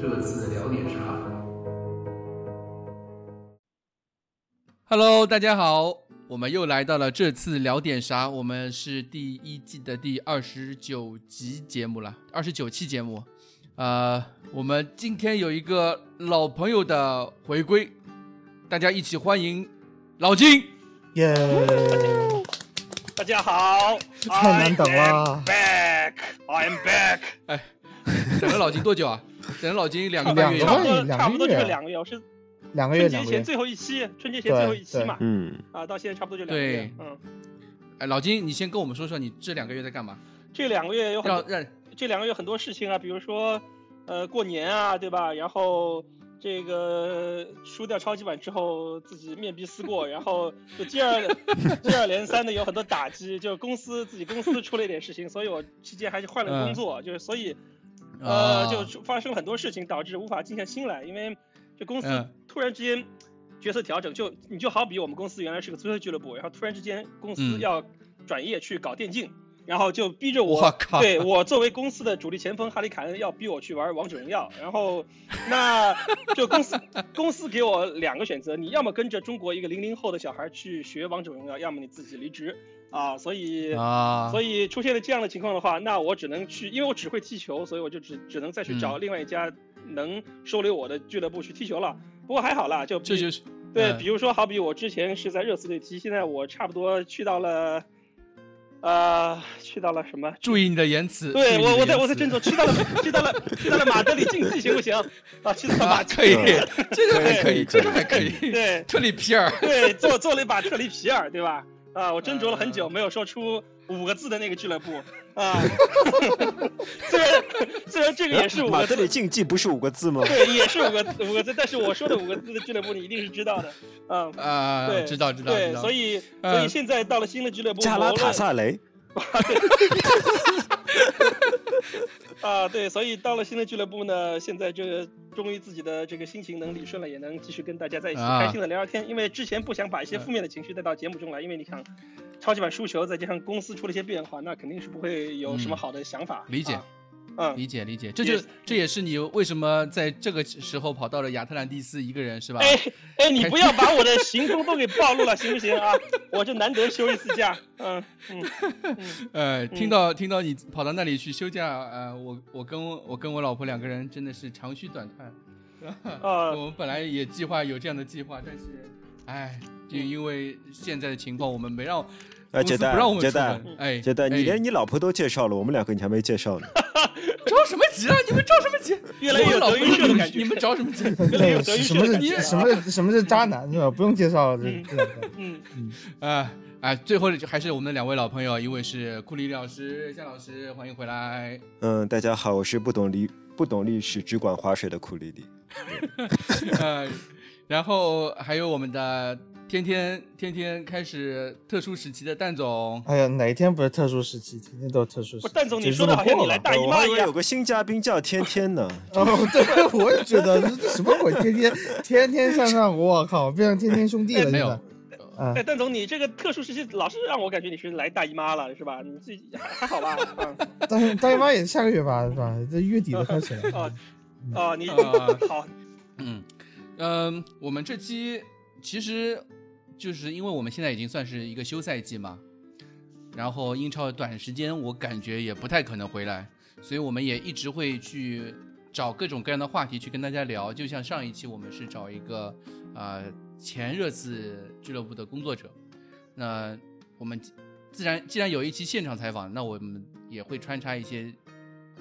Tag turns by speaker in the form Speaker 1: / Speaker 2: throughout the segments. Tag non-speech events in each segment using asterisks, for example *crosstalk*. Speaker 1: 这次聊点啥？
Speaker 2: Hello，大家好，我们又来到了这次聊点啥？我们是第一季的第二十九集节目了，二十九期节目。呃，我们今天有一个老朋友的回归，大家一起欢迎老
Speaker 3: *laughs*
Speaker 2: 金。
Speaker 4: 耶、
Speaker 3: 大家好，
Speaker 4: 太 *laughs* 难等了
Speaker 3: I am back, I am back。
Speaker 2: 等了老金多久啊？等了老金两个半
Speaker 4: 两
Speaker 2: 月
Speaker 4: 个
Speaker 3: 差
Speaker 2: 了
Speaker 3: 不
Speaker 4: 半。
Speaker 3: 多，
Speaker 4: 两个月
Speaker 3: 差不多就两个月，我是
Speaker 4: 两个月，
Speaker 3: 春
Speaker 4: 两
Speaker 3: 节
Speaker 4: 个月
Speaker 3: 前，最后一期，春节前最后一期嘛，
Speaker 5: 嗯，
Speaker 3: 啊，到现在差不多就两个月。嗯，
Speaker 2: 哎，老金，你先跟我们说说你这两个月在干
Speaker 3: *laughs*
Speaker 2: 嘛？
Speaker 3: 这两个月有很
Speaker 2: 让
Speaker 3: 多，
Speaker 2: 让
Speaker 3: 这两个月很多事情啊，比如说，呃，过年啊，对吧？然后这个输掉超级碗之后，自己面壁思
Speaker 2: *laughs*
Speaker 3: 过，然后就接二接二连 *laughs* 三的有很多打击，就是公司自己公司出了一点事情，所以我期间还是换了工
Speaker 2: 嗯
Speaker 3: 作，就是所以呃，
Speaker 2: 啊
Speaker 3: 就发生很多事情，导致无法静下心来，因为这公司
Speaker 2: 嗯
Speaker 3: 突然之间角色调整，就你就好比我们公司原来是个足球俱乐部，然后突然之间公司
Speaker 2: 嗯
Speaker 3: 要转业去搞电竞，然后就逼着
Speaker 2: 我
Speaker 3: 我
Speaker 2: 靠，
Speaker 3: 对我作为公司的主力前锋哈里凯恩要逼我去玩王者荣耀，然后
Speaker 2: *laughs*
Speaker 3: 那就公司公司给我两个选择，你要么跟着中国一个零零后的小孩去学王者荣耀，要么你自己离职啊，所以
Speaker 2: 啊，
Speaker 3: 所以出现了这样的情况的话，那我只能去，因为我只会踢球，所以我就只只能再去找
Speaker 2: 嗯
Speaker 3: 另外一家能收留我的俱乐部去踢球了。不过还好啦，就比
Speaker 2: 这就是
Speaker 3: 对，
Speaker 2: 嗯
Speaker 3: 比如说好比我之前是在热刺队踢，现在我差不多去到了，呃，去到了什么？
Speaker 2: 注意你的言辞。注
Speaker 3: 对
Speaker 2: 意你的
Speaker 3: 我，我在
Speaker 2: 言
Speaker 3: 我在
Speaker 2: 辞
Speaker 3: 斟酌，去到了，去到了，去到了马德里竞技行不行？啊，去到了马
Speaker 2: 啊，
Speaker 3: 德
Speaker 2: 可以
Speaker 5: 对，
Speaker 2: 这个还可
Speaker 5: 可
Speaker 2: 以，
Speaker 5: 以
Speaker 2: 这个还可
Speaker 3: 里，
Speaker 2: 以。 *laughs*
Speaker 3: 对
Speaker 2: 特里皮尔，
Speaker 3: 对，做做了一把特里皮尔，对吧？啊，我斟酌了很
Speaker 2: 嗯
Speaker 3: 久，没有说出五个字的那个俱乐部啊。 *laughs* 虽然虽然这 *laughs* 个也是五
Speaker 5: 马
Speaker 3: 个
Speaker 5: 德里
Speaker 3: 字，
Speaker 5: 竞技不是五个字吗？
Speaker 3: 对，也是五个五个字，但是我说的五个字的俱乐部你一定是知道的，嗯。
Speaker 2: 啊，
Speaker 3: 对，
Speaker 2: 知道知道知
Speaker 3: 对，
Speaker 2: 道。
Speaker 3: 所以
Speaker 2: 嗯
Speaker 3: 所以现在到了新的俱乐部，
Speaker 5: *laughs* 加
Speaker 3: 无
Speaker 5: 拉
Speaker 3: 论
Speaker 5: 塔萨雷，
Speaker 3: 啊，对，所以到了新的俱乐部呢，现在这个终于自己的这个心情能理顺了，也能继续跟大家在一起
Speaker 2: 啊
Speaker 3: 开心的聊聊天。因为之前不想把一些
Speaker 2: 嗯
Speaker 3: 负面的情绪带到节目中来，因为你想，超级碗输球，再加上公司出了一些变化，那肯定是不会有什么
Speaker 2: 嗯
Speaker 3: 好的想法。
Speaker 2: 理解
Speaker 3: 啊嗯，
Speaker 2: 理解理解，这就
Speaker 3: 也
Speaker 2: 这也是你为什么在这个时候跑到了亚特兰蒂斯一个人是吧？
Speaker 3: 哎哎，你
Speaker 2: 开
Speaker 3: 不要把我的行踪都给暴露了，行不行啊？我这难得休一次假，嗯嗯嗯，
Speaker 2: 呃，听到听到你跑到那里去休假，呃，我我跟我我跟我老婆两个人真的是长吁短叹。
Speaker 3: 呃
Speaker 2: *laughs* 我们本来也计划有这样的计划，但是，哎，就
Speaker 3: 嗯
Speaker 2: 因为现在的情况，我们没让
Speaker 5: 哎
Speaker 2: 公司
Speaker 5: 杰蛋
Speaker 2: 不让我们
Speaker 5: 杰
Speaker 2: 出
Speaker 5: 蛋
Speaker 2: 门。哎，
Speaker 5: 觉得你
Speaker 2: 哎
Speaker 5: 连你老婆都介绍了，我们两个你还没
Speaker 3: *laughs*
Speaker 5: 介绍呢。
Speaker 2: 着什么急啊？你们着什么急？
Speaker 3: 越来越有
Speaker 2: 老
Speaker 3: 德
Speaker 2: 婆
Speaker 3: 云社的感觉。
Speaker 2: 你们着什么急？
Speaker 3: 对有德云社
Speaker 4: 什什么
Speaker 3: 的感觉
Speaker 4: 是
Speaker 3: 啊
Speaker 4: 什么是什么是渣男是吧？不用介绍了，这
Speaker 3: 嗯
Speaker 4: 这两个
Speaker 3: 嗯，
Speaker 2: 啊啊！最后就还是我们的两位老朋友，一位是库里老师、夏老师，欢迎回来。 *laughs*
Speaker 5: 嗯，大家好，我是不懂历不懂历史，只管划水的库里里。
Speaker 2: 呃，然后还有我们的天天天天开始特殊时期的蛋总，
Speaker 4: 哎呀，哪天不是特殊时期？天天都是特殊时
Speaker 3: 不
Speaker 4: 期。
Speaker 3: 是蛋总，你
Speaker 4: 结束
Speaker 3: 说的
Speaker 4: 了
Speaker 3: 好像
Speaker 4: 过
Speaker 3: 你来
Speaker 4: 了
Speaker 3: 大姨
Speaker 5: 哎我还
Speaker 3: 妈
Speaker 5: 以
Speaker 3: 一
Speaker 5: 为
Speaker 3: 样
Speaker 5: 有。个新嘉宾叫天天呢。
Speaker 4: *laughs* 哦，对，我也觉得这什么鬼？天天 *laughs* 天天向上，我靠，变成天天兄弟了，
Speaker 2: 哎没有
Speaker 4: 现在。啊
Speaker 3: 哎，，蛋总，你这个特殊时期老是让我感觉你是来大姨妈了，是吧？你自己还还好吧？
Speaker 5: *laughs*
Speaker 3: 嗯，
Speaker 4: 大姨大姨妈也是下个月吧，是吧？这月底都开始了。
Speaker 3: 哦，
Speaker 5: 嗯
Speaker 3: 哦，你
Speaker 2: 啊
Speaker 3: 好，
Speaker 2: 嗯嗯，我们这期其实就是因为我们现在已经算是一个休赛季嘛，然后英超短时间我感觉也不太可能回来，所以我们也一直会去找各种各样的话题去跟大家聊。就像上一期我们是找一个呃前热刺俱乐部的工作者，那我们自然既然有一期现场采访，那我们也会穿插一些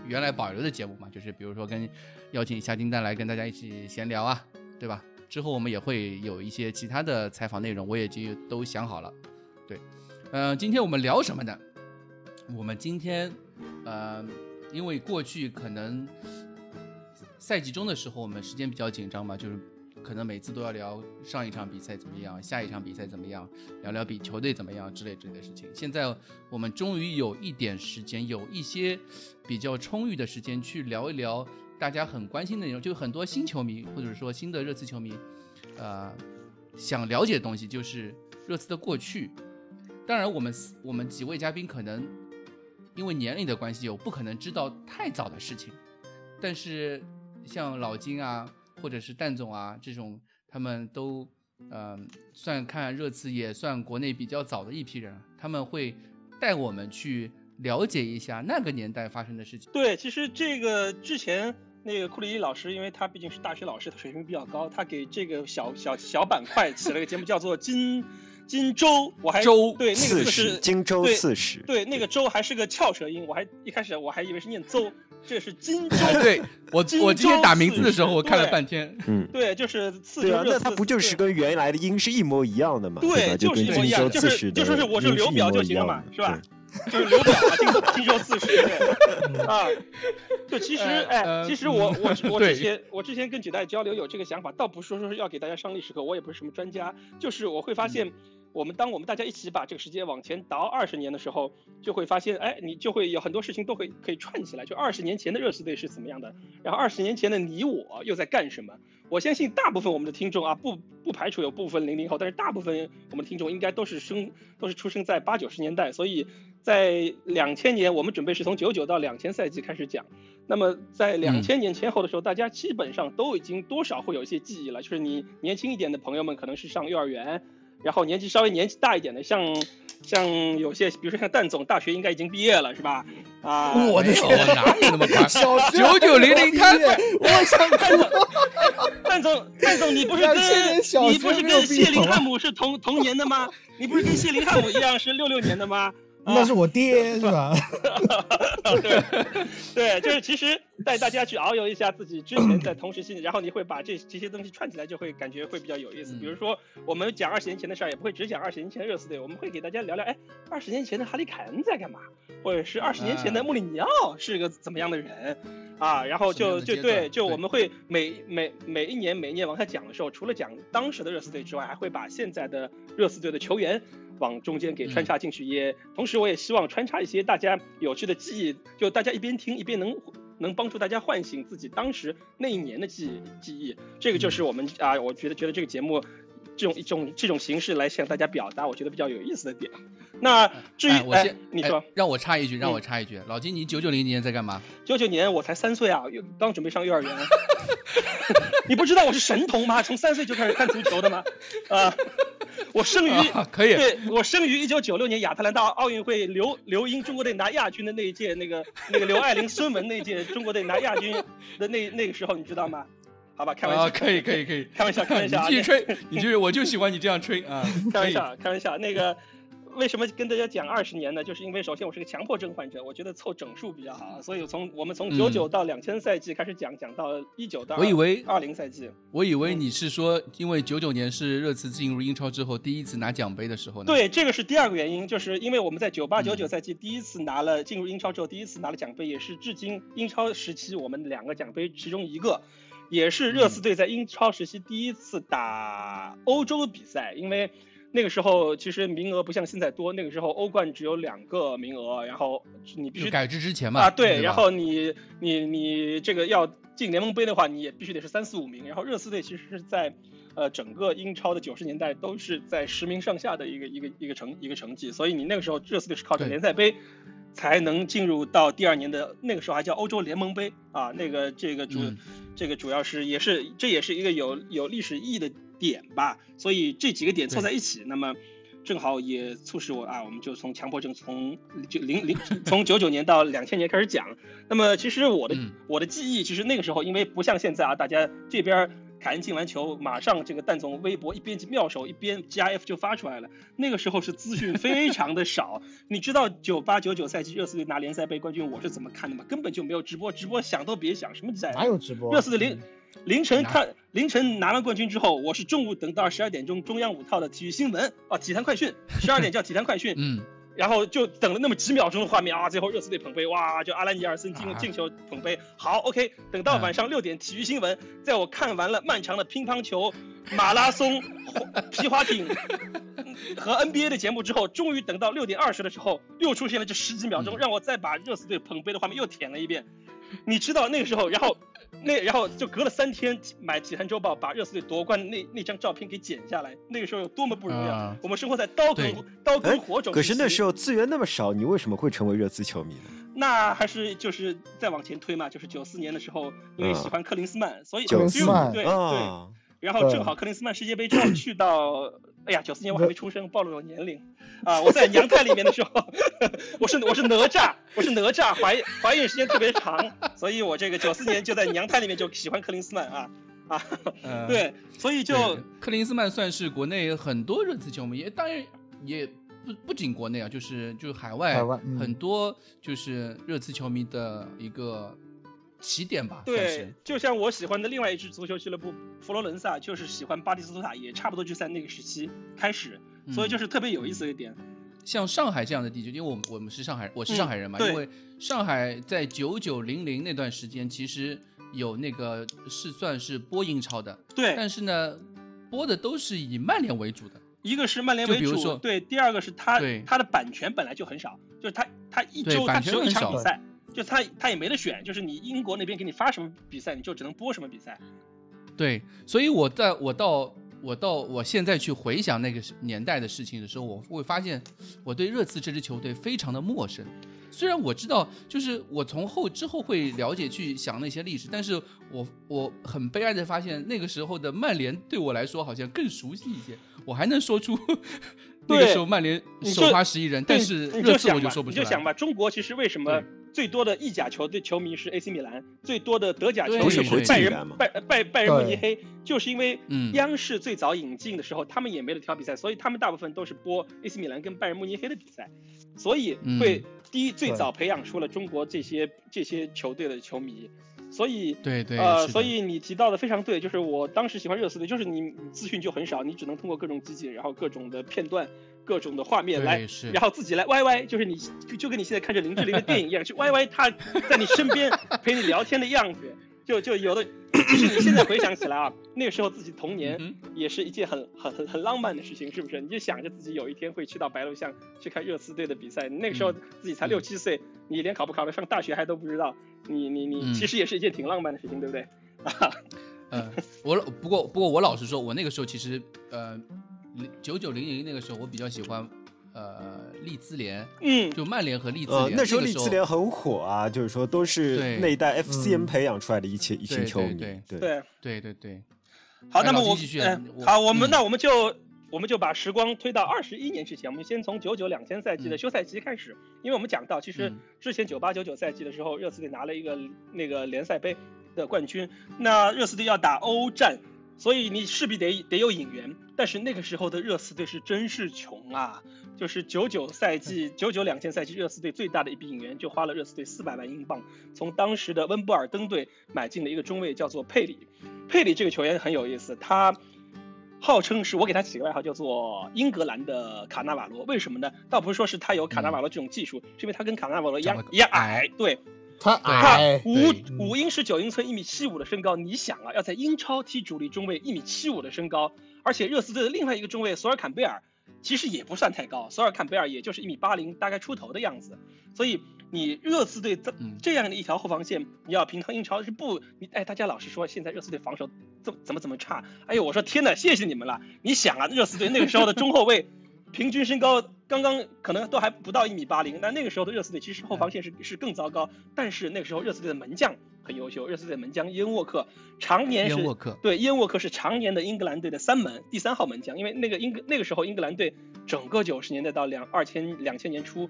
Speaker 2: 原来保留的节目嘛，就是比如说跟邀请夏金蛋来跟大家一起闲聊啊，对吧？之后我们也会有一些其他的采访内容，我也就都想好了。对，呃，今天我们聊什么呢？我们今天，呃，因为过去可能赛季中的时候，我们时间比较紧张嘛，就是可能每次都要聊上一场比赛怎么样，下一场比赛怎么样，聊聊比球队怎么样之类之类的事情。现在我们终于有一点时间，有一些比较充裕的时间去聊一聊大家很关心的内容，就很多新球迷或者说新的热刺球迷，呃，想了解的东西就是热刺的过去。当然，我们四我们几位嘉宾可能因为年龄的关系，有不可能知道太早的事情，但是像老金啊，或者是蛋总啊这种，他们都嗯、呃算看热刺也算国内比较早的一批人了，他们会带我们去了解一下那个年代发生的事情。
Speaker 3: 对，其实这个之前那个库里老师，因为他毕竟是大学老师，他水平比较高，他给这个小小小板块起了个节目，叫做金“金州”。我还
Speaker 2: 州
Speaker 3: *laughs* 对那个
Speaker 5: 刺
Speaker 3: 字是
Speaker 5: 史，荆州
Speaker 3: 对
Speaker 5: 刺史，
Speaker 3: 对那个州还是个翘舌音，我还一开始我还以为是念邹，这是金州。
Speaker 2: 哎 *laughs* 对我
Speaker 3: 荆，
Speaker 2: 我今天
Speaker 3: 州
Speaker 2: 打名
Speaker 3: 刺
Speaker 2: 字的时候，
Speaker 3: 史
Speaker 2: 我看了
Speaker 3: 对
Speaker 2: 半天， *laughs*
Speaker 5: 嗯，
Speaker 3: 对，就是刺
Speaker 5: 对
Speaker 3: 州
Speaker 5: 啊，
Speaker 3: 热
Speaker 5: 那
Speaker 3: 刺
Speaker 5: 它不就是
Speaker 3: 对
Speaker 5: 跟原来的音是一模一样的吗？
Speaker 3: 对
Speaker 5: 吧？
Speaker 3: 就是
Speaker 5: 跟
Speaker 3: 一模一
Speaker 5: 荆
Speaker 3: 样
Speaker 5: 州
Speaker 3: 就
Speaker 5: 刺
Speaker 3: 是
Speaker 5: 史
Speaker 3: 就
Speaker 5: 的
Speaker 3: 说是我是
Speaker 5: 音
Speaker 3: 刘
Speaker 5: 一
Speaker 3: 表就
Speaker 5: 模一
Speaker 3: 行了
Speaker 5: 样
Speaker 3: 嘛
Speaker 5: 的
Speaker 3: 是吧？就是刘表啊，荆州荆州刺史
Speaker 2: *laughs*
Speaker 3: 对啊。就其实，
Speaker 2: 呃
Speaker 3: 哎，
Speaker 2: 呃
Speaker 3: 其实我我
Speaker 2: *laughs*
Speaker 3: 之我
Speaker 2: 对
Speaker 3: 之前我之前跟几代交流有这个想法，倒不是说是要给大家上历史课，我也不是什么专家，就是我会发
Speaker 2: 嗯
Speaker 3: 现，我们当我们大家一起把这个时间往前倒二十年的时候，就会发现，哎，你就会有很多事情都会可以串起来，就二十年前的热刺队是怎么样的，然后二十年前的你我又在干什么。我相信大部分我们的听众啊，不不排除有部分零零后，但是大部分我们听众应该都是生都是出生在八九十年代，所以在两千年，我们准备是从九九到两千赛季开始讲。那么在两千年前后的时候，大家基本上都已经多少会有一些记忆了。就是你年轻一点的朋友们，可能是上幼儿园，然后年纪稍微年纪大一点的，像像有些，比如说像蛋总，大学应该已经毕业了，是吧？啊，
Speaker 4: 我的
Speaker 2: 没有
Speaker 4: 天，
Speaker 2: 哎哪有那么 *laughs* 快？
Speaker 4: 小学
Speaker 2: 9900开
Speaker 3: 啊
Speaker 4: 毕业，我想哭。
Speaker 3: 蛋总，蛋总，你不是
Speaker 4: 两千年小
Speaker 3: 跟
Speaker 4: 学
Speaker 3: 你不是
Speaker 4: 没有
Speaker 3: 跟
Speaker 4: 毕
Speaker 3: 谢
Speaker 4: 业
Speaker 3: 林
Speaker 4: 吗
Speaker 3: 汉姆是同同年的吗？你不是跟谢林汉姆一样是六六年的吗？啊
Speaker 4: 那是我爹是吧？
Speaker 3: 对，对，就是其实带大家去遨游一下自己之前在同时期，然后你会把这这些东西串起来，就会感觉会比较有意思。
Speaker 2: 嗯
Speaker 3: 比如说，我们讲二十年前的事儿，也不会只讲二十年前的热刺队，我们会给大家聊聊，哎，二十年前的哈里凯恩在干嘛，或者是二十年前的
Speaker 2: 啊
Speaker 3: 穆里尼奥是个怎么样的人。啊，然后
Speaker 2: 什么
Speaker 3: 就
Speaker 2: 样的
Speaker 3: 就
Speaker 2: 阶
Speaker 3: 对，
Speaker 2: 段
Speaker 3: 就
Speaker 2: 对
Speaker 3: 我们会每每每一年每一年往下讲的时候，除了讲当时的热刺队之外，还会把现在的热刺队的球员往中间给穿插
Speaker 2: 嗯
Speaker 3: 进去也，同时我也希望穿插一些大家有趣的记忆，就大家一边听一边能能帮助大家唤醒自己当时那一年的记
Speaker 2: 嗯
Speaker 3: 忆记忆。这个就是我们啊，我觉得觉得这个节目。这种一种这种形式来向大家表达，我觉得比较有意思的点。那至于、
Speaker 2: 哎，我
Speaker 3: 哎
Speaker 2: 先
Speaker 3: 你
Speaker 2: 哎
Speaker 3: 说、
Speaker 2: 让我插一句，让我
Speaker 3: 嗯
Speaker 2: 插一句，老金，你九九零年在干嘛？
Speaker 3: 九九年我才三岁啊，又刚准备上幼儿园。啊 *laughs* 你不知道我是神童吗？从三岁就开始看足球的吗？啊、我生于、
Speaker 2: 啊，可以，
Speaker 3: 对我生于一九九六年亚特兰大奥运会刘刘英中国队拿亚军的那一届，那个那个刘爱玲、孙雯那一届中国队拿亚军的那那个时候，你知道吗？好吧，开玩笑，
Speaker 2: 啊，可以，可以，可以，
Speaker 3: *laughs* 开玩笑，开玩笑啊，
Speaker 2: *laughs* 你继续
Speaker 3: 那
Speaker 2: 吹，你继续，我就喜欢你这样吹啊，
Speaker 3: *laughs*
Speaker 2: *laughs*
Speaker 3: 开
Speaker 2: 可
Speaker 3: 玩
Speaker 2: 以
Speaker 3: 笑，啊，开玩笑。那个为什么跟大家讲二十年呢？就是因为首先我是个强迫症患者，我觉得凑整数比较好，所以从我们从
Speaker 2: 嗯
Speaker 3: 九九到两千赛季开始讲，讲到一九到
Speaker 2: 我以为
Speaker 3: 二零赛季。
Speaker 2: 我以为你是说，因为九九年是热刺进入英超之后第一次拿奖杯的时候呢。，
Speaker 3: 对，这个是第二个原因，就是因为我们在九八
Speaker 2: 嗯
Speaker 3: 九九赛季第一次拿了进入英超之后，第一次拿了奖杯，也是至今英超时期我们两个奖杯其中一个，也是热刺队在英超时期第一次打欧洲比赛，因为。那个时候其实名额不像现在多，那个时候欧冠只有两个名额，然后你必
Speaker 2: 就
Speaker 3: 须
Speaker 2: 改制之前嘛。
Speaker 3: 啊，
Speaker 2: 对吧，
Speaker 3: 然后你你你这个要进联盟杯的话，你也必须得是三四五名。然后热刺队其实是在，呃，整个英超的九十年代都是在十名上下的一个一个一个成一个成绩，所以你那个时候热刺队是靠着
Speaker 2: 对
Speaker 3: 联赛杯。才能进入到第二年的那个时候还叫欧洲联盟杯啊，那个这个主、
Speaker 2: 嗯
Speaker 3: 这个主要是也是这也是一个有有历史意义的点吧，所以这几个点凑在一起，那么正好也促使我啊，我们就从强迫症从九零 *laughs* 零从九九年到两千年开始讲。那么其实我的、
Speaker 2: 嗯
Speaker 3: 我的记忆，其实那个时候因为不像现在啊，大家这边儿凯恩进完球，马上这个蛋总微博一边妙手一边 GIF 就发出来了。那个时候是资讯非常的少，你知道九八九九赛季热刺队拿联赛杯冠军我是怎么看的吗？根本就没有直播，直播想都别想，什么在
Speaker 4: 哪有直播？啊嗯
Speaker 3: 热刺队凌凌晨
Speaker 2: 哪，
Speaker 3: 看凌晨拿完冠军之后，我是中午等到十二点钟中央五套的体育新闻啊，体坛快讯，十二点叫体坛快讯
Speaker 2: 嗯，
Speaker 3: 然后就等了那么几秒钟的画面啊，最后热刺队捧杯，哇，就阿兰尼尔森进
Speaker 2: 啊
Speaker 3: 进球捧杯。好，OK，等到
Speaker 2: 嗯
Speaker 3: 晚上六点体育新闻，在我看完了漫长的乒乓球、马拉松、 *laughs* 滑皮划艇嗯和 NBA 的节目之后，终于等到六点二十的时候，又出现了这十几秒钟，
Speaker 2: 嗯
Speaker 3: 让我再把热刺队捧杯的画面又舔了一遍。你知道那个时候，然后 *laughs* 那然后就隔了三天买《体坛周报》，把热刺队夺冠那那张照片给剪下来，那个时候有多么不容易啊！
Speaker 2: 啊
Speaker 3: 我们生活在刀
Speaker 2: 对
Speaker 3: 耕刀耕
Speaker 5: 哎
Speaker 3: 火种
Speaker 5: 可
Speaker 3: 时期，
Speaker 5: 是那时候资源那么少，你为什么会成为热刺球迷呢？
Speaker 3: 那还是就是再往前推嘛，就是九四
Speaker 2: 嗯
Speaker 3: 年的时候，因为喜欢克林斯曼，所以
Speaker 5: 克林
Speaker 3: 因为
Speaker 5: 斯曼
Speaker 3: 对
Speaker 2: 嗯
Speaker 3: 对，
Speaker 5: 啊，
Speaker 3: 然后正好克林斯曼世界杯之后去到。
Speaker 2: 嗯
Speaker 3: 哎呀，九四年我还没出生，暴露了我年龄啊！我在娘胎里面的时候， *laughs* 我是我是哪吒，我是哪吒，怀怀孕时间特别长，所以我这个九四年就在娘胎里面就喜欢克林斯曼啊啊！
Speaker 2: 嗯，
Speaker 3: 对，所以就
Speaker 2: 对克林斯曼算是国内很多热刺球迷，也当然也不不仅国内啊，就是就是海外
Speaker 4: 海外嗯
Speaker 2: 很多就是热刺球迷的一个起点吧，算
Speaker 3: 对
Speaker 2: 是，
Speaker 3: 就像我喜欢的另外一支足球俱乐部佛罗伦萨，就是喜欢巴蒂斯图塔，也差不多就在那个时期开始，所以
Speaker 2: 嗯
Speaker 3: 就是特别有意思的一点。
Speaker 2: 像上海这样的地区，因为我们我们是上海，我是
Speaker 3: 嗯
Speaker 2: 上海人嘛，
Speaker 3: 对
Speaker 2: 因为上海在九九零零那段时间，其实有那个是算是播英超的，
Speaker 3: 对，
Speaker 2: 但是呢，播的都是以曼联为主的，
Speaker 3: 一个是曼联
Speaker 2: 就
Speaker 3: 为
Speaker 2: 比如
Speaker 3: 主，
Speaker 2: 说
Speaker 3: 对，第二个是他
Speaker 2: 对
Speaker 3: 他的版权本来就很少，就是他他一
Speaker 2: 对
Speaker 3: 周他
Speaker 2: 版
Speaker 3: 只
Speaker 2: 权
Speaker 3: 有一
Speaker 2: 很
Speaker 3: 场比
Speaker 2: 少
Speaker 3: 赛，就他他也没得选，就是你英国那边给你发什么比赛，你就只能播什么比赛。
Speaker 2: 对，所以我在我到我到我现在去回想那个时年代的事情的时候，我会发现我对热刺这支球队非常的陌生。虽然我知道，就是我从后之后会了解去想那些历史，但是我我很悲哀的发现，那个时候的曼联对我来说好像更熟悉一些，我还能说出那个
Speaker 3: 对
Speaker 2: 时候曼联
Speaker 3: 你
Speaker 2: 首
Speaker 3: 就
Speaker 2: 发十一人，
Speaker 3: 对
Speaker 2: 但是
Speaker 3: 你
Speaker 2: 热
Speaker 3: 就
Speaker 2: 刺我
Speaker 3: 想
Speaker 2: 就
Speaker 3: 吧，
Speaker 2: 说不
Speaker 3: 你
Speaker 2: 出来。
Speaker 3: 就想吧，中国其实为什么
Speaker 2: 对
Speaker 3: 最多的意甲球队球迷是 AC 米兰，最多的德甲球
Speaker 2: 对
Speaker 3: 迷
Speaker 2: 都是国
Speaker 3: 是
Speaker 2: 际
Speaker 3: 拜
Speaker 5: 米兰嘛
Speaker 3: 仁拜拜拜仁慕尼黑，就是因为
Speaker 2: 嗯
Speaker 3: 央视最早引进的时候，他们也没得挑比赛，所以他们大部分都是播 AC 米兰跟拜仁慕尼黑的比赛，所以会
Speaker 2: 嗯
Speaker 3: 第一最早培养出了中国这些这些球队的球迷，所以。
Speaker 2: 对对，是
Speaker 3: 呃，
Speaker 2: 的
Speaker 3: 所以你提到的非常对，就是我当时喜欢热刺队，就是你资讯就很少，你只能通过各种集锦，然后各种的片段、各种的画面
Speaker 2: 对
Speaker 3: 来
Speaker 2: 是，
Speaker 3: 然后自己来 YY，就是你就跟你现在看着林志玲的电影一样，去 YY 他在你身
Speaker 2: *laughs*
Speaker 3: 边陪你聊天的样子，就就有的，就是你现在回想起来
Speaker 2: *laughs*
Speaker 3: 啊，那个时候自己童年
Speaker 2: 嗯
Speaker 3: 也是一件很很很很浪漫的事情，是不是？你就想着自己有一天会去到白鹿巷去看热刺队的比赛，那个时候自己才
Speaker 2: 嗯
Speaker 3: 六七岁，你连考不考得上大学还都不知道，你你
Speaker 2: 嗯
Speaker 3: 你其实也是一件挺浪漫的事情，对不对？
Speaker 2: 呃，我老不过不过我老实说，我那个时候其实呃，九九零零那个时候我比较喜欢呃利兹联，
Speaker 3: 嗯，
Speaker 2: 就曼联和利兹联、
Speaker 5: 呃，那时候
Speaker 2: 个
Speaker 5: 利兹联很火啊，就是说都是
Speaker 2: 对
Speaker 5: 那一代 FCN
Speaker 4: 嗯
Speaker 5: 培养出来的一群一群
Speaker 2: 对
Speaker 5: 球迷
Speaker 2: 对，
Speaker 5: 对，
Speaker 3: 对。
Speaker 2: 对对对，
Speaker 3: 好，
Speaker 2: 哎
Speaker 3: 那么
Speaker 2: 老金
Speaker 3: 我
Speaker 2: 继续
Speaker 3: 嗯
Speaker 2: 我
Speaker 3: 好，我
Speaker 2: 嗯
Speaker 3: 们那我们就我们就把时光推到二十一年之前，我们先从九九两千赛季的
Speaker 2: 嗯
Speaker 3: 休赛期开始，因为我们讲到，其实
Speaker 2: 嗯
Speaker 3: 之前九八九九赛季的时候，热刺队拿了一个那个联赛杯的冠军，那热刺队要打欧战，所以你势必得得有引援，但是那个时候的热刺队是真是穷啊。就是九九赛季、九九两千赛季，热刺队最大的一笔引援就花了热刺队四百万英镑，从当时的温布尔登队买进了一个中卫，叫做佩里。佩里这个球员很有意思，他号称是我给他起个外号叫做英格兰的卡纳瓦罗，为什么呢？倒不是说是他有卡纳瓦罗这种技术，是因为他跟卡纳瓦罗一样
Speaker 2: 长得
Speaker 3: 一样
Speaker 2: 矮
Speaker 3: 矮，对，
Speaker 4: 他
Speaker 3: 他
Speaker 4: 矮，
Speaker 3: 五
Speaker 2: 对
Speaker 3: 五英尺九英寸一米七五的身高，你想啊，要在英超踢主力中卫一米七五的身高，而且热刺队的另外一个中卫索尔坎贝尔其实也不算太高，索尔坎贝尔也就是一米八零大概出头的样子，所以你热刺队这
Speaker 2: 嗯
Speaker 3: 这样的一条后防线，你要平衡英超是不？你哎，大家老是说现在热刺队防守怎么怎么怎么差，哎呦，我说天哪，谢谢你们了！你想啊，热刺队那个时候的中后卫平均身高刚刚可能都还不到一米八零，那那个时候的热刺队其实后防
Speaker 2: 嗯
Speaker 3: 线是是更糟糕，但是那个时候热刺队的门将很优秀，热刺队的门将伊恩沃克常年是
Speaker 2: 烟沃克，
Speaker 3: 对，伊恩沃克是常年的英格兰队的三门第三号门将，因为那个英格那个时候英格兰队整个九十年代到两二千两千年初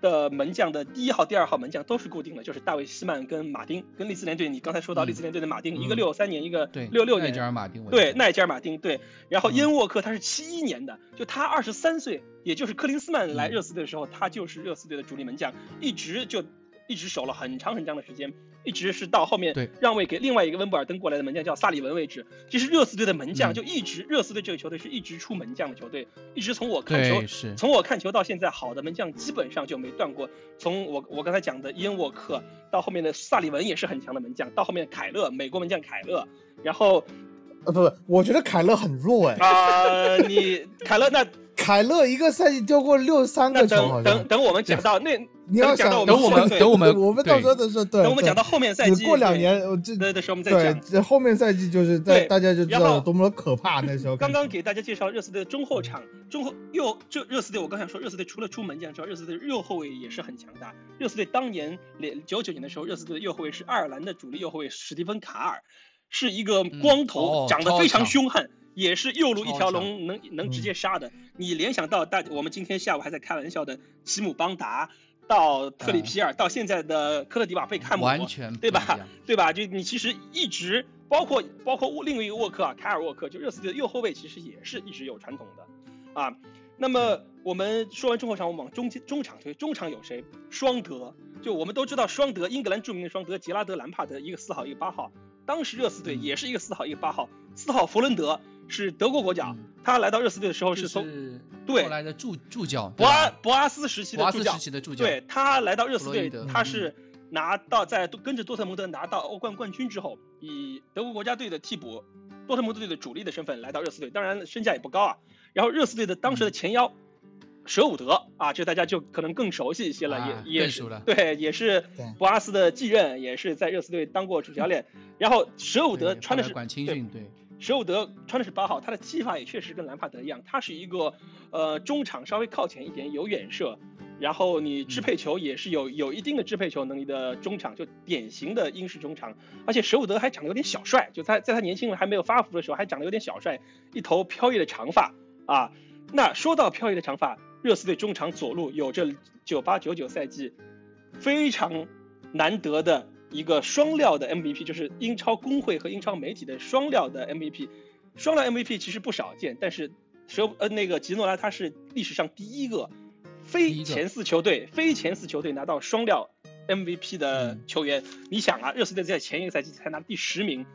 Speaker 3: 的门将的第一号、第二号门将都是固定的，就是大卫希曼跟马丁，跟利兹联队你刚才说到
Speaker 2: 嗯
Speaker 3: 利兹联队的马丁，一个
Speaker 4: 嗯
Speaker 3: 六三年，一个
Speaker 2: 对
Speaker 3: 六六
Speaker 2: 奈
Speaker 3: 年
Speaker 2: 吉，尔马丁为主
Speaker 3: 对，奈吉尔马丁对，然后
Speaker 2: 嗯
Speaker 3: 伊恩沃克他是七一年的，就他二十三岁，也就是克林斯曼来
Speaker 2: 嗯
Speaker 3: 热刺队的时候，他就是热刺队的主力门将，一直就一直守了很长很长的时间，一直是到后面
Speaker 2: 对
Speaker 3: 让位给另外一个温布尔登过来的门将叫萨里文为止。其实热刺队的门将
Speaker 2: 嗯
Speaker 3: 就一直，热刺队这个球队是一直出门将的球队，一直从我看球
Speaker 2: 对是，
Speaker 3: 从我看球到现在，好的门将基本上就没断过。从我我刚才讲的伊恩沃克到后面的萨里文也是很强的门将，到后面凯勒美国门将凯勒，然后
Speaker 4: *laughs* 呃，不不，我觉得凯勒很弱哎，
Speaker 3: 啊、你凯勒那
Speaker 4: 凯勒一个赛季丢过六三
Speaker 3: 那
Speaker 4: 个球，好
Speaker 3: 等等
Speaker 4: 像。
Speaker 3: 等，我们讲到那，
Speaker 4: 你要
Speaker 3: 讲到
Speaker 4: 想
Speaker 3: 我
Speaker 2: 等我们
Speaker 3: 对
Speaker 2: 等我们
Speaker 4: 我们到时候
Speaker 2: 对
Speaker 4: 的时候，对，
Speaker 3: 等我们
Speaker 4: 对
Speaker 3: 讲到后面赛
Speaker 4: 你
Speaker 3: 季，
Speaker 4: 过两
Speaker 3: 对
Speaker 4: 年，我这
Speaker 3: 对的时候我们再
Speaker 4: 对
Speaker 3: 讲。
Speaker 4: 这后面赛季就是在
Speaker 3: 对
Speaker 4: 大家就知
Speaker 3: 然
Speaker 4: 道
Speaker 3: 后
Speaker 4: 有多么的可怕那时候。
Speaker 3: 刚刚给大家介绍热刺队的中后场，中后右这热刺队，我刚想说热刺队除了出门将之外，热刺队的右后卫也是很强大。热刺队当年连九九年的时候，热刺队的右后卫是爱尔兰的主力右后卫史蒂芬卡尔，是一个光头，
Speaker 2: 哦
Speaker 3: 长得
Speaker 2: 超
Speaker 3: 非常
Speaker 2: 强
Speaker 3: 凶悍，也是右路一条
Speaker 2: 超强
Speaker 3: 龙能能直
Speaker 4: 嗯
Speaker 3: 接杀的。你联想到大，我们今天下午还在开玩笑的吉姆邦达。到特里皮
Speaker 2: 嗯
Speaker 3: 尔，到现在的科特迪瓦贝看姆，
Speaker 2: 完全
Speaker 3: 对吧
Speaker 2: 不一嗯样？
Speaker 3: 对吧？就你其实一直包括包括沃另一个沃克啊，凯尔沃克，就热刺队的右后卫，其实也是一直有传统的啊。那么我们说完中后场，我们往中间中场推，中场有谁？双德，就我们都知道双德，英格兰著名的双德，杰拉德、兰帕德，一个四号，一个八号。当时热刺
Speaker 2: 嗯
Speaker 3: 队也是一个四号，一个八号。四号弗伦德是德国国脚
Speaker 2: 嗯，
Speaker 3: 他来到热刺队的时候
Speaker 2: 就是
Speaker 3: 从对
Speaker 2: 后来的助助教
Speaker 3: 博阿
Speaker 2: 对吧
Speaker 3: 博阿斯时期
Speaker 2: 博
Speaker 3: 的
Speaker 2: 阿
Speaker 3: 助
Speaker 2: 斯
Speaker 3: 教
Speaker 2: 时，期的助教，
Speaker 3: 对他来到热刺
Speaker 2: 弗洛
Speaker 3: 队
Speaker 2: 伊德，嗯
Speaker 3: 他是拿到在跟着多特蒙德拿到欧冠冠军之后，以德国国家队的替补，多特蒙德队的主力的身份来到热刺队，当然身价也不高啊。然后热刺队的当时的
Speaker 2: 嗯
Speaker 3: 前腰舍伍德啊，这大家就可能更熟悉一些了，
Speaker 2: 啊
Speaker 3: 也也
Speaker 2: 更
Speaker 3: 是
Speaker 2: 熟了
Speaker 3: 对，也是
Speaker 4: 对
Speaker 3: 博阿斯的继任，也是在热刺队当过主教练。然后舍伍
Speaker 2: 对
Speaker 3: 德
Speaker 2: 后
Speaker 3: 穿的
Speaker 2: 来
Speaker 3: 是
Speaker 2: 管青
Speaker 3: 对
Speaker 2: 训，对，
Speaker 3: 舍伍德穿的是八号，他的踢法也确实跟兰帕德一样，他是一个呃中场稍微靠前一点，有远射，然后你支配球也是有有一定的支配球能力的中场，就典型的英式中场。而且舍伍德还长得有点小帅，就他在他年轻还没有发福的时候，还长得有点小帅，一头飘逸的长发啊。那说到飘逸的长发，热刺队中场左路有着九八九九赛季非常难得的一个双料的 MVP，就是英超工会和英超媒体的双料的 MVP。双料 MVP 其实不少见，但是舍呃那个吉诺拉他是历史上第一个
Speaker 2: 第
Speaker 3: 非
Speaker 2: 一个
Speaker 3: 前四球队非前四球队拿到双料 MVP 的
Speaker 2: 嗯
Speaker 3: 球员。你想啊，热刺队在前一个赛季才拿第十名，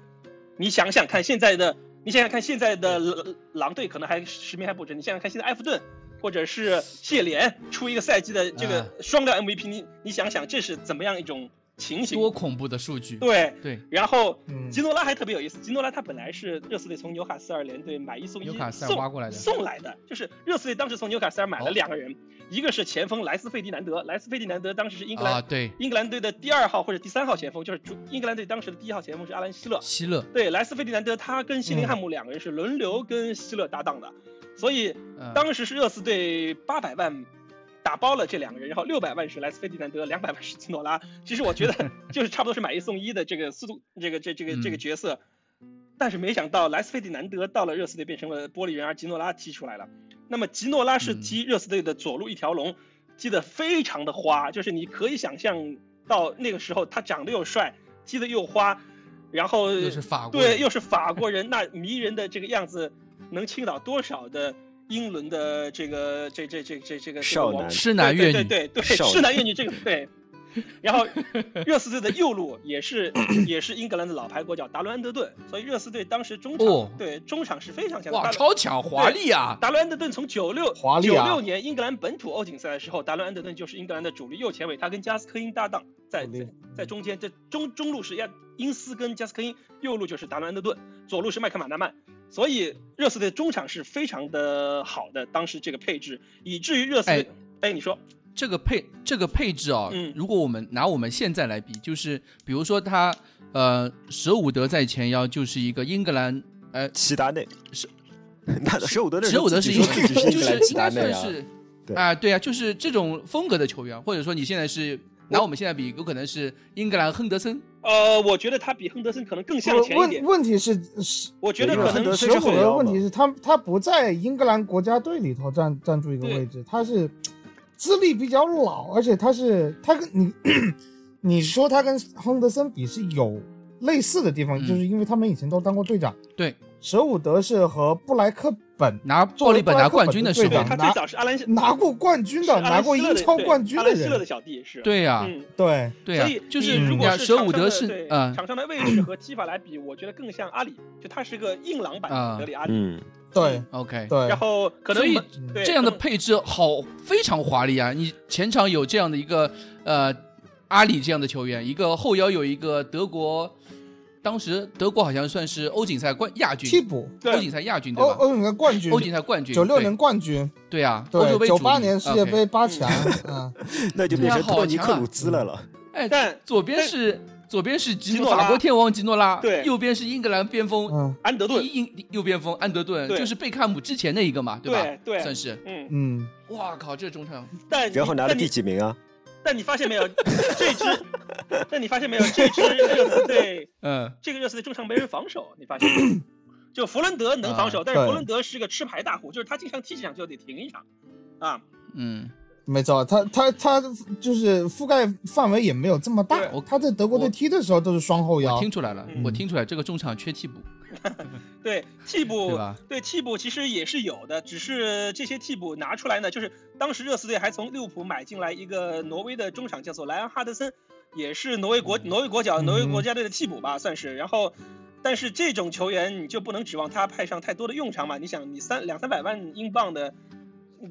Speaker 3: 你想想看现在的，你想想看现在的狼狼队可能还十名还不止，你想想看现在埃弗顿。或者是谢联出一个赛季的这个
Speaker 2: 啊
Speaker 3: 双料 MVP，、你你想想这是怎么样一种情形？
Speaker 2: 多恐怖的数据，
Speaker 3: 对，
Speaker 2: 对，
Speaker 3: 然后
Speaker 4: 嗯
Speaker 3: 吉诺拉还特别有意思，吉诺拉他本来是热刺队从纽卡斯尔联队买一送一
Speaker 2: 纽卡斯尔
Speaker 3: 送
Speaker 2: 挖过来的
Speaker 3: 送来的，就是热刺队当时从纽卡斯尔买了
Speaker 2: 哦
Speaker 3: 两个人，一个是前锋莱斯费迪南德，莱斯费迪南德当时是英格兰、
Speaker 2: 啊，对，
Speaker 3: 英格兰队的第二号或者第三号前锋，就是主英格兰队当时的第一号前锋是阿兰希勒，
Speaker 2: 希勒，
Speaker 3: 对，莱斯费迪南德他跟希林汉姆两个人是轮流跟希勒搭档的，所以
Speaker 2: 嗯
Speaker 3: 当时是热刺队八百万打包了这两个人，然后六百万是莱斯费迪南德，两百万是基诺拉。其实我觉
Speaker 2: *laughs*
Speaker 3: 得就是差不多是买一送一的这个速度，这个这这个这个
Speaker 2: 嗯
Speaker 3: 角色。但是没想到莱斯费迪南德到了热刺队变成了玻璃人，而吉诺拉踢出来了。那么吉诺拉是
Speaker 2: 嗯
Speaker 3: 踢热刺队的左路一条龙，踢得非常的花，就是你可以想象到那个时候他长得又帅，踢得又花，然后
Speaker 2: 又是法国人，
Speaker 3: 对，又是法国人，那迷人的这个样子，能倾倒多少的英伦的这个这这这这这个
Speaker 5: 少男
Speaker 2: 痴男怨
Speaker 3: 对
Speaker 2: 女，
Speaker 3: 对对对，
Speaker 5: 少
Speaker 3: 痴男怨女这个对。然
Speaker 2: *laughs*
Speaker 3: 后热刺队的右路也是也是英格兰的老牌国脚达伦安德顿，所以热刺队当时中场、
Speaker 2: 哦
Speaker 3: 对中场是非常强的。
Speaker 2: 哇，
Speaker 3: 达伦
Speaker 2: 超强华丽啊！
Speaker 3: 达伦安德顿从九六
Speaker 4: 华丽啊
Speaker 3: 九六年英格兰本土欧锦赛的时候，达伦安德顿就是英格兰的主力右前卫，他跟加斯科因搭档在
Speaker 4: 主力
Speaker 3: 在在中间，这中中路是亚因斯跟加斯科因，右路就是达伦安德顿，左路是麦克马纳曼。所以热刺队中场是非常的好的，当时这个配置，以至于热刺队，哎，你说，
Speaker 2: 这个配这个配置啊、
Speaker 3: 嗯
Speaker 2: 如果我们拿我们现在来比，就是比如说他呃舍伍德在前腰就是一个英格兰呃
Speaker 5: 齐达内
Speaker 2: 是，
Speaker 5: *laughs* 那舍伍德那时
Speaker 2: 舍
Speaker 5: 候
Speaker 2: 伍德
Speaker 5: 自
Speaker 2: 是
Speaker 5: 己
Speaker 2: 一个
Speaker 5: 说自己
Speaker 2: *laughs*
Speaker 5: 是
Speaker 2: 就
Speaker 5: 英格兰
Speaker 2: 是
Speaker 5: 齐
Speaker 2: 应
Speaker 5: 达
Speaker 2: 该
Speaker 5: 内
Speaker 2: 算
Speaker 5: 啊，
Speaker 2: 是
Speaker 5: 对
Speaker 2: 啊、对啊，就是这种风格的球员，或者说你现在是拿我们现在比，有可能是英格兰亨德森，
Speaker 3: 呃，我觉得他比亨德森可能更向前
Speaker 4: 不
Speaker 3: 一点
Speaker 4: 问，问题是是
Speaker 3: 我觉得
Speaker 5: 因为
Speaker 3: 可
Speaker 5: 亨
Speaker 3: 能
Speaker 5: 德森
Speaker 4: 舍
Speaker 5: 是
Speaker 4: 伍
Speaker 5: 后
Speaker 4: 德
Speaker 5: 腰
Speaker 4: 问
Speaker 5: 嘛
Speaker 4: 题是他他不在英格兰国家队里头占占住一个
Speaker 3: 对
Speaker 4: 位置，他是资历比较老，而且他是他跟你 *clears throat* 你说他跟亨德森比是有类似的地方，
Speaker 2: 嗯
Speaker 4: 就是因为他们以前都当过队长。
Speaker 2: 对，
Speaker 4: 舍伍德是和布莱克本
Speaker 2: 拿
Speaker 4: 作
Speaker 2: 暴
Speaker 4: 为
Speaker 2: 力本拿冠军的时
Speaker 4: 队
Speaker 3: 对
Speaker 2: 候
Speaker 4: 长，
Speaker 3: 他最
Speaker 4: 拿
Speaker 3: 早是阿兰希
Speaker 4: 拿过冠军
Speaker 3: 是
Speaker 4: 的，
Speaker 3: 阿
Speaker 4: 拿
Speaker 3: 兰
Speaker 4: 过
Speaker 3: 希勒
Speaker 4: 英
Speaker 3: 的
Speaker 4: 超
Speaker 3: 对
Speaker 4: 冠军
Speaker 3: 阿
Speaker 4: 的
Speaker 3: 兰希勒的
Speaker 4: 人，
Speaker 3: 小弟是，
Speaker 2: 对啊呀、
Speaker 3: 嗯，
Speaker 4: 对，
Speaker 2: 对呀、啊
Speaker 3: 所以
Speaker 2: 就是
Speaker 3: 你如果
Speaker 2: 呀
Speaker 3: 是
Speaker 2: 舍
Speaker 3: 场
Speaker 2: 伍
Speaker 3: 上
Speaker 2: 德
Speaker 3: 的
Speaker 2: 是
Speaker 3: 对
Speaker 2: 嗯
Speaker 3: 场上的位置和踢法来比，我觉得更像阿里，就他是个硬朗版的
Speaker 2: 啊
Speaker 3: 德里阿里。
Speaker 5: 嗯，
Speaker 4: 对
Speaker 2: OK，
Speaker 4: 对，
Speaker 3: 然后可能
Speaker 2: 所以
Speaker 3: 门对嗯
Speaker 2: 这样的
Speaker 3: 更
Speaker 2: 配置好非常华丽啊！你前场有这样的一个呃阿里这样的球员，一个后腰有一个德国当时德国好像算是欧锦赛冠亚
Speaker 4: 替
Speaker 2: 军，
Speaker 4: 补，
Speaker 2: 欧
Speaker 3: 对
Speaker 2: 锦赛亚军对
Speaker 4: 欧
Speaker 2: 吧？
Speaker 4: 欧锦赛冠军
Speaker 2: 欧，锦赛冠军，
Speaker 4: 九六
Speaker 2: 对
Speaker 4: 年冠军，
Speaker 2: 对啊，欧洲
Speaker 4: 对，
Speaker 2: 杯
Speaker 4: 九
Speaker 2: 主
Speaker 4: 八
Speaker 2: 力
Speaker 4: 年世界。杯
Speaker 2: OK
Speaker 4: 八强，
Speaker 2: *laughs*
Speaker 4: 嗯，
Speaker 5: 那就变
Speaker 2: 对啊
Speaker 5: 成托尼
Speaker 2: 好
Speaker 5: 克
Speaker 2: 强啊
Speaker 5: 鲁兹来了。
Speaker 3: 嗯
Speaker 2: 哎，
Speaker 3: 但
Speaker 2: 左边是左边是吉
Speaker 3: 吉
Speaker 2: 诺
Speaker 3: 诺拉
Speaker 2: 法国天王吉诺拉，
Speaker 3: 对
Speaker 2: 右边是英格兰边锋
Speaker 4: 嗯
Speaker 3: 安德
Speaker 2: 第
Speaker 3: 顿，
Speaker 2: 一英右边锋安德顿，
Speaker 3: 对
Speaker 2: 就是贝克汉姆之前的一个嘛，吧？
Speaker 3: 对对
Speaker 2: 算是。
Speaker 3: 嗯，
Speaker 4: 嗯，
Speaker 2: 哇靠，这中场
Speaker 3: 但
Speaker 5: 然后拿了
Speaker 3: 但
Speaker 5: 第
Speaker 3: 你
Speaker 5: 几名啊？
Speaker 3: 但你发现没有，这支，但你发现没有，这支热刺队，
Speaker 2: 嗯，
Speaker 3: 这个热刺队中场没人防守，你发现没有？就弗伦德能
Speaker 2: 啊
Speaker 3: 防守，但是
Speaker 4: 对
Speaker 3: 弗伦德是个吃牌大户，就是他经常踢几场就得停一场，啊，
Speaker 2: 嗯，
Speaker 4: 没错，他他他就是覆盖范围也没有这么大
Speaker 3: 对
Speaker 2: 我。
Speaker 4: 他在德国队
Speaker 2: 我
Speaker 4: 踢的时候都是双后
Speaker 2: 我
Speaker 4: 腰
Speaker 2: 听，出来了，
Speaker 3: 嗯
Speaker 2: 我听出来这个中场缺替补，
Speaker 3: 对替
Speaker 2: 对
Speaker 3: 补，
Speaker 2: 吧？
Speaker 3: 对替补其实也是有的，只是这些替补拿出来呢，就是当时热刺队还从利物浦买进来一个挪威的中场，叫做莱昂哈德森，也是挪威国挪威国脚、
Speaker 4: 嗯
Speaker 3: 挪威国家队的替补吧，算是。然后，但是这种球员你就不能指望他派上太多的用场嘛？你想，你三两三百万英镑的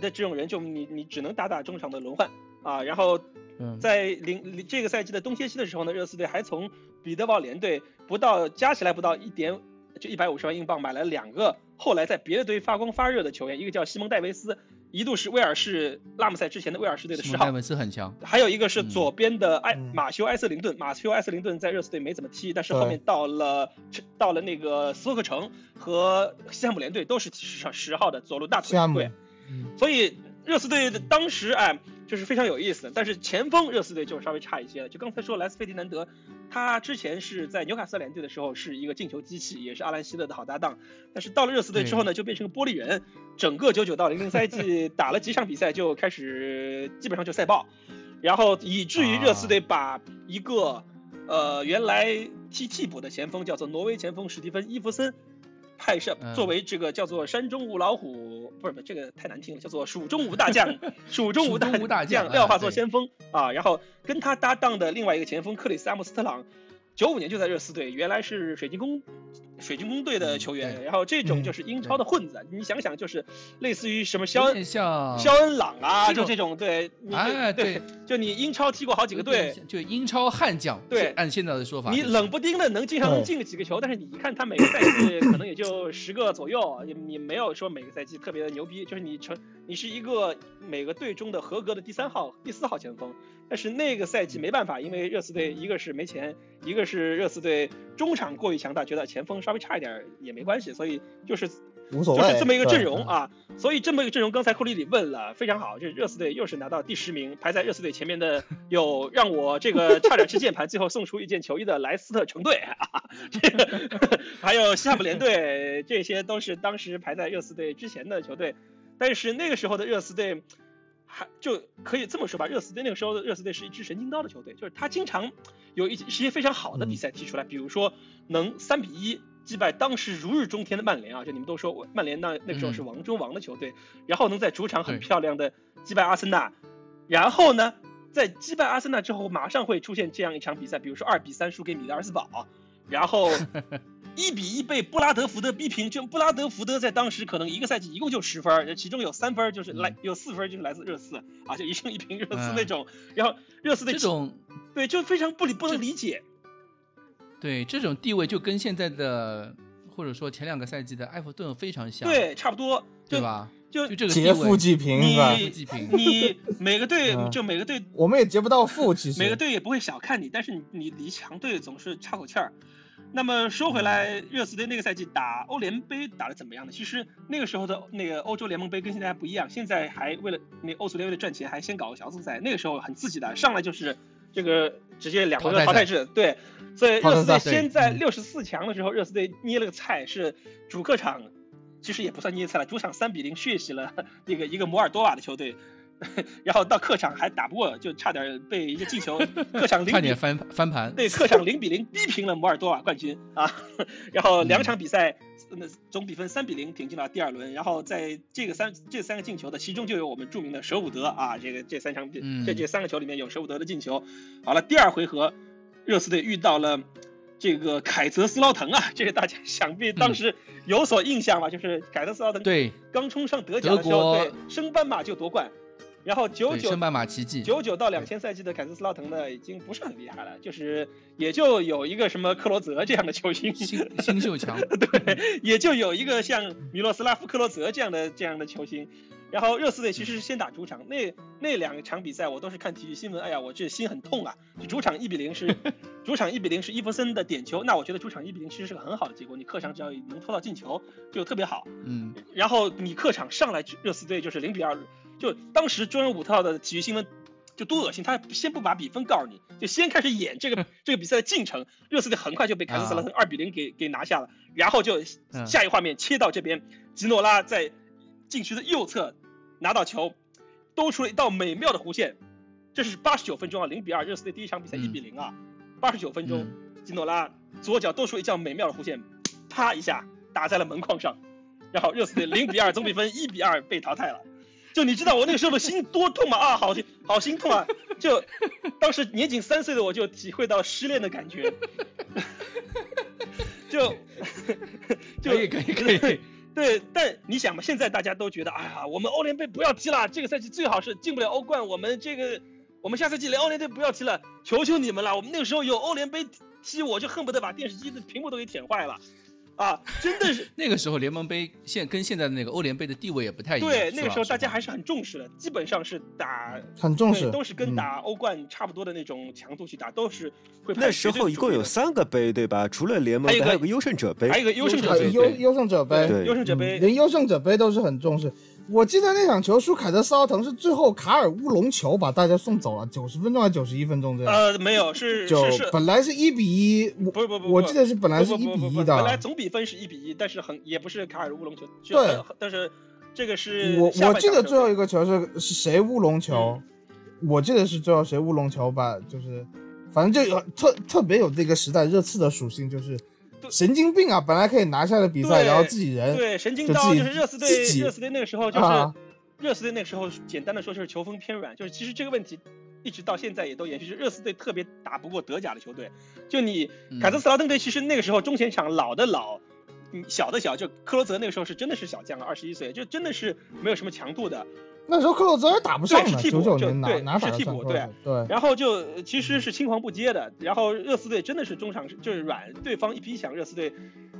Speaker 3: 的这种人，就你你只能打打中场的轮换啊。然后
Speaker 2: 嗯，
Speaker 3: 在零零这个赛季的冬歇期的时候呢，热刺队还从彼得堡联队不到加起来不到一点就一百五十万英镑买了两个后来在别的队发光发热的球员，一个叫西蒙戴维斯，一度是威尔士拉姆赛之前的威尔士队的
Speaker 2: 西
Speaker 3: 十
Speaker 2: 蒙戴
Speaker 3: 号，
Speaker 2: 文斯很强，
Speaker 3: 还有一个是左边的埃、
Speaker 4: 嗯
Speaker 3: 马修埃瑟林顿，马修埃瑟林顿在热刺队没怎么踢，但是
Speaker 4: 对
Speaker 3: 后面到了到了那个斯托克城和西汉姆联队都是十十号的左路大腿，
Speaker 4: 西汉姆
Speaker 3: 对，
Speaker 4: 嗯
Speaker 3: 所以热刺队的当时哎，就是非常有意思。但是前锋热刺队就稍微差一些了。就刚才说莱斯费迪南德，他之前是在纽卡斯尔联队的时候是一个进球机器，也是阿兰希勒的好搭档。但是到了热刺队之后呢，就变成个玻璃人，整个九九到零零赛季 *laughs* 打了几场比赛就开始基本上就赛爆，然后以至于热
Speaker 2: 啊
Speaker 3: 刺队把一个。呃，原来踢替补的前锋叫做挪威前锋史蒂芬伊弗森，派上
Speaker 2: 嗯
Speaker 3: 作为这个叫做山中无老虎，不是不是这个太难听了，叫做蜀中无大
Speaker 2: *laughs*
Speaker 3: 将，蜀中无
Speaker 2: 蜀中无大将
Speaker 3: 将 *laughs* 廖化
Speaker 2: 啊
Speaker 3: 做
Speaker 2: 对
Speaker 3: 先锋啊，然后跟他搭档的另外一个前锋克里斯阿姆斯特朗，九五年就在热刺队，原来是水晶宫水晶宫队的球
Speaker 2: 嗯
Speaker 3: 员，
Speaker 2: 对
Speaker 3: 然后这种
Speaker 4: 嗯
Speaker 3: 就是英超的混子，你想想就是类似于什么肖
Speaker 2: 有
Speaker 3: 恩
Speaker 2: 点像
Speaker 3: 肖恩朗啊，
Speaker 2: 这种
Speaker 3: 就这种对，你
Speaker 2: 哎
Speaker 3: 对
Speaker 2: 对，
Speaker 3: 就你英超踢过好几个
Speaker 2: 有点
Speaker 3: 队，
Speaker 2: 像就英超悍将，
Speaker 3: 对
Speaker 2: 是按现在的说法，
Speaker 3: 你
Speaker 2: 就是
Speaker 3: 冷不丁的能经常
Speaker 4: 对
Speaker 3: 进个几个球，但是你一看他每个赛季可能也就十个左右，也也没有说每个赛季特别的牛逼，就是你成你是一个每个队中的合格的第三号、第四号前锋。但是那个赛
Speaker 4: 嗯
Speaker 3: 季没办法，因为热刺队一个是没钱，一个是热刺队中场过于强大，觉得前锋稍微差一点儿也没关系，所以就是
Speaker 4: 无所
Speaker 3: 就是
Speaker 4: 谓
Speaker 3: 这么一个
Speaker 4: 对
Speaker 3: 阵容
Speaker 4: 嗯
Speaker 3: 啊。所以这么一个阵容，刚才库里里问了，非常好，这热刺队又是拿到第十名，排在热刺队前面的有让我这个差点吃 *laughs* 键盘，最后送出一件球衣的莱斯特城队啊，这个还有西汉姆联队，这些都是当时排在热刺队之前的球队。但是那个时候的热刺队，还就可以这么说吧，热刺队那个时候的热刺队是一支神经刀的球队，就是他经常有一些一些非常好的比赛踢出来，比如说能三比一击败当时如日中天的曼联啊，就你们都说我曼联那那个时候是王中王的球队，然后能在主场很
Speaker 2: 对
Speaker 3: 漂亮的击败阿森纳，然后呢，在击败阿森纳之后，马上会出现这样一场比赛，比如说二比三输给米德尔斯堡，然
Speaker 2: *laughs*
Speaker 3: 后一比一被布拉德福德逼平。就布拉德福德在当时可能一个赛季一共就十分儿，其中有三分儿就是来、
Speaker 2: 嗯
Speaker 3: 有四分儿就是来自热刺啊，就一胜一平热刺
Speaker 2: 嗯
Speaker 3: 那种。然后热刺的
Speaker 2: 这种
Speaker 3: 对就非常不理不能理解，
Speaker 2: 对这种地位就跟现在的或者说前两个赛季的埃弗顿非常像，
Speaker 3: 对，差不多就
Speaker 2: 对？吧？
Speaker 3: 就
Speaker 2: 就这个地
Speaker 4: 劫富
Speaker 2: 位，
Speaker 4: 济贫
Speaker 3: 你
Speaker 4: 是吧？
Speaker 2: 富济贫
Speaker 3: 你每个队
Speaker 4: 嗯
Speaker 3: 就每个队
Speaker 4: 我们也劫不到富，其实
Speaker 3: 每个队也不会小看你，但是你你离强队总是差口气儿。那么说回来，热刺队那个赛季打欧联杯打得怎么样呢？其实那个时候的那个欧洲联盟杯跟现在还不一样，现在还为了那欧足联为了赚钱，还先搞个小组赛。那个时候很刺激的，上来就是这个直接两回合
Speaker 2: 淘
Speaker 3: 淘
Speaker 2: 汰
Speaker 3: 汰
Speaker 2: 赛
Speaker 3: 制，对。所以
Speaker 4: 淘汰
Speaker 3: 热刺队
Speaker 4: 赛
Speaker 3: 先在
Speaker 4: 嗯
Speaker 3: 六十四强的时候，热刺队捏了个菜，是主客场，其实也不算捏菜了，主场三比零血洗了 *laughs* 那个一个摩尔多瓦的球队， *laughs* 然后到客场还打不过，就差点被一个进球，客场零
Speaker 2: 差
Speaker 3: 比
Speaker 2: 点翻翻盘，
Speaker 3: 对客场零比零逼平了摩尔多瓦冠军啊，然后
Speaker 2: 嗯
Speaker 3: 两场比赛，那总比分三比零挺进了第二轮，然后在这个三这三个进球的，其中就有我们著名的舍伍德啊，这个这三场比、
Speaker 2: 嗯
Speaker 3: 这这三个球里面有舍伍德的进球。好了，第二回合，热刺队遇到了。这个凯泽斯劳滕啊，这个大家想必当时有所印象吧？就是凯泽斯劳滕
Speaker 2: 嗯对
Speaker 3: 刚冲上德甲的时候，
Speaker 2: 德国
Speaker 3: 对，升班马就夺冠，然后九
Speaker 2: 对，
Speaker 3: 九
Speaker 2: 圣巴马奇迹，
Speaker 3: 九九到两千赛季的坎斯斯拉滕呢，已经不是很厉害了，就是也就有一个什么克罗泽这样的球星，
Speaker 2: 新新秀强，
Speaker 3: *laughs* 也就有一个像米洛斯拉夫克罗泽这样的这样的球星。然后热刺队其实是先打主场，那那两场比赛我都是看体育新闻，哎呀，我这心很痛啊！就主场一比零是，主场一比零是伊弗森的点球，那我觉得主场一比零其实是个很好的结果，你客场只要能拖到进球就特别好。
Speaker 2: 嗯，
Speaker 3: 然后你客场上来热刺队就是零比二，就当时中央五套的体育新闻就多恶心，他先不把比分告诉你，就先开始演这个这个比赛的进程，热刺队很快就被凯斯斯拉特二比零给给拿下了，然后就
Speaker 2: 啊嗯
Speaker 3: 下一画面切到这边，吉诺拉在禁区的右侧拿到球，兜出了一道美妙的弧线，这是八十九分钟啊，零比二，热刺队第一场比赛
Speaker 2: 嗯
Speaker 3: 一比零啊，八十九分钟，基诺拉左脚兜出一脚美妙的弧线，啪一下打在了门框上，然后热刺队零比二 *laughs* 总比分一比二被淘汰了。就你知道我那个时候的心多痛吗？啊，好心好心痛啊！就当时年仅三岁的我就体会到失恋的感觉， *laughs*
Speaker 2: *laughs*
Speaker 3: 就就
Speaker 2: 可以可以可以，，
Speaker 3: *laughs* 对，但你想嘛，现在大家都觉得，哎呀，我们欧联杯不要踢了，这个赛季最好是进不了欧冠，我们这个，我们下赛季连欧联杯不要踢了，求求你们了，我们那个时候有欧联杯踢，我就恨不得把电视机的屏幕都给舔坏了，啊，真的是
Speaker 2: 那个时候联盟杯现跟现在的那个欧联杯的地位也不太一样，
Speaker 3: 对，
Speaker 2: 说
Speaker 3: 那个时
Speaker 2: 老
Speaker 3: 候
Speaker 2: 实
Speaker 3: 大家
Speaker 2: 话
Speaker 3: 还是很重视的，基本上是打。
Speaker 4: 很重视
Speaker 3: 对，，都是跟
Speaker 4: 嗯
Speaker 3: 打欧冠差不多的那种强度去打，都是会派
Speaker 5: 那时候一共有
Speaker 3: 绝
Speaker 5: 三个杯，对吧？除了联盟
Speaker 3: 还有一
Speaker 5: 杯，
Speaker 3: 个
Speaker 5: 还有个优胜者杯
Speaker 3: 对主力的，还有一个优胜者
Speaker 2: 对
Speaker 4: 呃
Speaker 3: 杯，
Speaker 4: 优
Speaker 2: 对
Speaker 4: 优胜者杯，
Speaker 5: 对
Speaker 3: 优胜者杯
Speaker 4: 嗯连优胜者杯都是很重视。我记得那场球输凯德斯奥滕是最后卡尔乌龙球把大家送走了，九十分钟还是九十一分钟这样？
Speaker 3: 呃，没有，是
Speaker 4: 就是
Speaker 3: 是，
Speaker 4: 本来是一比一，我
Speaker 3: 不是不是不是，
Speaker 4: 我记得是本来是
Speaker 3: 不
Speaker 4: 一
Speaker 3: 不不
Speaker 4: 比
Speaker 3: 不
Speaker 4: 一
Speaker 3: 不
Speaker 4: 的
Speaker 3: 本来总比分是一比一，但是很也不是卡尔乌龙球，是
Speaker 4: 对
Speaker 3: 很，但是这个是
Speaker 4: 我
Speaker 3: 下
Speaker 4: 我
Speaker 3: 半
Speaker 4: 记
Speaker 3: 场
Speaker 4: 得
Speaker 3: 球
Speaker 4: 最后一个球是是谁乌龙球，我记得是最后谁乌龙球吧，就是反正就有特特别有这个时代热刺的属性，就是
Speaker 3: 对
Speaker 4: 神经病啊！本来可以拿下的比赛，
Speaker 3: 对
Speaker 4: 然后自己人
Speaker 3: 对神经
Speaker 4: 就
Speaker 3: 刀
Speaker 4: 自己
Speaker 3: 就是热刺队，
Speaker 4: 自己
Speaker 3: 热刺队那个时候就是、
Speaker 4: 啊
Speaker 3: 热刺队那个时候简单的说就是球风偏软，就是其实这个问题。一直到现在也都延续，就是热刺队特别打不过德甲的球队。就你
Speaker 2: 嗯
Speaker 3: 凯泽斯劳登队，其实那个时候中前场老的老，嗯小的小，就克罗泽那个时候是真的是小将啊了，二十一岁，就真的是没有什么强度的。
Speaker 4: 那时候克洛泽尔打不上
Speaker 3: 对是
Speaker 4: 了，
Speaker 3: 替补
Speaker 4: 九九
Speaker 3: 就
Speaker 4: 年哪
Speaker 3: 对
Speaker 4: 哪打
Speaker 3: 是
Speaker 4: 得
Speaker 3: 替
Speaker 4: 上
Speaker 3: 补
Speaker 4: 克洛泽尔？对
Speaker 3: 然后就呃其实是青黄不接的，然后热刺队真的是中场是就是软，对方一逼抢，热刺队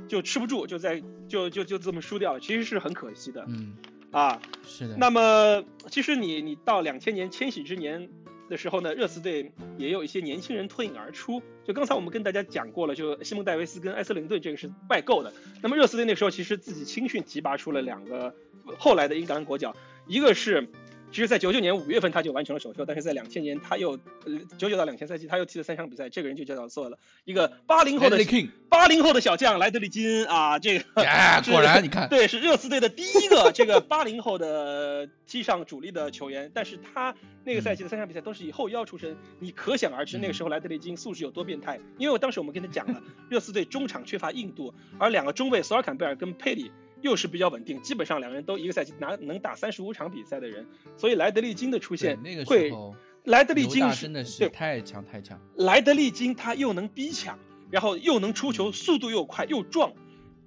Speaker 3: 就吃不住，就在就就就这么输掉了，其实是很可惜的
Speaker 2: 嗯
Speaker 3: 啊。
Speaker 2: 是的，
Speaker 3: 那么其实你你到两千年千禧之年的时候呢，热刺队也有一些年轻人脱颖而出。就刚才我们跟大家讲过了，就西蒙戴维斯跟埃斯林顿这个是外购的。那么热刺队那时候其实自己青训提拔出了两个后来的英格兰国脚，一个是。其实，在九九年五月份他就完成了首秀，但是在两千年他又，呃，九九到两千赛季他又踢了三场比赛，这个人就叫做索了一个八零后的
Speaker 2: Ledley King
Speaker 3: 八零后的小将莱德利金啊，这个 *laughs*
Speaker 2: *laughs* 哎
Speaker 3: 是
Speaker 2: 果然你看
Speaker 3: 对，是热刺队的第一个这个八零后的踢上主力的球员，但是他那个赛季的三场比赛都是以后腰出身，你可想而知那个时候莱德利金素质有多变态。因为我当时我们跟他讲了，热刺队中场缺乏硬度，而两个中卫索尔坎贝尔跟佩里。又是比较稳定，基本上两个人都一个赛季拿能打三十五场比赛的人，所以莱德利金的出
Speaker 2: 对
Speaker 3: 现
Speaker 2: 那个时
Speaker 3: 会，
Speaker 2: 候
Speaker 3: 莱德利
Speaker 2: 刘
Speaker 3: 金
Speaker 2: 大
Speaker 3: 是
Speaker 2: 真的是
Speaker 3: 对
Speaker 2: 太强太强，
Speaker 3: 莱德利金他又能逼抢，然后又能出球，速度又快又壮，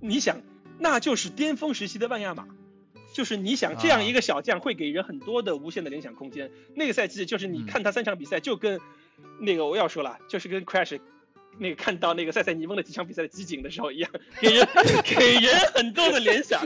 Speaker 3: 你想，那就是巅峰时期的万亚马。就是你想这样一个小将会给人很多的无限的联想空间。那个赛季就是你
Speaker 2: 嗯
Speaker 3: 看他三场比赛，就跟那个我要说了，就是跟 Crash 那个看到那个塞塞尼翁的几场比赛的集锦的时候一样，给人 *laughs* 给人很多的联想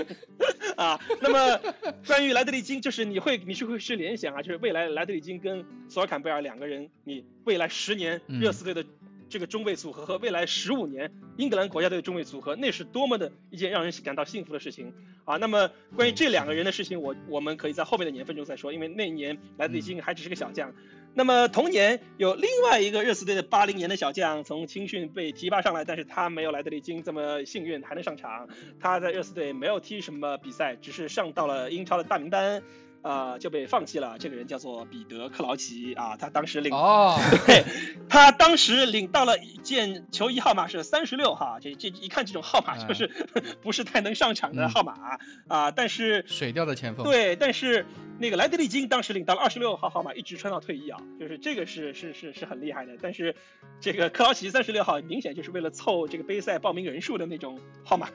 Speaker 3: 啊。那么关于莱德利金，就是你会你是会是联想啊，就是未来莱德利金跟索尔坎贝尔两个人，你未来十年
Speaker 2: 嗯
Speaker 3: 热刺队的这个中卫组合和未来十五年英格兰国家队的中卫组合，那是多么的一件让人感到幸福的事情啊！那么关于这两个人的事情，我我们可以在后面的年份中再说，因为那一年莱德利金还只是个小将。那么同年有另外一个热刺队的八零年的小将从青训被提拔上来，但是他没有莱德利金这么幸运，还能上场。他在热刺队没有踢什么比赛，只是上到了英超的大名单，啊，就被放弃了。这个人叫做彼得克劳奇啊，他当时领
Speaker 2: 哦，
Speaker 3: 对， *laughs* 他当时领到了一件球衣号码是三十六哈，这这一看这种号码就是、 *laughs* 不是太能上场的
Speaker 2: 哎嗯
Speaker 3: 号码、啊。但是
Speaker 2: 水掉的前锋，
Speaker 3: 对，但是那个莱德利金当时领到了二十六号号码，一直穿到退役啊，就是这个是是是是很厉害的。但是这个克劳奇三十六号明显就是为了凑这个杯赛报名人数的那种啊号码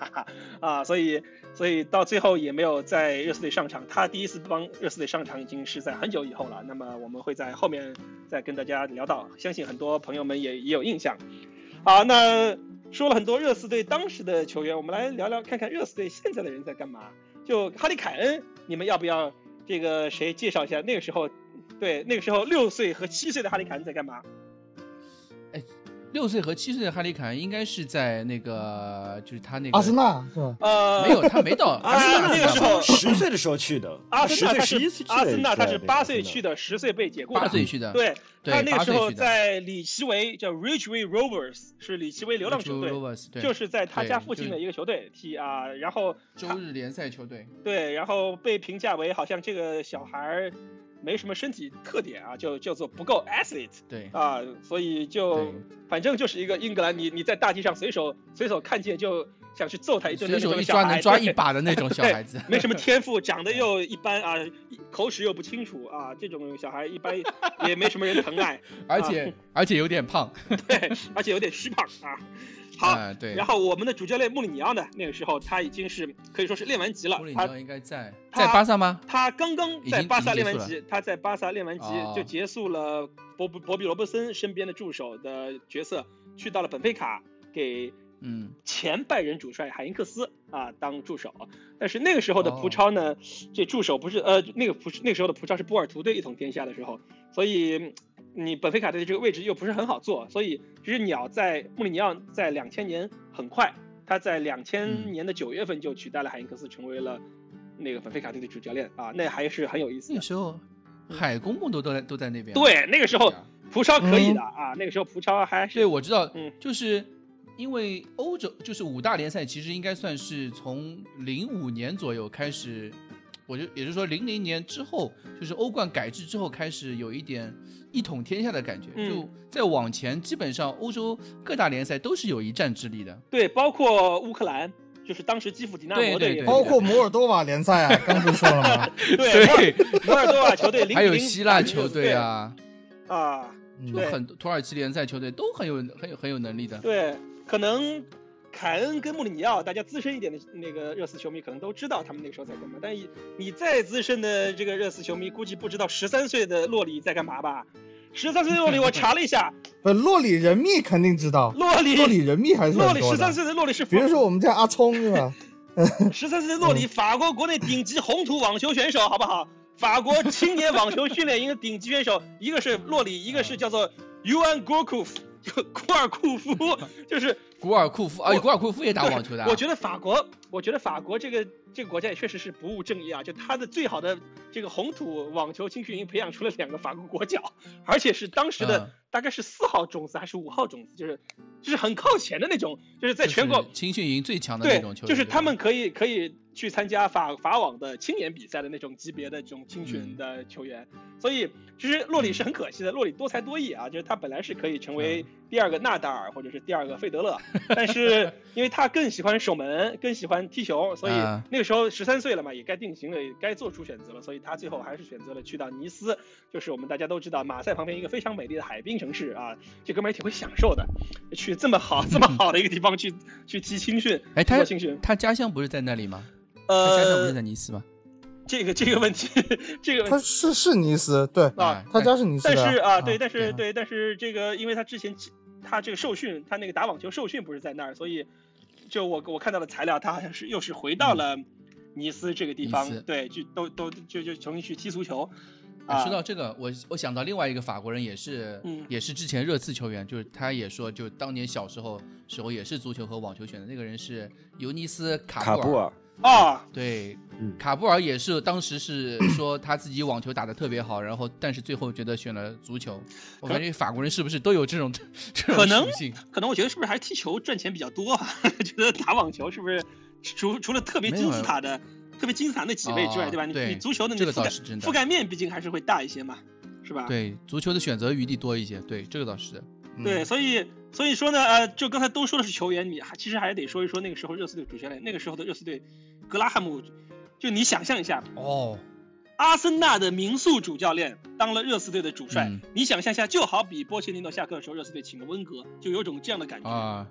Speaker 3: 啊，所以所以到最后也没有在热刺队上场。他第一次帮热刺队上场已经是在很久以后了。那么我们会在后面再跟大家聊到，相信很多朋友们也也有印象。好，那说了很多热刺队当时的球员，我们来聊聊看看热刺队现在的人在干嘛。就哈利凯恩，你们要不要这个谁介绍一下那个时候？对，那个时候六岁和七岁的哈利凯恩在干嘛？
Speaker 2: 六岁和七岁的哈利凯恩应该是在那个，就是他那个
Speaker 4: 阿森纳是吧？
Speaker 3: 呃，
Speaker 2: 没有，他
Speaker 3: *laughs*
Speaker 2: 没到
Speaker 5: 阿森纳
Speaker 3: 那个时候
Speaker 5: 十岁的啊时候去的，
Speaker 3: 阿
Speaker 5: 十
Speaker 3: 森纳
Speaker 5: 岁
Speaker 3: 他
Speaker 5: 十一
Speaker 3: 是
Speaker 5: 岁
Speaker 3: 阿森纳，他是八岁去
Speaker 5: 的，
Speaker 3: 的，十岁被解雇的。
Speaker 2: 八岁去的，
Speaker 3: 对，
Speaker 2: 对
Speaker 3: 他那个时
Speaker 2: 八岁
Speaker 3: 候
Speaker 2: 去的
Speaker 3: 在里奇维叫 Ridgeway Rovers，是里奇维流浪球队，
Speaker 2: 队
Speaker 3: 就是是在他家
Speaker 2: 对
Speaker 3: 附近
Speaker 2: 就
Speaker 3: 的一个球队踢啊。然后
Speaker 2: 周日联赛球队，
Speaker 3: 对，然后被评价为好像这个小孩儿没什么身体特点啊，就叫做不够 athlete
Speaker 2: 对
Speaker 3: 啊，所以就
Speaker 2: 对
Speaker 3: 反正就是一个英格兰，你你在大街上随手随手看见就想去揍他一顿的
Speaker 2: 随
Speaker 3: 那种
Speaker 2: 手一
Speaker 3: 小
Speaker 2: 抓
Speaker 3: 孩
Speaker 2: 能抓
Speaker 3: 对，
Speaker 2: 一把的那种小孩子
Speaker 3: 没什么天赋，长得又一般啊，一口齿又不清楚啊，这种小孩一般也没什么人疼爱， *laughs*
Speaker 2: 而
Speaker 3: 啊
Speaker 2: 且而且有点胖，
Speaker 3: 对，而且有点虚胖啊。 *laughs* 好，
Speaker 2: 啊，对，
Speaker 3: 然后我们的主教练穆里尼奥呢，那个时候他已经是可以说是练完级了
Speaker 2: 穆里，尼
Speaker 3: 他
Speaker 2: 奥应该在
Speaker 3: 他
Speaker 2: 在巴萨吗？
Speaker 3: 他刚刚
Speaker 2: 已
Speaker 3: 在
Speaker 2: 经
Speaker 3: 巴
Speaker 2: 已
Speaker 3: 萨
Speaker 2: 经
Speaker 3: 练
Speaker 2: 结
Speaker 3: 完
Speaker 2: 束
Speaker 3: 级，他在巴萨练完级
Speaker 2: 哦
Speaker 3: 就结束了博布博比罗伯森身边的助手的角色，去到了本菲卡给
Speaker 2: 嗯，
Speaker 3: 前拜仁主帅海因克斯啊当助手，但是那个时候的
Speaker 2: 哦
Speaker 3: 葡超呢，这助手不是呃那个葡那个时候的葡超是波尔图队一统天下的时候，所以嗯你本菲卡队这个位置又不是很好做，所以其实鸟在穆里尼奥在两千年很快，他在两千
Speaker 2: 嗯
Speaker 3: 年的九月份就取代了海因克斯成为了那个本菲卡队的主教练啊，那还是很有意思
Speaker 2: 那
Speaker 3: 的
Speaker 2: 个。时候海公公都都在都在那边，
Speaker 3: 对，那个时候
Speaker 2: 对啊
Speaker 3: 葡超可以的啊，那个时候葡超还是
Speaker 2: 对，我知道
Speaker 3: 嗯，
Speaker 2: 就是因为欧洲就是五大联赛，其实应该算是从零五年左右开始，我就也就是说零零年之后，就是欧冠改制之后开始有一点一统天下的感觉。
Speaker 3: 嗯
Speaker 2: 就再往前，基本上欧洲各大联赛都是有一战之力的。
Speaker 3: 对，包括乌克兰。就是当时基辅迪纳
Speaker 2: 对
Speaker 3: 摩
Speaker 2: 对
Speaker 3: 队也
Speaker 2: 对
Speaker 4: 包括摩尔多瓦联
Speaker 2: *laughs*
Speaker 4: 赛啊，刚不是说了吗？
Speaker 3: 对， *laughs* 摩尔多瓦球队零
Speaker 2: 还有希腊球队啊，
Speaker 3: 啊，
Speaker 4: 嗯
Speaker 2: 有
Speaker 3: 对
Speaker 2: 很多土耳其联赛球队都很有很有很有能力的。
Speaker 3: 对，可能凯恩跟穆里尼奥，大家资深一点的那个热刺球迷可能都知道他们那个时候在干嘛，但你你再资深的这个热刺球迷，估计不知道十三岁的洛里在干嘛吧？十三岁的洛里，我查了一下，
Speaker 4: 不，洛里人密肯定知道，
Speaker 3: 洛里
Speaker 4: 洛里人密还是
Speaker 3: 洛
Speaker 4: 很
Speaker 3: 里
Speaker 4: 多
Speaker 3: 十
Speaker 4: 的
Speaker 3: 三。岁的洛里是
Speaker 4: 比如说我们家阿聪是吧？
Speaker 3: 十三岁的洛里，
Speaker 2: 嗯
Speaker 3: 法国国内顶级红土网球选手，好不好？法国青年网球训练营的顶级选手，一个是洛里，一个
Speaker 2: 嗯
Speaker 3: 是叫做 Uan Gorkov，就库尔库
Speaker 2: *laughs*
Speaker 3: 夫，就是
Speaker 2: 古尔库夫，哎，古尔库夫也打
Speaker 3: 对
Speaker 2: 网球的啊。
Speaker 3: 我觉得法国，我觉得法国这个这个国家也确实是不务正业啊，就他的最好的这个红土网球青训营培养出了两个法国国脚，而且是当时的、
Speaker 2: 嗯
Speaker 3: 大概是四号种子还是五号种子，就是就是很靠前的那种，就是在
Speaker 2: 就是
Speaker 3: 全国。
Speaker 2: 青训营最强的那
Speaker 3: 对
Speaker 2: 种，球队，
Speaker 3: 就是
Speaker 2: 对
Speaker 3: 他
Speaker 2: 吧
Speaker 3: 们可以可以去参加法法网的青年比赛的那种级别的这种青训
Speaker 2: 嗯
Speaker 3: 的球员，所以其实洛里是很可惜的，洛里多才多艺啊，就是他本来是可以成
Speaker 2: 嗯
Speaker 3: 为第二个纳达尔或者是第二个费德勒，但
Speaker 2: *laughs*
Speaker 3: 是因为他更喜欢守门，更喜欢踢球，所以
Speaker 2: 啊
Speaker 3: 那个时候十三岁了嘛，也该定型了，也该做出选择了，所以他最后还是选择了去到尼斯，就是我们大家都知道马赛旁边一个非常美丽的海滨城市啊，这哥们儿也挺会享受的，去这么好这么好的一个地方去去踢青训，
Speaker 2: 哎
Speaker 3: 去
Speaker 2: 他
Speaker 3: 做青训，
Speaker 2: 他家乡不是在那里吗？他家乡不是
Speaker 3: 呃
Speaker 2: 在，尼斯吗？
Speaker 3: 这个这个问题，这个问
Speaker 4: 他
Speaker 3: 题，
Speaker 4: 是是尼斯，对，
Speaker 3: 呃
Speaker 2: 啊
Speaker 4: 他家是尼斯
Speaker 3: 但
Speaker 4: 的。
Speaker 3: 是啊，对，
Speaker 4: 啊
Speaker 3: 但
Speaker 2: 对
Speaker 3: 是
Speaker 2: 啊
Speaker 3: 对，但是这个，因为他之前他这个受训，他那个打网球受训不是在那儿，所以就我我看到的材料，他好像是又是回到了尼斯这个地
Speaker 2: 嗯尼斯
Speaker 3: 方，对，就都都就就重新去踢足球，
Speaker 2: 啊
Speaker 3: 啊
Speaker 2: 说到这个，我我想到另外一个法国人，也是、
Speaker 3: 嗯
Speaker 2: 也是之前热刺球员，就是他也说，就当年小时候时候也是足球和网球选的那个人是尤尼斯卡
Speaker 5: 卡
Speaker 2: 布
Speaker 5: 布
Speaker 2: 尔，
Speaker 5: 尔，
Speaker 3: 啊，
Speaker 2: 对，
Speaker 5: 嗯
Speaker 2: 卡布尔也是当时是
Speaker 3: *coughs*
Speaker 2: 说他自己网球打得特别好，然后但是最后觉得选了足球。我
Speaker 3: 可
Speaker 2: 感觉法国人是不是都有这种 *laughs* 这
Speaker 3: 可
Speaker 2: 种
Speaker 3: 能
Speaker 2: 属性？
Speaker 3: 可能我觉得是不是还是踢球赚钱比较多吧？ *laughs* 觉得打网球是不是除除了特别
Speaker 2: 没有啊
Speaker 3: 金字塔的特别金字塔那几位之外，
Speaker 2: 哦
Speaker 3: 对吧？你
Speaker 2: 对
Speaker 3: 你足球的那
Speaker 2: 这个
Speaker 3: 覆
Speaker 2: 倒
Speaker 3: 盖
Speaker 2: 是真的
Speaker 3: 覆盖面毕竟还是会大一些嘛，是吧？
Speaker 2: 对，足球的选择余地多一些。对，这个倒是。
Speaker 4: 嗯
Speaker 3: 对，所以所以说呢，呃，就刚才都说的是球员，你还其实还得说一说那个时候热刺队主教练，那个时候的热刺队格拉汉姆，就你想象一下，
Speaker 2: 哦，
Speaker 3: 阿森纳的名宿主教练当了热刺队的主帅，
Speaker 2: 嗯
Speaker 3: 你想象一下，就好比波切蒂诺下课的时候，热刺队请了温格，就有种这样的感觉，
Speaker 2: 啊，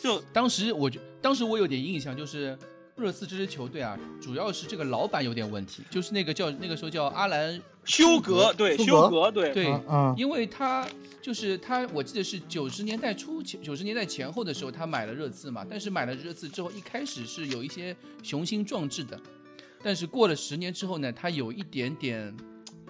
Speaker 3: 就
Speaker 2: 当时我觉，当时我有点印象，就是热刺这支球队啊，主要是这个老板有点问题，就是那个叫那个时候叫阿兰，
Speaker 3: 休格对
Speaker 4: 苏
Speaker 3: 休
Speaker 4: 格
Speaker 3: 格对
Speaker 2: 对，
Speaker 4: 啊啊
Speaker 2: 因为他就是他，我记得是九十年代初、九十年代前后的时候，他买了热刺嘛。但是买了热刺之后，一开始是有一些雄心壮志的，但是过了十年之后呢，他有一点点，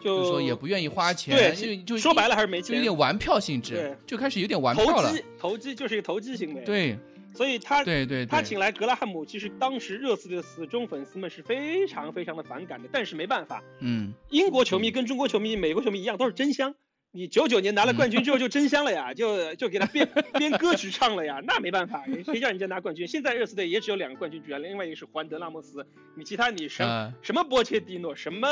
Speaker 2: 就
Speaker 3: 就是
Speaker 2: 说也不愿意花钱，
Speaker 3: 对
Speaker 2: 因为就
Speaker 3: 说白了还是没
Speaker 2: 就
Speaker 3: 钱
Speaker 2: 有，点玩票性质
Speaker 3: 对，
Speaker 2: 就开始有点玩票
Speaker 3: 投
Speaker 2: 了
Speaker 3: 机。投机就是一个投机行为，，
Speaker 2: 对
Speaker 3: 所以他
Speaker 2: 对对
Speaker 3: 他
Speaker 2: 对，
Speaker 3: 请来格拉汉姆，其实当时热刺的死忠粉丝们是非常非常的反感的，但是没办法，
Speaker 2: 嗯，
Speaker 3: 英国球迷跟中国球迷、美国球迷一样，都是真香。你九九年拿了冠军之后就真香了
Speaker 2: *laughs*
Speaker 3: 呀，就就给他编 *laughs* 编歌曲唱了呀，那没办法，谁叫人家拿冠军？现在热刺队也只有两个冠军主要另外一个是胡安德拉莫斯，你其他你什、
Speaker 2: 啊
Speaker 3: 什么波切蒂诺，什么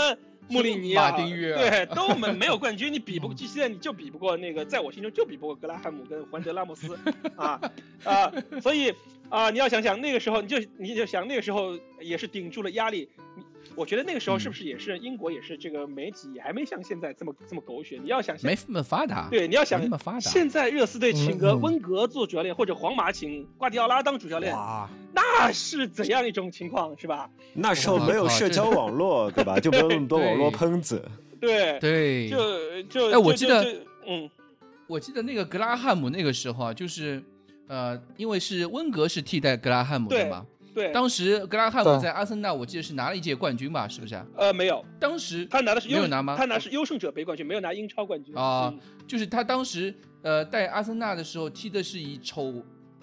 Speaker 3: 穆里尼奥，
Speaker 2: 马丁嗯约尔
Speaker 3: 对，都没没有冠
Speaker 2: *laughs*
Speaker 3: 军，你比不过，现在你就比不过那个，在我心中就比不过格拉汉姆跟胡安德拉莫
Speaker 2: *laughs*
Speaker 3: 斯啊啊，所以啊，你要想想那个时候，你就你就想那个时候也是顶住了压力。你我觉得那个时候是
Speaker 2: 嗯
Speaker 3: 不是也是英国也是这个媒体也还没像现在这么这么狗血？你要想想
Speaker 2: 没，那么发达，
Speaker 3: 对，你要想
Speaker 2: 没那么发达。
Speaker 3: 现在热刺队请个
Speaker 4: 嗯嗯
Speaker 3: 温格做主教练，或者皇马请瓜迪奥拉当主
Speaker 4: 嗯
Speaker 3: 教练，
Speaker 2: 哇，
Speaker 3: 那是怎样一种情况是吧？
Speaker 5: 那时候没有社交网络，对吧？就没有那么多网络喷子。
Speaker 3: 对，
Speaker 2: 对，
Speaker 3: 就就
Speaker 2: 哎我
Speaker 3: 就
Speaker 2: 记
Speaker 3: 就
Speaker 2: 得
Speaker 3: 就嗯，
Speaker 2: 我记得那个格拉汉姆那个时候啊，就是呃，因为是温格是替代格拉汉姆的
Speaker 3: 对
Speaker 2: 嘛。
Speaker 3: 对，
Speaker 2: 当时格拉汉姆
Speaker 4: 对
Speaker 2: 在阿森纳，我记得是拿了一届冠军吧，是不是啊？
Speaker 3: 呃没有，
Speaker 2: 当时
Speaker 3: 他拿的是
Speaker 2: 没有
Speaker 3: 优
Speaker 2: 拿吗
Speaker 3: 他拿是优胜者杯冠军，没有拿英超冠军
Speaker 2: 啊
Speaker 3: 嗯
Speaker 2: 就是他当时呃带阿森纳的时候踢的是以丑，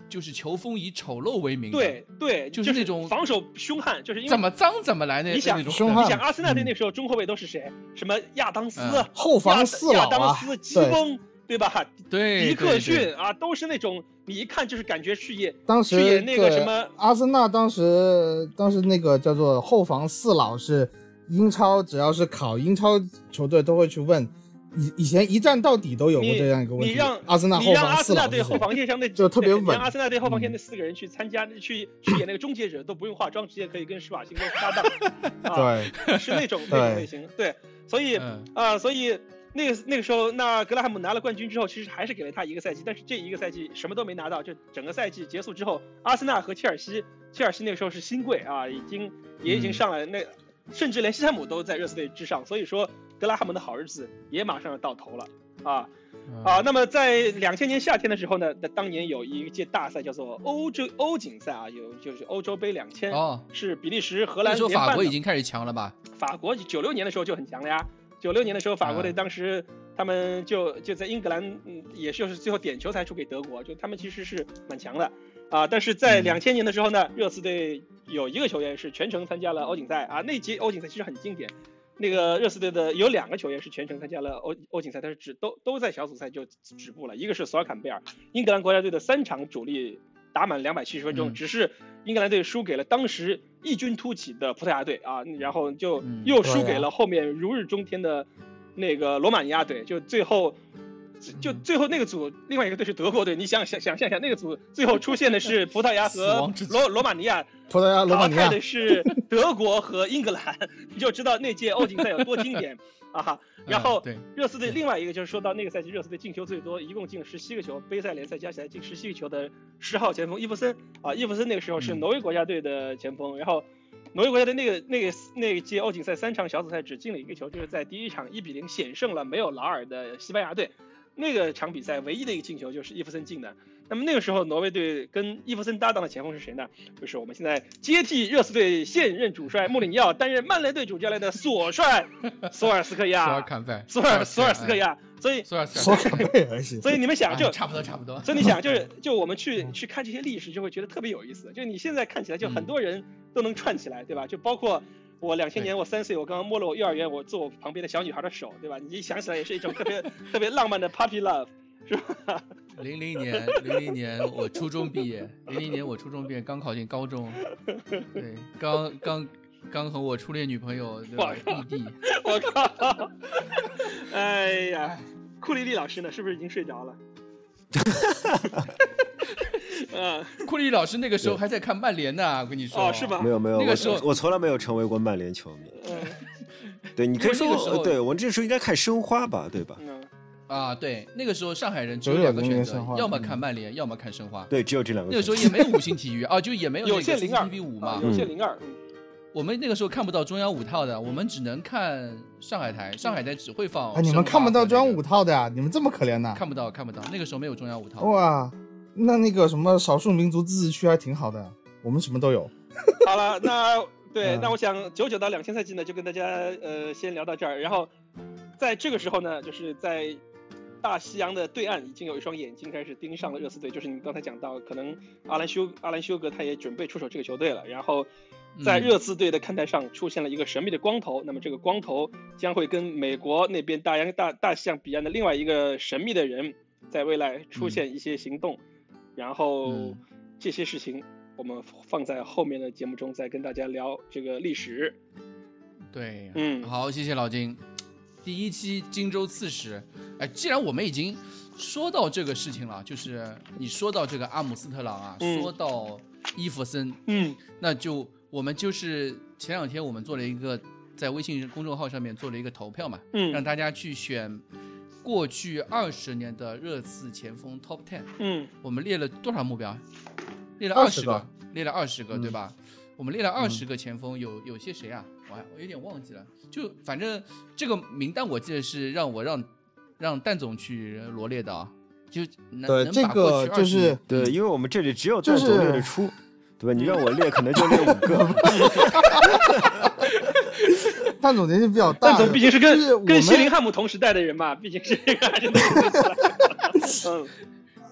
Speaker 2: 就是球风以丑陋为名的，
Speaker 3: 对对，
Speaker 2: 就
Speaker 3: 就是
Speaker 2: 那种
Speaker 3: 防守凶悍，就是因为
Speaker 2: 怎么脏怎么来那
Speaker 3: 你想
Speaker 2: 那种
Speaker 4: 凶
Speaker 3: 你
Speaker 4: 悍
Speaker 3: 想阿森纳队
Speaker 4: 嗯
Speaker 3: 那时候中后卫都是谁？什么亚当斯、
Speaker 2: 嗯
Speaker 4: 后
Speaker 3: 亚
Speaker 4: 防四老
Speaker 3: 亚当
Speaker 4: 啊，
Speaker 3: 斯、基
Speaker 4: 对
Speaker 3: 翁，对吧？
Speaker 2: 对
Speaker 3: 迪克，
Speaker 2: 对对
Speaker 3: 逊啊，都是那种你一看就是感觉是也
Speaker 4: 当
Speaker 3: 去
Speaker 4: 时
Speaker 3: 演那个
Speaker 4: 对
Speaker 3: 什么
Speaker 4: 阿森纳当时当时那个叫做后防四老是英超，只要是考英超球队都会去问，以以前一战到底都有过
Speaker 3: 你
Speaker 4: 这样一个问题。
Speaker 3: 你让
Speaker 4: 阿森纳
Speaker 3: 你
Speaker 4: 后
Speaker 3: 让
Speaker 4: 防
Speaker 3: 阿
Speaker 4: 四
Speaker 3: 森纳
Speaker 4: 老
Speaker 3: 队
Speaker 4: 是谁
Speaker 3: 后防线上那
Speaker 4: *laughs* 就特别
Speaker 3: 对你
Speaker 4: 稳
Speaker 3: 让阿森纳队后防线
Speaker 4: 嗯
Speaker 3: 那四个人去参加去去演那个终结者都不用化妆，直接可以跟施瓦辛格搭
Speaker 4: *laughs*
Speaker 3: 档，啊，
Speaker 4: 对，
Speaker 3: 是那种那种
Speaker 4: 对
Speaker 3: 类型，对，所以
Speaker 2: 嗯
Speaker 3: 啊，所以那个那个时候，那格拉汉姆拿了冠军之后，其实还是给了他一个赛季，但是这一个赛季什么都没拿到，就整个赛季结束之后，阿森纳和切尔西，切尔西那个时候是新贵啊，已经也已经
Speaker 2: 嗯
Speaker 3: 上来，那甚至连西汉姆都在热刺队之上，所以说格拉汉姆的好日子也马上要到头了啊。
Speaker 2: 嗯
Speaker 3: 啊，，那么在两千年夏天的时候呢，那当年有一届大赛叫做欧洲欧锦赛啊，有就是欧洲杯两千、
Speaker 2: 嗯哦，
Speaker 3: 是比利时、荷
Speaker 2: 那
Speaker 3: 兰
Speaker 2: 时候
Speaker 3: 联
Speaker 2: 法
Speaker 3: 办
Speaker 2: 国
Speaker 3: 的
Speaker 2: 已。经开始强了吧？
Speaker 3: 法国九六年的时候就很强了呀，九六年的时候法国队
Speaker 2: 嗯
Speaker 3: 当时他们就就在英格兰，嗯，也就是最后点球才输给德国，就他们其实是蛮强的啊。但是在
Speaker 2: 嗯
Speaker 3: 两千年的时候呢，热刺队有一个球员是全程参加了欧锦赛啊，那届欧锦赛其实很经典。那个热刺队的有两个球员是全程参加了欧欧锦赛，但是只都都在小组赛就止步了。一个是索尔坎贝尔，英格兰国家队的三场主力打满两百七十分钟，
Speaker 2: 嗯
Speaker 3: 只是英格兰队输给了当时异军突起的葡萄牙队啊，然后就
Speaker 2: 嗯
Speaker 3: 又
Speaker 4: 对
Speaker 3: 输给
Speaker 4: 啊
Speaker 3: 了后面如日中天的那个罗马尼亚队，就最后。就就最后那个组，另外一个队是德国队，你想想想象一下，那个组最后出现的是葡萄牙
Speaker 2: 死
Speaker 3: 和
Speaker 2: 亡之组
Speaker 3: 罗罗马尼亚，
Speaker 4: 葡萄啊牙、罗马
Speaker 3: 淘
Speaker 4: 尼
Speaker 3: 汰 *laughs*
Speaker 4: 亚
Speaker 3: 的是德国和英格兰， *laughs* 你就知道那届欧锦赛有多经典啊哈！然
Speaker 2: *laughs* 嗯
Speaker 3: 后
Speaker 2: 对
Speaker 3: 热刺队另外一个就是说到那个赛季，热刺队进球最多，一共进了十七个球，杯赛、联赛加起来进十七个球的十号前锋伊夫森啊，伊夫森那个时候是
Speaker 2: 嗯
Speaker 3: 挪威国家队的前锋，然后挪威国家队那个那个那届欧锦赛三场小组赛只进了一个球，就是在第一场一比零险胜了没有劳尔的西班牙队。那个场比赛唯一的一个进球就是伊夫森进的。那么那个时候，挪威队跟伊夫森搭档的前锋是谁呢？就是我们现在接替热刺队现任主帅穆里尼奥担任曼联队主教练的索帅索尔斯克
Speaker 2: 索尔
Speaker 3: 亚，
Speaker 2: 坎
Speaker 3: *laughs*
Speaker 2: 费，
Speaker 3: 索尔索尔斯克
Speaker 2: 亚，
Speaker 3: 亚。所以
Speaker 2: 哎索尔斯
Speaker 4: 索
Speaker 2: 克
Speaker 4: 尔坎贝尔
Speaker 3: *laughs*
Speaker 4: 是
Speaker 3: 所以你们想
Speaker 2: 亚，
Speaker 3: 就
Speaker 2: 哎。差不多差不多，
Speaker 3: 所以你想，就是就我们去去看这些历史，就会觉得特别有意思。就你现在看起来，就
Speaker 2: 嗯
Speaker 3: 很多人都能串起来，对吧？就包括我两千年，我三岁，我刚刚摸了我幼儿园我坐我旁边的小女孩的手，对吧？你一想起来也是一种特
Speaker 2: *laughs*
Speaker 3: 别特别浪漫的 puppy love，是吧？
Speaker 2: 零零年，零零年我初中毕业，零零年我初中毕业，刚考进高中，对，刚刚刚和我初恋女朋友对吧
Speaker 3: 我
Speaker 2: 异地，
Speaker 3: 我
Speaker 2: *laughs*
Speaker 3: 靠！哎呀，库里丽老师呢？是不是已经睡
Speaker 2: *laughs*
Speaker 3: 着了？嗯，
Speaker 2: 库里老师那个时候还在看曼联呢，我跟你说，
Speaker 3: 哦，是吧
Speaker 5: 没？有没有，
Speaker 2: 那个时候
Speaker 5: 我我从来没有成为过曼联球迷。
Speaker 3: 嗯
Speaker 5: *laughs* 对，你可以说呃
Speaker 2: 因为那个时候
Speaker 5: 我，对我这时候应该看申花吧，对吧？
Speaker 3: 嗯，
Speaker 2: 啊，对，那个时候上海人只
Speaker 4: 九
Speaker 2: 有
Speaker 4: 九
Speaker 2: 两个
Speaker 4: 零
Speaker 2: 选
Speaker 4: 年
Speaker 2: 择
Speaker 4: 申，花
Speaker 2: 要么
Speaker 4: 嗯
Speaker 2: 看曼联，要么看申花。
Speaker 5: 对，只有这两个
Speaker 2: 那个
Speaker 5: 选
Speaker 2: 时
Speaker 5: 择。
Speaker 2: 候也没有五星体育啊，就也没有那
Speaker 3: 有
Speaker 2: 个
Speaker 3: 线零二
Speaker 2: CCTV 五嘛
Speaker 3: 啊，有
Speaker 5: 嗯
Speaker 3: 线零二，
Speaker 2: 我们那个时候看不到中央五套的，我们只能看上海台，上海台只会放申花和那
Speaker 4: 哎，
Speaker 2: 个、
Speaker 4: 你们看不到中央五套的呀、你们这么可怜呐、
Speaker 2: 看不到，看不到，那个时候没有中央五套。
Speaker 4: 哇，那那个什么少数民族自治区还挺好的，我们什么都有。
Speaker 3: 好了，那对，
Speaker 4: 嗯
Speaker 3: 那我想九九到两千赛季呢，就跟大家呃先聊到这儿。然后在这个时候呢，就是在大西洋的对岸，已经有一双眼睛开始盯上了热刺队，就是你刚才讲到，可能阿兰修阿兰修格他也准备出手这个球队了。然后在
Speaker 2: 嗯
Speaker 3: 热刺队的看台上出现了一个神秘的光头，那么这个光头将会跟美国那边大洋大大西洋彼岸的另外一个神秘的人，在未来出现一些行动，然后。
Speaker 2: 嗯
Speaker 3: 这些事情我们放在后面的节目中再跟大家聊这个历史。
Speaker 2: 对，
Speaker 3: 嗯
Speaker 2: 好，谢谢老金。第一期荆州刺史，哎，既然我们已经说到这个事情了，就是你说到这个阿姆斯特朗啊，
Speaker 3: 嗯
Speaker 2: 说到伊弗森，
Speaker 3: 嗯
Speaker 2: 那就我们就是前两天我们做了一个在微信公众号上面做了一个投票嘛，让
Speaker 3: 嗯
Speaker 2: 大家去选过去二十年的热刺前锋 Top Ten。
Speaker 3: 嗯
Speaker 2: 我们列了多少目标？列了
Speaker 4: 20
Speaker 2: 十
Speaker 4: 个，
Speaker 2: 列了二十个，对
Speaker 4: 嗯
Speaker 2: 吧？我们列了二十个前锋，有有些谁啊？我还我有点忘记了。就反正这个名单，我记得是让我让让蛋总去罗列的啊。就能
Speaker 4: 对，
Speaker 2: 能
Speaker 4: 这
Speaker 2: 把过
Speaker 4: 个
Speaker 2: 去20
Speaker 4: 就是
Speaker 5: 对，因为我们这里只有
Speaker 4: 就
Speaker 5: 蛋
Speaker 4: 是
Speaker 5: 总列得出，对吧？你让我列，可能就列五个。
Speaker 2: *laughs*
Speaker 4: 蛋总年纪比较大
Speaker 3: 但
Speaker 4: 了，
Speaker 3: 总毕竟是
Speaker 4: 就是我
Speaker 3: 跟
Speaker 4: 们
Speaker 3: 跟谢林汉姆同时代的人嘛，毕竟是这个还是
Speaker 4: *laughs*
Speaker 3: 嗯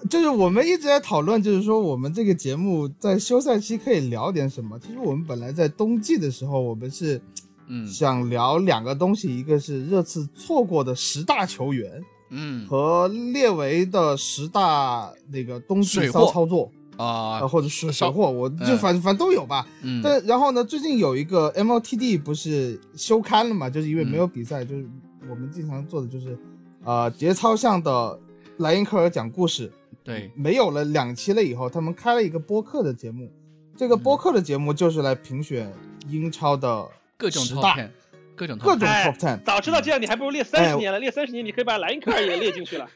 Speaker 4: 就是我们一直在讨论，就是说我们这个节目在休赛期可以聊点什么。其实我们本来在冬季的时候，我们是
Speaker 2: 嗯
Speaker 4: 想聊两个东西，一个是热刺错过的十大球员
Speaker 2: 嗯
Speaker 4: 和列维的十大那个冬季
Speaker 2: 水货
Speaker 4: 骚操作啊、
Speaker 2: 啊
Speaker 4: 或者水水
Speaker 2: 骚
Speaker 4: 货，我就
Speaker 2: 嗯
Speaker 4: 反、反正都有吧。
Speaker 2: 嗯
Speaker 4: 但然后呢，最近有一个 MLTD 不是休刊了嘛，就是
Speaker 2: 嗯
Speaker 4: 因为没有比赛，就是我们经常做的就是，呃，节操向的莱因克尔讲故事。
Speaker 2: 对
Speaker 4: 没有了两期了以后，他们开了一个播客的节目，这个播客的节目就是来评选英超的
Speaker 2: 各种
Speaker 4: 十
Speaker 2: top
Speaker 4: 大
Speaker 2: ten，各种 top
Speaker 4: 各
Speaker 2: 10,
Speaker 4: 种
Speaker 3: 哎
Speaker 4: top ten，、
Speaker 3: 早知道这样，你还不如列
Speaker 4: 哎
Speaker 3: 三十年了，列三十年你可以把莱因克尔也列进去
Speaker 4: *laughs*
Speaker 3: 了。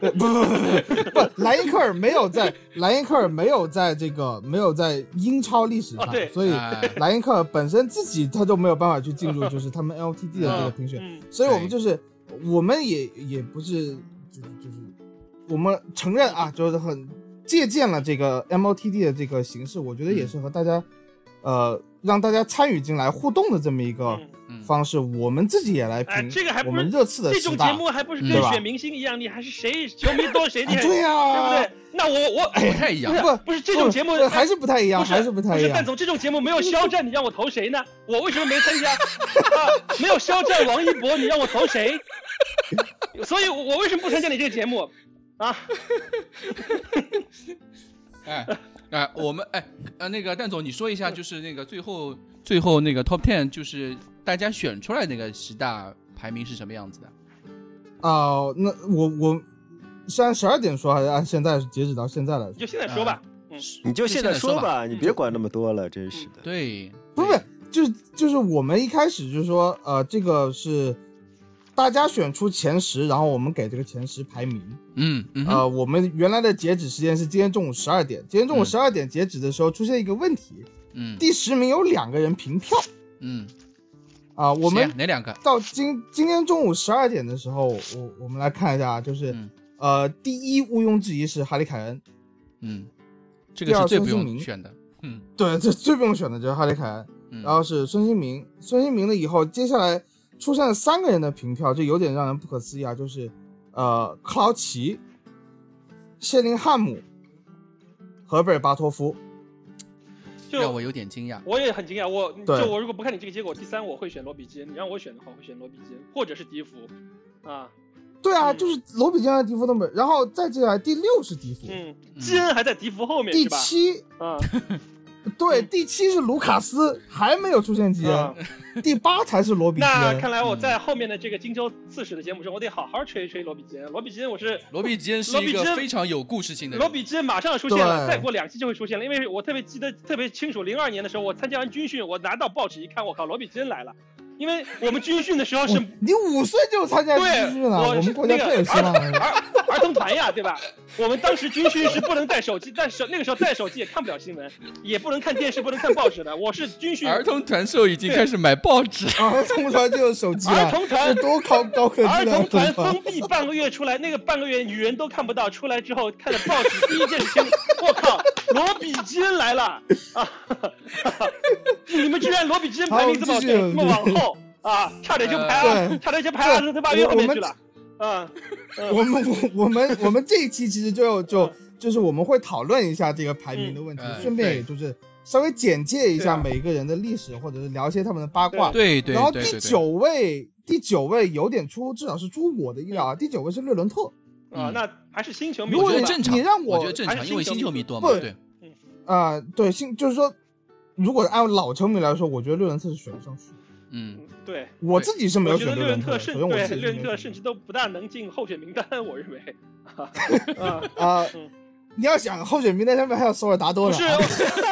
Speaker 4: 不不不不不，莱因克尔没有在莱因克尔没有在这个没有在英超历史上，
Speaker 3: 哦对
Speaker 4: 所以
Speaker 2: 哎
Speaker 4: 莱因克尔本身自己他都没有办法去进入就是他们 LTD 的这个评选，
Speaker 3: 嗯
Speaker 4: 所以我们就是，我们也也不是，就是就是，我们承认啊，就是很借鉴了这个 MOTD 的这个形式，我
Speaker 3: 嗯
Speaker 4: 觉得也是和大家，呃，让大家参与进来互动的这么一个
Speaker 3: 嗯，
Speaker 2: 嗯
Speaker 4: 方式。我们自己也来
Speaker 3: 哎
Speaker 4: 评，
Speaker 3: 这个还不
Speaker 4: 我
Speaker 3: 是
Speaker 4: 们热刺的
Speaker 3: 这
Speaker 4: 十
Speaker 3: 种
Speaker 4: 大
Speaker 3: 节目啊还不是
Speaker 2: 嗯对
Speaker 3: 跟
Speaker 4: 吧
Speaker 3: 选明星一样，你还是谁球迷多谁厉
Speaker 4: 啊，
Speaker 3: 害，
Speaker 4: 对
Speaker 3: 对
Speaker 4: 呀、哎
Speaker 3: 不对？那我我
Speaker 2: 不太一样
Speaker 4: *laughs*
Speaker 3: 不。是
Speaker 4: 不
Speaker 3: 不是这种节目
Speaker 4: 不还是不太一样，
Speaker 3: 不是
Speaker 4: 还是不太一
Speaker 3: 不是，
Speaker 4: 样
Speaker 3: 蛋。总这种节目没有肖战，你让我投谁呢？我为什么没参加？啊，没有肖战、王一博，你让我投谁？ *laughs* 所以我，我为什么不参加你这个节目？啊，
Speaker 2: 哎哎，我们哎呃那个蛋总，你说一下，就是那个最后最后那个 top ten，就是大家选出来那个十大排名是什么样子的？
Speaker 4: 哦、那我我是按十二点说，还是按现在截止到现在来说
Speaker 3: 你？就现在说
Speaker 2: 啊
Speaker 3: 吧。
Speaker 5: 你就现在
Speaker 2: 说嗯
Speaker 5: 说吧，你别管那么多了，真是的。
Speaker 2: 对，
Speaker 4: 不是，就是就是我们一开始就说，呃，这个是大家选出前十，然后我们给这个前十排名。
Speaker 2: 嗯嗯哼
Speaker 4: 呃，我们原来的截止时间是今天中午十二点，今天中午
Speaker 2: 嗯
Speaker 4: 十二点截止的时候出现一个问题，
Speaker 2: 嗯
Speaker 4: 第十名有两个人平票
Speaker 2: 嗯，
Speaker 4: 啊、我
Speaker 2: 谁呀
Speaker 4: 们
Speaker 2: 哪两个？
Speaker 4: 到今今天中午十二点的时候，我我们来看一下啊，就是、
Speaker 2: 嗯
Speaker 4: 呃，第一毋庸置疑是哈里凯恩，
Speaker 2: 嗯，这个
Speaker 4: 第
Speaker 2: 是
Speaker 4: 二
Speaker 2: 最
Speaker 4: 孙
Speaker 2: 不
Speaker 4: 兴
Speaker 2: 用
Speaker 4: 民
Speaker 2: 选的。嗯
Speaker 4: 对，这最不用选的就是哈里凯恩。
Speaker 2: 嗯，
Speaker 4: 然后是孙兴民，孙兴民了以后，接下来出现了三个人的平票，这有点让人不可思议啊，就是呃克劳奇、谢林汉姆、和贝尔巴托夫。
Speaker 2: 让我
Speaker 3: 就
Speaker 2: 有点惊讶。
Speaker 3: 我也很惊讶，我
Speaker 4: 对
Speaker 3: 就我如果不看你这个结果，第三我会选罗比金。你让我选的话，我会选罗比金或者是迪福。啊，
Speaker 4: 对啊，
Speaker 3: 嗯
Speaker 4: 就是罗比金和迪福都没有，然后再接下来第六是迪福，
Speaker 3: 嗯，
Speaker 2: 嗯
Speaker 3: 基恩还在迪福后面
Speaker 4: 第
Speaker 3: 是吧？
Speaker 4: 七 *laughs*
Speaker 3: 啊，
Speaker 4: 对
Speaker 3: 嗯
Speaker 4: 第七是卢卡斯，还没有出现基恩，
Speaker 3: 嗯
Speaker 4: 第八才是罗比基
Speaker 3: 那
Speaker 4: 恩。
Speaker 3: 看
Speaker 2: 嗯
Speaker 3: 来我在后面的这个荆州刺史的节目中，我得好好吹一吹罗比金。罗比金，我是
Speaker 2: 罗比基恩是
Speaker 3: 罗
Speaker 2: 一
Speaker 3: 比
Speaker 2: 个
Speaker 3: 基恩
Speaker 2: 非常有故事性的人。
Speaker 3: 罗比基恩马上要出现了，
Speaker 4: 对
Speaker 3: 再过两期就会出现了，因为
Speaker 2: *laughs*
Speaker 3: 我特别记得特别清楚，零二年的时候我参加完军训，我拿到报纸一看，我靠，罗比基恩来了，因为我们军训的时候是
Speaker 4: 哇你五岁就参加军训
Speaker 3: 对，
Speaker 4: 了，
Speaker 3: 我
Speaker 4: 我
Speaker 3: 是
Speaker 4: 们国家
Speaker 3: 那个
Speaker 4: 太有希望啊
Speaker 3: 儿 *laughs*
Speaker 4: 了。
Speaker 3: 儿儿童团呀，对吧？我们当时军训是不能带手机，但是那个时候带手机也看不了新闻，也不能看电视，不能看报纸的。我是军训
Speaker 2: 儿童团售已经开始买报
Speaker 4: *laughs*
Speaker 2: 纸，
Speaker 4: 儿童团就有手机
Speaker 3: 儿
Speaker 4: 了，
Speaker 3: 童
Speaker 4: 这
Speaker 3: 团
Speaker 4: 多高高 *laughs* 科技啊
Speaker 3: 儿
Speaker 4: 的儿
Speaker 3: 童团
Speaker 4: 童团
Speaker 3: 封闭半个月出来，那个半个月女人都看不到，出来之后看了报纸，第一件事情，我
Speaker 4: *laughs*
Speaker 3: 靠，罗比金来了啊！ *laughs* 你们居然罗比金排名这么
Speaker 4: 好我们继续哎
Speaker 3: 这么往后啊，差点就排
Speaker 4: 对
Speaker 3: 了，差点就排二十他八
Speaker 4: 对
Speaker 3: 月
Speaker 4: 我
Speaker 3: 后面
Speaker 4: 我们
Speaker 3: 去了。啊，嗯
Speaker 4: *laughs* 我们我我们我们这一期其实就就就是我们会讨论一下这个排名的问题
Speaker 2: 嗯，哎
Speaker 4: 顺便也就是稍微简介一下
Speaker 3: 对啊
Speaker 4: 每一个人的历史，或者是聊一些他们的八卦。
Speaker 2: 对对
Speaker 4: 然后
Speaker 2: 对
Speaker 4: 第
Speaker 2: 对
Speaker 4: 九
Speaker 2: 对，
Speaker 4: 位，第九位有点出，至少是出我的意料啊。第九位是略伦特，
Speaker 3: 啊
Speaker 2: 嗯，
Speaker 3: 那还是星球迷
Speaker 4: 如果
Speaker 3: 对
Speaker 2: 我觉
Speaker 3: 吧
Speaker 2: 得正常
Speaker 4: 你让
Speaker 2: 我
Speaker 4: 我
Speaker 2: 觉得正
Speaker 3: 还
Speaker 2: 常，
Speaker 3: 是
Speaker 2: 因为
Speaker 3: 新
Speaker 2: 新
Speaker 3: 球
Speaker 2: 球
Speaker 3: 迷
Speaker 2: 迷多嘛，
Speaker 4: 不
Speaker 2: 对，
Speaker 4: 啊、对，新就是说，如果按老球迷来说，我觉得略伦特是选不上去的。
Speaker 2: 嗯，
Speaker 3: 对，
Speaker 4: 我自己是没
Speaker 3: 我
Speaker 4: 有
Speaker 3: 觉
Speaker 4: 选
Speaker 3: 得
Speaker 4: 略
Speaker 3: 略伦
Speaker 4: 特
Speaker 3: 特
Speaker 4: 的，
Speaker 3: 甚
Speaker 4: 首先我
Speaker 3: 对
Speaker 4: 自己
Speaker 3: 略
Speaker 4: 是没
Speaker 3: 伦
Speaker 4: 有
Speaker 3: 特
Speaker 4: 选
Speaker 3: 甚至都不大能进候选名单，我认为。
Speaker 4: *laughs*
Speaker 3: 啊，
Speaker 4: 啊、
Speaker 3: 嗯
Speaker 4: 你要想候选名单上面还有索尔达
Speaker 3: 不
Speaker 4: 多呢
Speaker 3: 是，
Speaker 4: 啊，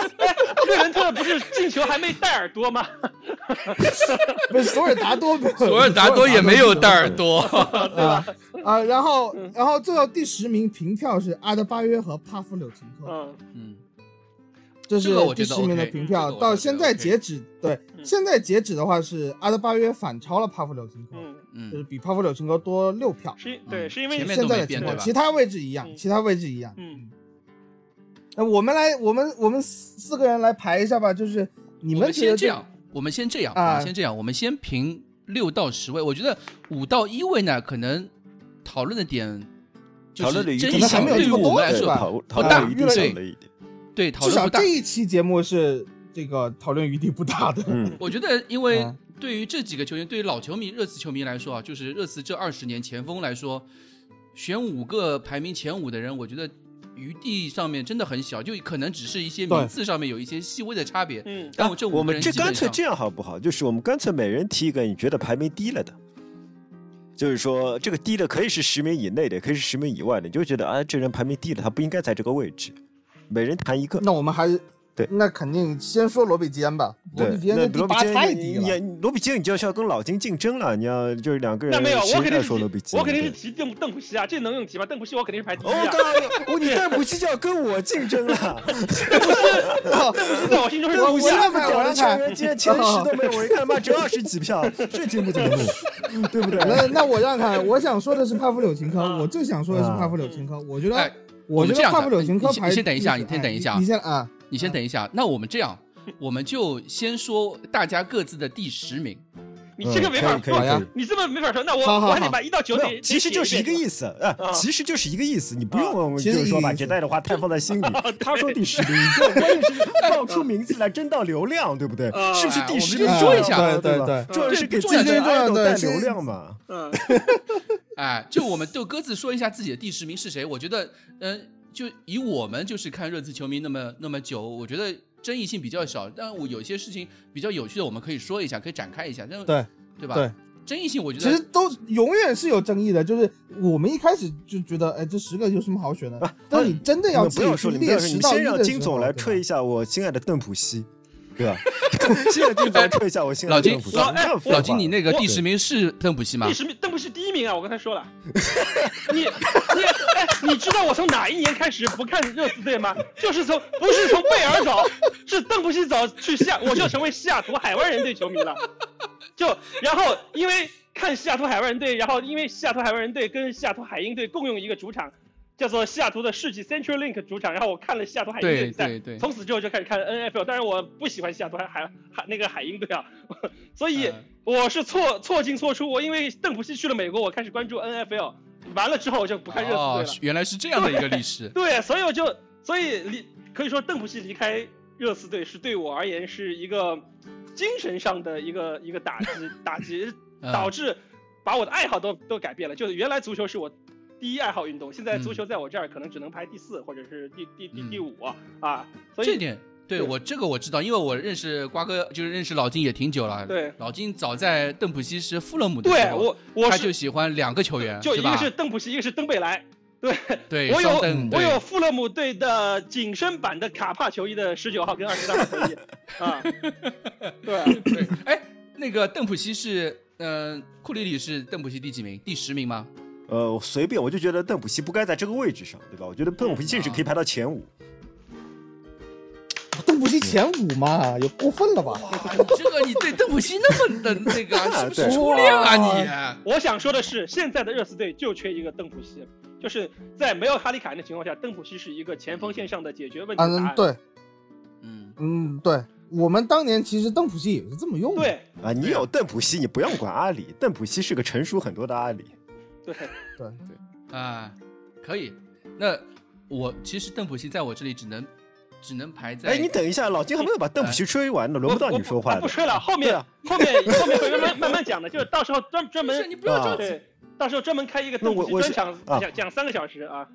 Speaker 3: *laughs* 哎略伦特不是进球还没戴尔多吗？
Speaker 4: 不是索尔达
Speaker 2: *laughs*
Speaker 4: 多没有，
Speaker 2: 索尔达多也没有戴尔多，
Speaker 4: 啊啊，然后
Speaker 3: 嗯
Speaker 4: 然后最后第十名平票是阿德巴约和帕夫柳琴科，
Speaker 3: 嗯，
Speaker 2: 嗯，
Speaker 4: 这是
Speaker 2: 这个我
Speaker 4: 第
Speaker 2: 觉得
Speaker 4: 十名的
Speaker 2: OK，
Speaker 4: 平
Speaker 2: 这
Speaker 4: 票，
Speaker 2: 个我
Speaker 4: 到
Speaker 2: 觉得
Speaker 4: 现在
Speaker 2: OK
Speaker 4: 截止，对，
Speaker 3: 嗯
Speaker 4: 现在截止的话是阿德巴约反超了帕夫柳琴科，
Speaker 3: 嗯，
Speaker 4: 就是
Speaker 2: 嗯，
Speaker 4: 比帕夫柳琴科多六票，
Speaker 3: 是因对，
Speaker 2: 嗯
Speaker 3: 是因为
Speaker 2: 前面
Speaker 4: 现
Speaker 2: 都
Speaker 4: 在
Speaker 2: 没
Speaker 4: 的
Speaker 2: 变
Speaker 4: 情
Speaker 2: 对
Speaker 4: 况，
Speaker 2: 吧
Speaker 4: 其他位置一样，
Speaker 3: 嗯
Speaker 4: 其他位置一样。
Speaker 3: 嗯，
Speaker 4: 那我们来，我们我们四四个人来排一下吧，就是你
Speaker 2: 我
Speaker 4: 们
Speaker 2: 们
Speaker 4: 觉得
Speaker 2: 先这样，我们先这样
Speaker 4: 啊
Speaker 2: 先这样，我们先评六到十位，我觉得五到一位呢，可能讨论的点就是
Speaker 5: 讨论的余
Speaker 2: 争
Speaker 5: 地
Speaker 2: 议
Speaker 4: 可能还
Speaker 2: 性
Speaker 4: 没有
Speaker 2: 对于
Speaker 4: 这么
Speaker 2: 我
Speaker 4: 多
Speaker 2: 们来
Speaker 4: 对
Speaker 5: 对
Speaker 2: 说
Speaker 4: 吧
Speaker 5: 讨
Speaker 2: 不
Speaker 5: 讨
Speaker 2: 大
Speaker 5: 论的余
Speaker 2: 对
Speaker 5: 地少了一点。
Speaker 2: 对讨
Speaker 4: 至
Speaker 2: 论
Speaker 4: 少
Speaker 2: 不大
Speaker 4: 这。一期节目是这个讨论余地不大的。
Speaker 5: 嗯，
Speaker 2: 我觉得，因为
Speaker 4: 啊
Speaker 2: 对于这几个球员，对于老球迷、热刺球迷来说啊，就是热刺这二十年前锋来说，选五个排名前五的人，我觉得余地上面真的很小，就可能只是一些
Speaker 4: 对
Speaker 2: 名次上面有一些细微的差别。
Speaker 3: 嗯，
Speaker 2: 但我这五个
Speaker 5: 啊我们
Speaker 2: 人
Speaker 5: 这
Speaker 2: 基本
Speaker 5: 干脆
Speaker 2: 上
Speaker 5: 这样好不好？就是我们干脆每人提一个你觉得排名低了的，就是说这个低的可以是十名以内的，也可以是十名以外的，你就觉得啊，这人排名低了，他不应该在这个位置。每人谈一 *laughs* 个，
Speaker 4: 那我们还是
Speaker 5: 对
Speaker 4: 那肯定先说罗比坚吧。罗
Speaker 5: 对
Speaker 4: 比，坚
Speaker 5: 那
Speaker 4: 的第
Speaker 5: 罗比
Speaker 4: 八
Speaker 5: 坚
Speaker 4: 太
Speaker 5: 你
Speaker 4: 低
Speaker 5: 你
Speaker 4: 了，
Speaker 5: 你罗比坚，你就要要跟老金竞争了，你要就是两个人，
Speaker 3: 那没有，我
Speaker 5: 谁
Speaker 3: 肯
Speaker 5: 来
Speaker 3: 定是
Speaker 5: 说罗比
Speaker 3: 提
Speaker 5: 坚，
Speaker 3: 我肯定是
Speaker 5: 对。
Speaker 3: 提邓邓普西啊，这能用提吗？邓普西我肯定是排第一
Speaker 5: 哦，
Speaker 3: 啊，
Speaker 5: 刚刚我你戴普西就要跟我竞争了，
Speaker 3: 邓普西在我心中是第一啊
Speaker 5: 戴普西那么屌的球员，竟然前十都没有，
Speaker 4: *laughs*
Speaker 5: 我一看他妈只有二十几票，这节目怎么录， *laughs* 对不对？
Speaker 4: 那那我让看，我想说的是帕夫柳琴科，
Speaker 3: 啊
Speaker 4: 我最想说的是帕夫柳琴科。我觉得
Speaker 2: 哎，
Speaker 4: 我
Speaker 2: 们
Speaker 4: 觉
Speaker 2: 这
Speaker 4: 得
Speaker 2: 样
Speaker 4: 帕
Speaker 2: 子
Speaker 4: 夫柳琴科
Speaker 2: 你先
Speaker 4: 排
Speaker 2: 你先等一下
Speaker 4: 第
Speaker 2: 你先等一下
Speaker 4: 哎你先啊，
Speaker 2: 你先等一下，那我们这样，我们就先说大家各自的第十名。
Speaker 3: 你这个没法
Speaker 5: 嗯可以可
Speaker 3: 说
Speaker 5: 以
Speaker 4: 呀
Speaker 5: 可以。
Speaker 3: 你这么没法说，那
Speaker 4: 好好
Speaker 3: 我
Speaker 4: 好
Speaker 3: 我还得把一到九
Speaker 5: 没
Speaker 3: 得
Speaker 5: 有，其实就是一个
Speaker 3: 思。
Speaker 5: 意思，
Speaker 3: 啊
Speaker 5: 呃，其实就是一个意思，你不用
Speaker 4: 其实
Speaker 5: 就是说把
Speaker 4: 一个意思
Speaker 5: 杰代的话太放在心里。他说第十名，你就关键是报出名字来争到流量，对不对
Speaker 3: 啊？
Speaker 5: 是不是第十
Speaker 2: 你
Speaker 5: 名
Speaker 4: 啊
Speaker 2: 说一下
Speaker 5: 重要
Speaker 4: 对对
Speaker 5: 吧
Speaker 4: 对，
Speaker 5: 重要是给
Speaker 2: 这
Speaker 5: 自己
Speaker 2: 这
Speaker 5: 的
Speaker 4: 这
Speaker 5: 爱豆
Speaker 4: 对
Speaker 5: 带
Speaker 4: 这
Speaker 5: 流量嘛？
Speaker 3: 嗯，
Speaker 2: 哎，就我们都各自说一下自己的第十名是谁。我觉得，嗯、就以我们就是看热刺球迷那么那么久，我觉得争议性比较小。但我有些事情比较有趣的，我们可以说一下，可以展开一下。但
Speaker 4: 对
Speaker 2: 对吧？
Speaker 4: 对，
Speaker 2: 争议性我觉
Speaker 4: 其实
Speaker 2: 得
Speaker 4: 都永远是有争议的。就是我们一开始就觉得，哎，这十个有什么好选的？但你真的
Speaker 5: 你
Speaker 4: 要
Speaker 5: 们
Speaker 4: 自己
Speaker 5: 啊不要
Speaker 4: 去
Speaker 5: 说，你
Speaker 4: 列
Speaker 5: 们
Speaker 4: 十
Speaker 5: 你
Speaker 4: 到一
Speaker 5: 先
Speaker 4: 的
Speaker 5: 让金
Speaker 4: 时
Speaker 5: 总
Speaker 4: 候
Speaker 5: 来
Speaker 4: 对吧
Speaker 5: 吹一下我亲爱的邓普西，对
Speaker 4: *laughs*
Speaker 5: 吧？先让金总来吹一下我亲爱
Speaker 2: 老
Speaker 5: 的
Speaker 2: 金
Speaker 5: 邓普西。
Speaker 3: 老
Speaker 5: 你这样废话
Speaker 2: 老金，你那个
Speaker 3: 我
Speaker 2: 第十名是邓普西吗
Speaker 3: 第？十名，邓普西第一名啊！我刚才说了，你你哎，你知道我从哪一年开始不看热刺队吗？就是从不是从贝尔走，是邓普西走去西雅，我就成为西雅图海湾人队球迷了。就然后因为看西雅图海湾人队，然后因为西雅图海湾人队跟西雅图海鹰队共用一个主场，叫做西雅图的世纪 Central Link 主场，然后我看了西雅图海鹰队
Speaker 2: 对
Speaker 3: 比赛，
Speaker 2: 对对，
Speaker 3: 从此之后就开始看 NFL，但是我不喜欢西雅图海海海那个海鹰队啊，所以
Speaker 2: 嗯
Speaker 3: 我是错错进错出。我因为邓普西去了美国，我开始关注 NFL，完了之后我就不看热
Speaker 2: 哦
Speaker 3: 刺队了。，
Speaker 2: 原来是这样的一个历史。
Speaker 3: 对，所以我就所以离可以说邓普西离开热刺队是对我而言是一个精神上的一个一个
Speaker 2: *laughs*
Speaker 3: 打击打击，
Speaker 2: 嗯
Speaker 3: 导致把我的爱好都都改变了。就是原来足球是我第一爱好运动，现
Speaker 2: 嗯
Speaker 3: 在足球在我这儿可能只能排第四或者是第第第第五啊啊，所
Speaker 2: 这
Speaker 3: 以
Speaker 2: 点对
Speaker 3: 对
Speaker 2: 我这个我知道，因为我认识瓜哥，就是认识老金也挺久了。
Speaker 3: 对
Speaker 2: 老金早在邓普西是富勒姆的时
Speaker 3: 对
Speaker 2: 候，
Speaker 3: 我我
Speaker 2: 他
Speaker 3: 是
Speaker 2: 就喜欢两个球员，
Speaker 3: 就一
Speaker 2: 吧
Speaker 3: 个？是邓普西，一个是登贝莱。对，
Speaker 2: 对，
Speaker 3: 我有
Speaker 2: 双灯
Speaker 3: 我
Speaker 2: 对
Speaker 3: 有富勒姆队的紧身版
Speaker 2: *laughs*
Speaker 3: 的卡帕球衣的十九号跟二十三号球衣啊，对，
Speaker 2: 对，哎，那个邓普西是，呃，库里里是邓普西第几名？第十名吗？
Speaker 5: 呃，我随便，我就觉得邓普西不该在这个位置上，对吧？我觉得邓普西甚至可以排到前五。
Speaker 4: 邓普西前五嘛，也过分
Speaker 2: *laughs*
Speaker 4: 了吧？
Speaker 2: 哎这个你对邓普西那么的那个，是不是
Speaker 5: *laughs* 对
Speaker 2: 初恋啊你？
Speaker 3: 我想说的是，现在的热刺队就缺一个邓普西，就是在没有哈里凯恩的情况下，邓普西是一个前锋线上的解决问题的答
Speaker 4: 嗯
Speaker 3: 案，。
Speaker 4: 对，
Speaker 2: 嗯，
Speaker 4: 嗯，对，我们当年其实邓普西也是这么用的。
Speaker 3: 对
Speaker 5: 啊，你有邓普西，你不要管阿里。邓普西是个成熟很多的阿里。
Speaker 3: 对，
Speaker 4: 对，
Speaker 2: 啊，可以。那我其实邓普西在我这里只能只能排在。
Speaker 5: 哎，你等一下，老金还没有把邓普西吹完 *laughs* 呢，轮不到你说话
Speaker 3: 我
Speaker 5: 的。
Speaker 3: 不吹了，后
Speaker 5: 对
Speaker 3: 面、
Speaker 5: 啊
Speaker 3: 后面后面会慢慢慢慢讲的，就是到时候专专
Speaker 2: 不是
Speaker 3: 门
Speaker 2: 你不
Speaker 5: 啊
Speaker 2: 要着急。
Speaker 3: 对，到时候专门开一个邓普
Speaker 5: 那
Speaker 3: 西
Speaker 5: 我我
Speaker 3: 专
Speaker 5: 是
Speaker 3: 场，
Speaker 5: 啊
Speaker 3: 讲讲三个小时啊。啊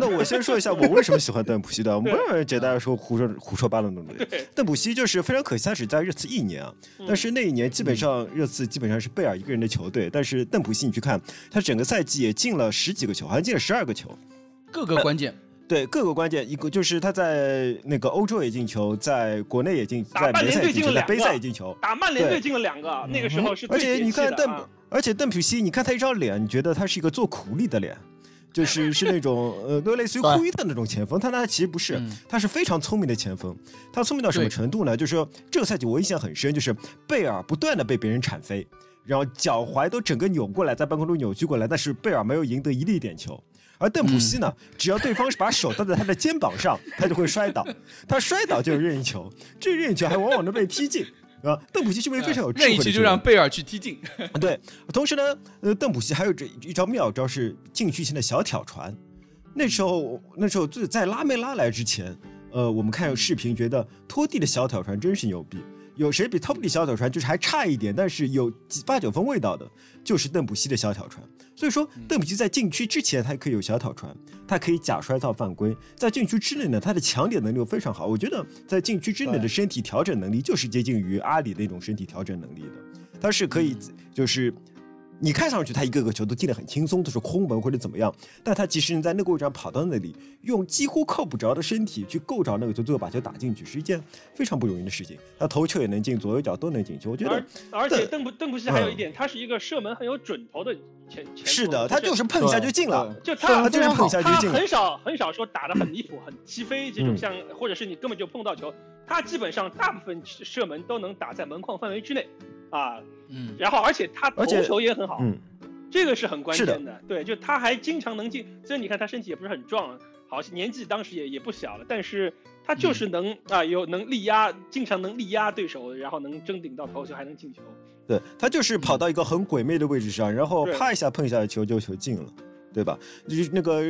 Speaker 5: 那我先说一下我为什么喜欢邓普西的，我们不要人觉得大家说胡说胡说八道那种人。
Speaker 3: 对，嗯
Speaker 5: 邓普西就是非常可惜，他只在热刺一年啊，但是那一年基本上热刺基本上是贝尔一个人的球队，但是邓普西你去看，他整个赛季也进了十几个球，好像进了十二个球。
Speaker 2: 各个关键，
Speaker 5: 对各个关键，一个就是他在那个欧洲也进球，在国内也进，
Speaker 3: 打
Speaker 5: 在
Speaker 3: 曼
Speaker 5: 联
Speaker 3: 联
Speaker 5: 赛也
Speaker 3: 队
Speaker 5: 进
Speaker 3: 进
Speaker 5: 球，
Speaker 3: 了
Speaker 5: 在
Speaker 3: 两个
Speaker 5: 杯赛也进球。
Speaker 3: 打曼联队
Speaker 5: 对嗯
Speaker 3: 进了两个，啊那个时候是最
Speaker 5: 而且
Speaker 3: 解
Speaker 5: 你
Speaker 3: 气的
Speaker 5: 看邓
Speaker 3: 啊。，
Speaker 5: 而且邓普西，你看他一张脸，你觉得他是一个做苦力的脸，就是是那种呃，都类似于
Speaker 4: 对
Speaker 5: 灰的那种前锋，但他其实不是
Speaker 2: 嗯，
Speaker 5: 他是非常聪明的前锋。他聪明到什么
Speaker 2: 对
Speaker 5: 程度呢？就是说这个赛季我印象很深，就是贝尔不断的被别人铲飞，然后脚踝都整个扭过来，在半空中扭曲过来，但是贝尔没有赢得一粒点球。而邓普西呢，
Speaker 2: 嗯
Speaker 5: 只要对方是把手搭在他的肩膀上，他就会摔倒。他摔倒就是任意球，这任意球还往往能被踢进。啊，邓普西是不是非常有智慧
Speaker 2: 那
Speaker 5: 的
Speaker 2: 一
Speaker 5: 球
Speaker 2: 期
Speaker 5: 员？
Speaker 2: 就让贝尔去踢进。
Speaker 5: 对，同时呢，呃，邓普西还有这一招妙招是禁区前的小挑船。那时候，那时候最在拉梅拉来之前，呃，我们看有视频，觉得托蒂的小挑船真是牛逼。有谁比 Top 的小挑船就是还差一点，但是有几八九分味道的，就是邓普西的小挑船。所以说，邓普西在禁区之前，他可以有小挑船，他可以假摔造犯规；在禁区之内呢，他的抢点能力又非常好。我觉得在禁区之内的身体调整能力，就是接近于阿里那种身体调整能力的。他是可以，就是你看上去他一个个球都进得很轻松，都是空门或者怎么样，但他其实在那个位置上跑到那里，用几乎扣不着的身体去够着那个球，最后把球打进去，是一件非常不容易的事情。他头球也能进，左右脚都能进球，我觉得
Speaker 3: 而而且
Speaker 5: 邓
Speaker 3: 邓普邓普西还有一点，他是一个射门很有准头的前前锋。
Speaker 5: 嗯是的，他就是碰一下就进了。
Speaker 3: 就
Speaker 5: 他
Speaker 3: 他
Speaker 5: 就是碰一下
Speaker 3: 他
Speaker 5: 就进了
Speaker 3: 很少很少说打得很离谱、很踢飞这
Speaker 5: 嗯
Speaker 3: 种像，或者是你根本就碰不到球。他基本上大部分射门都能打在门框范围之内，啊，
Speaker 2: 嗯，
Speaker 3: 然后而且他头
Speaker 5: 而且
Speaker 3: 球也很好，
Speaker 5: 嗯，
Speaker 3: 这个是很关键
Speaker 5: 是
Speaker 3: 的。对，就他还经常能进，虽然你看他身体也不是很壮，好年纪当时也也不小了，但是他
Speaker 5: 嗯
Speaker 3: 就是能啊、有能力压，经常能力压对手，然后能争顶到头球，还能进球。
Speaker 5: 对他就是跑到一个很鬼魅的位置上，然后
Speaker 3: 对
Speaker 5: 啪一下碰一下球就球进了，对吧？就是那个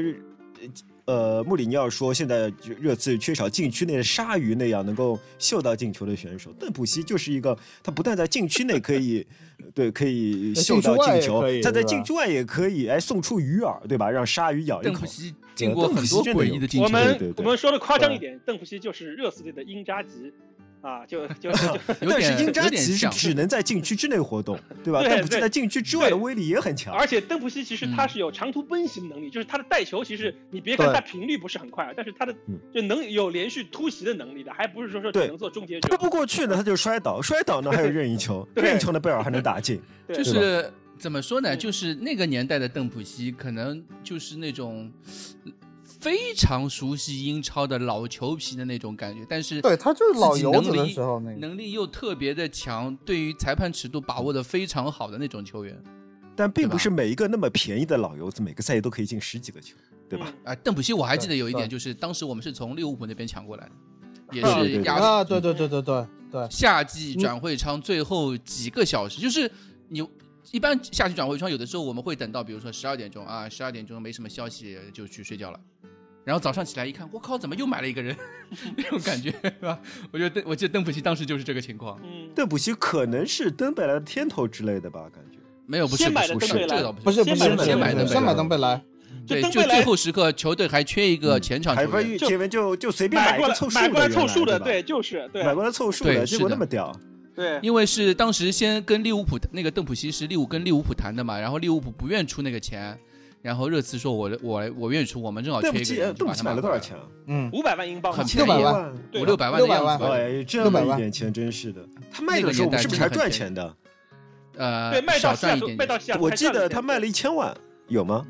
Speaker 5: 呃，穆里尼奥说现在热刺缺少禁区内的鲨鱼那样能够嗅到进球的选手，邓普西就是一个他不但在禁区内可以 *laughs* 对可以
Speaker 4: 在
Speaker 5: 嗅
Speaker 4: 禁
Speaker 5: 到
Speaker 4: 区外
Speaker 5: 进
Speaker 4: 也
Speaker 5: 球
Speaker 4: 可以，
Speaker 5: 他在
Speaker 4: 是吧
Speaker 5: 禁区外也可以哎送出鱼饵，对吧？让鲨鱼咬一
Speaker 2: 邓
Speaker 5: 口哎
Speaker 2: 普。西进过很多诡异的进
Speaker 3: 我
Speaker 2: 球。
Speaker 3: 们
Speaker 5: 对对对
Speaker 3: 我们说的夸张一点，邓普西就是热刺队的英扎吉，啊，
Speaker 5: *laughs*
Speaker 3: 就就就就
Speaker 2: 有
Speaker 5: 但是
Speaker 2: 点
Speaker 5: 英扎
Speaker 2: 有点
Speaker 5: 吉是
Speaker 2: 像，
Speaker 5: 只能在禁区之内活动，对吧？
Speaker 3: 对
Speaker 5: 邓普西
Speaker 3: 对
Speaker 5: 在禁区之外的
Speaker 3: 对
Speaker 5: 威力也很强。
Speaker 3: 而且邓普西其实他
Speaker 2: 嗯
Speaker 3: 是有长途奔袭的能力，就是他的带球，其实你别看
Speaker 4: 对
Speaker 3: 他频率不是很快，啊但是他的
Speaker 5: 嗯
Speaker 3: 就能有连续突袭的能力的，还不是说说只
Speaker 5: 对
Speaker 3: 能做终结
Speaker 5: 推
Speaker 3: 者。
Speaker 5: 不过去呢，他就摔倒，摔倒呢还有任意球，
Speaker 3: 对
Speaker 5: 任意球呢贝尔还能打进。
Speaker 3: 对
Speaker 2: 就是怎么说呢？
Speaker 3: 嗯
Speaker 2: 就是那个年代的邓普西，可能就是那种呃非常熟悉英超的老球皮的那种感觉，但是
Speaker 4: *laughs* 对他就是老
Speaker 2: 自己
Speaker 4: 油
Speaker 2: 能
Speaker 4: 子的
Speaker 2: 力
Speaker 4: 时候那个。
Speaker 2: 能力又特别的强，对于裁判尺度把握的非常好的那种球员
Speaker 5: 但并
Speaker 2: 对吧
Speaker 5: 不是每一个那么便宜的老油子，每个赛季都可以进十几个球，对吧？
Speaker 3: 嗯
Speaker 2: 啊。邓普西我还记得有一点，
Speaker 4: 对
Speaker 2: 就是当时我们是从利物浦那边抢过来的，也
Speaker 5: 对对
Speaker 2: 是
Speaker 5: 对
Speaker 2: 压
Speaker 4: 啊，对对对对对对，
Speaker 2: 夏季转会窗最后几个小时，就是你一般夏季转会窗有的时候我们会等到，比如说十二点钟啊，十二点钟没什么消息就去睡觉了。然后早上起来一看，我靠，怎么又买了一
Speaker 3: *laughs*
Speaker 2: 个人？那种感觉，是吧？我觉得邓，我记得邓普西当时就是这个情况。
Speaker 3: 嗯，
Speaker 5: 邓普西可能是登贝莱的天头之类的吧，感觉。
Speaker 2: 没有，不是，
Speaker 3: 先
Speaker 2: 不
Speaker 3: 买
Speaker 2: 是，
Speaker 3: 的
Speaker 2: 不是，
Speaker 3: 邓贝
Speaker 2: 这
Speaker 3: 莱
Speaker 2: 个倒
Speaker 4: 不
Speaker 2: 不是。
Speaker 4: 是不是
Speaker 3: 先买
Speaker 4: 不是
Speaker 2: 先
Speaker 4: 不
Speaker 2: 买
Speaker 4: 是
Speaker 2: 的
Speaker 4: 先
Speaker 2: 贝
Speaker 4: 买
Speaker 2: 莱
Speaker 4: 登贝莱，
Speaker 2: 对，
Speaker 3: 邓
Speaker 2: 就
Speaker 3: 贝莱
Speaker 2: 最后时刻，球嗯队还缺一个前场
Speaker 5: 海
Speaker 2: 球
Speaker 5: 关
Speaker 2: 员。
Speaker 5: 杰文就就随便
Speaker 3: 买
Speaker 5: 买一
Speaker 3: 过
Speaker 5: 个
Speaker 3: 来
Speaker 5: 凑数
Speaker 3: 买
Speaker 5: 的原
Speaker 3: 过
Speaker 5: 来，
Speaker 3: 来凑数的，
Speaker 5: 吧
Speaker 3: 对，，就是对
Speaker 5: 买过来凑数
Speaker 2: 对
Speaker 5: 的，
Speaker 2: 是
Speaker 5: 结果
Speaker 2: 的
Speaker 5: 那么屌。
Speaker 3: 对
Speaker 2: 因为是当时先跟利物浦那个邓普西是利物跟利物浦谈的嘛，然后利物浦不愿出那个钱，然后热刺说我我我愿意出，我们正好缺
Speaker 5: 邓普
Speaker 2: 一个
Speaker 5: 西，
Speaker 2: 人，就把
Speaker 5: 邓普
Speaker 2: 他
Speaker 5: 西
Speaker 2: 买
Speaker 5: 买了
Speaker 2: 过
Speaker 5: 多
Speaker 2: 来
Speaker 5: 少钱啊？
Speaker 4: 嗯，
Speaker 3: 五百万英镑嘛，
Speaker 2: 很
Speaker 4: 六
Speaker 2: 便宜
Speaker 4: 百
Speaker 2: 啊
Speaker 4: 万，
Speaker 3: 对
Speaker 2: 五六百万的
Speaker 4: 600
Speaker 2: 样子吧。
Speaker 5: 哎，这么一点钱真是的。他卖的时候我们是不是还赚钱的？
Speaker 2: 呃，
Speaker 3: 对，卖到
Speaker 2: 少
Speaker 3: 西雅
Speaker 2: 赚一
Speaker 3: 图，
Speaker 2: 点
Speaker 3: 卖到
Speaker 2: 点，
Speaker 3: 西雅图，
Speaker 5: 我
Speaker 3: 还
Speaker 5: 记
Speaker 3: 赚了
Speaker 5: 得
Speaker 3: 一点
Speaker 5: 他卖了一千万，有吗？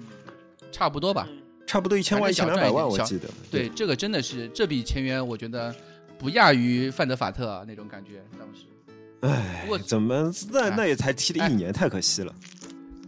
Speaker 2: 差不多吧。
Speaker 3: 嗯
Speaker 5: 差不多一千万、
Speaker 2: 反
Speaker 5: 一千
Speaker 2: 正小
Speaker 5: 两
Speaker 2: 赚
Speaker 5: 百
Speaker 2: 一点
Speaker 5: 万，我
Speaker 2: 小
Speaker 5: 记得。
Speaker 2: 对，这个真的是这笔签约，我觉得不亚于范德法特、啊那种感觉。当时
Speaker 5: 哎
Speaker 2: 不过，
Speaker 5: 怎么那
Speaker 2: 哎
Speaker 5: 那也才踢了一年，太可惜了。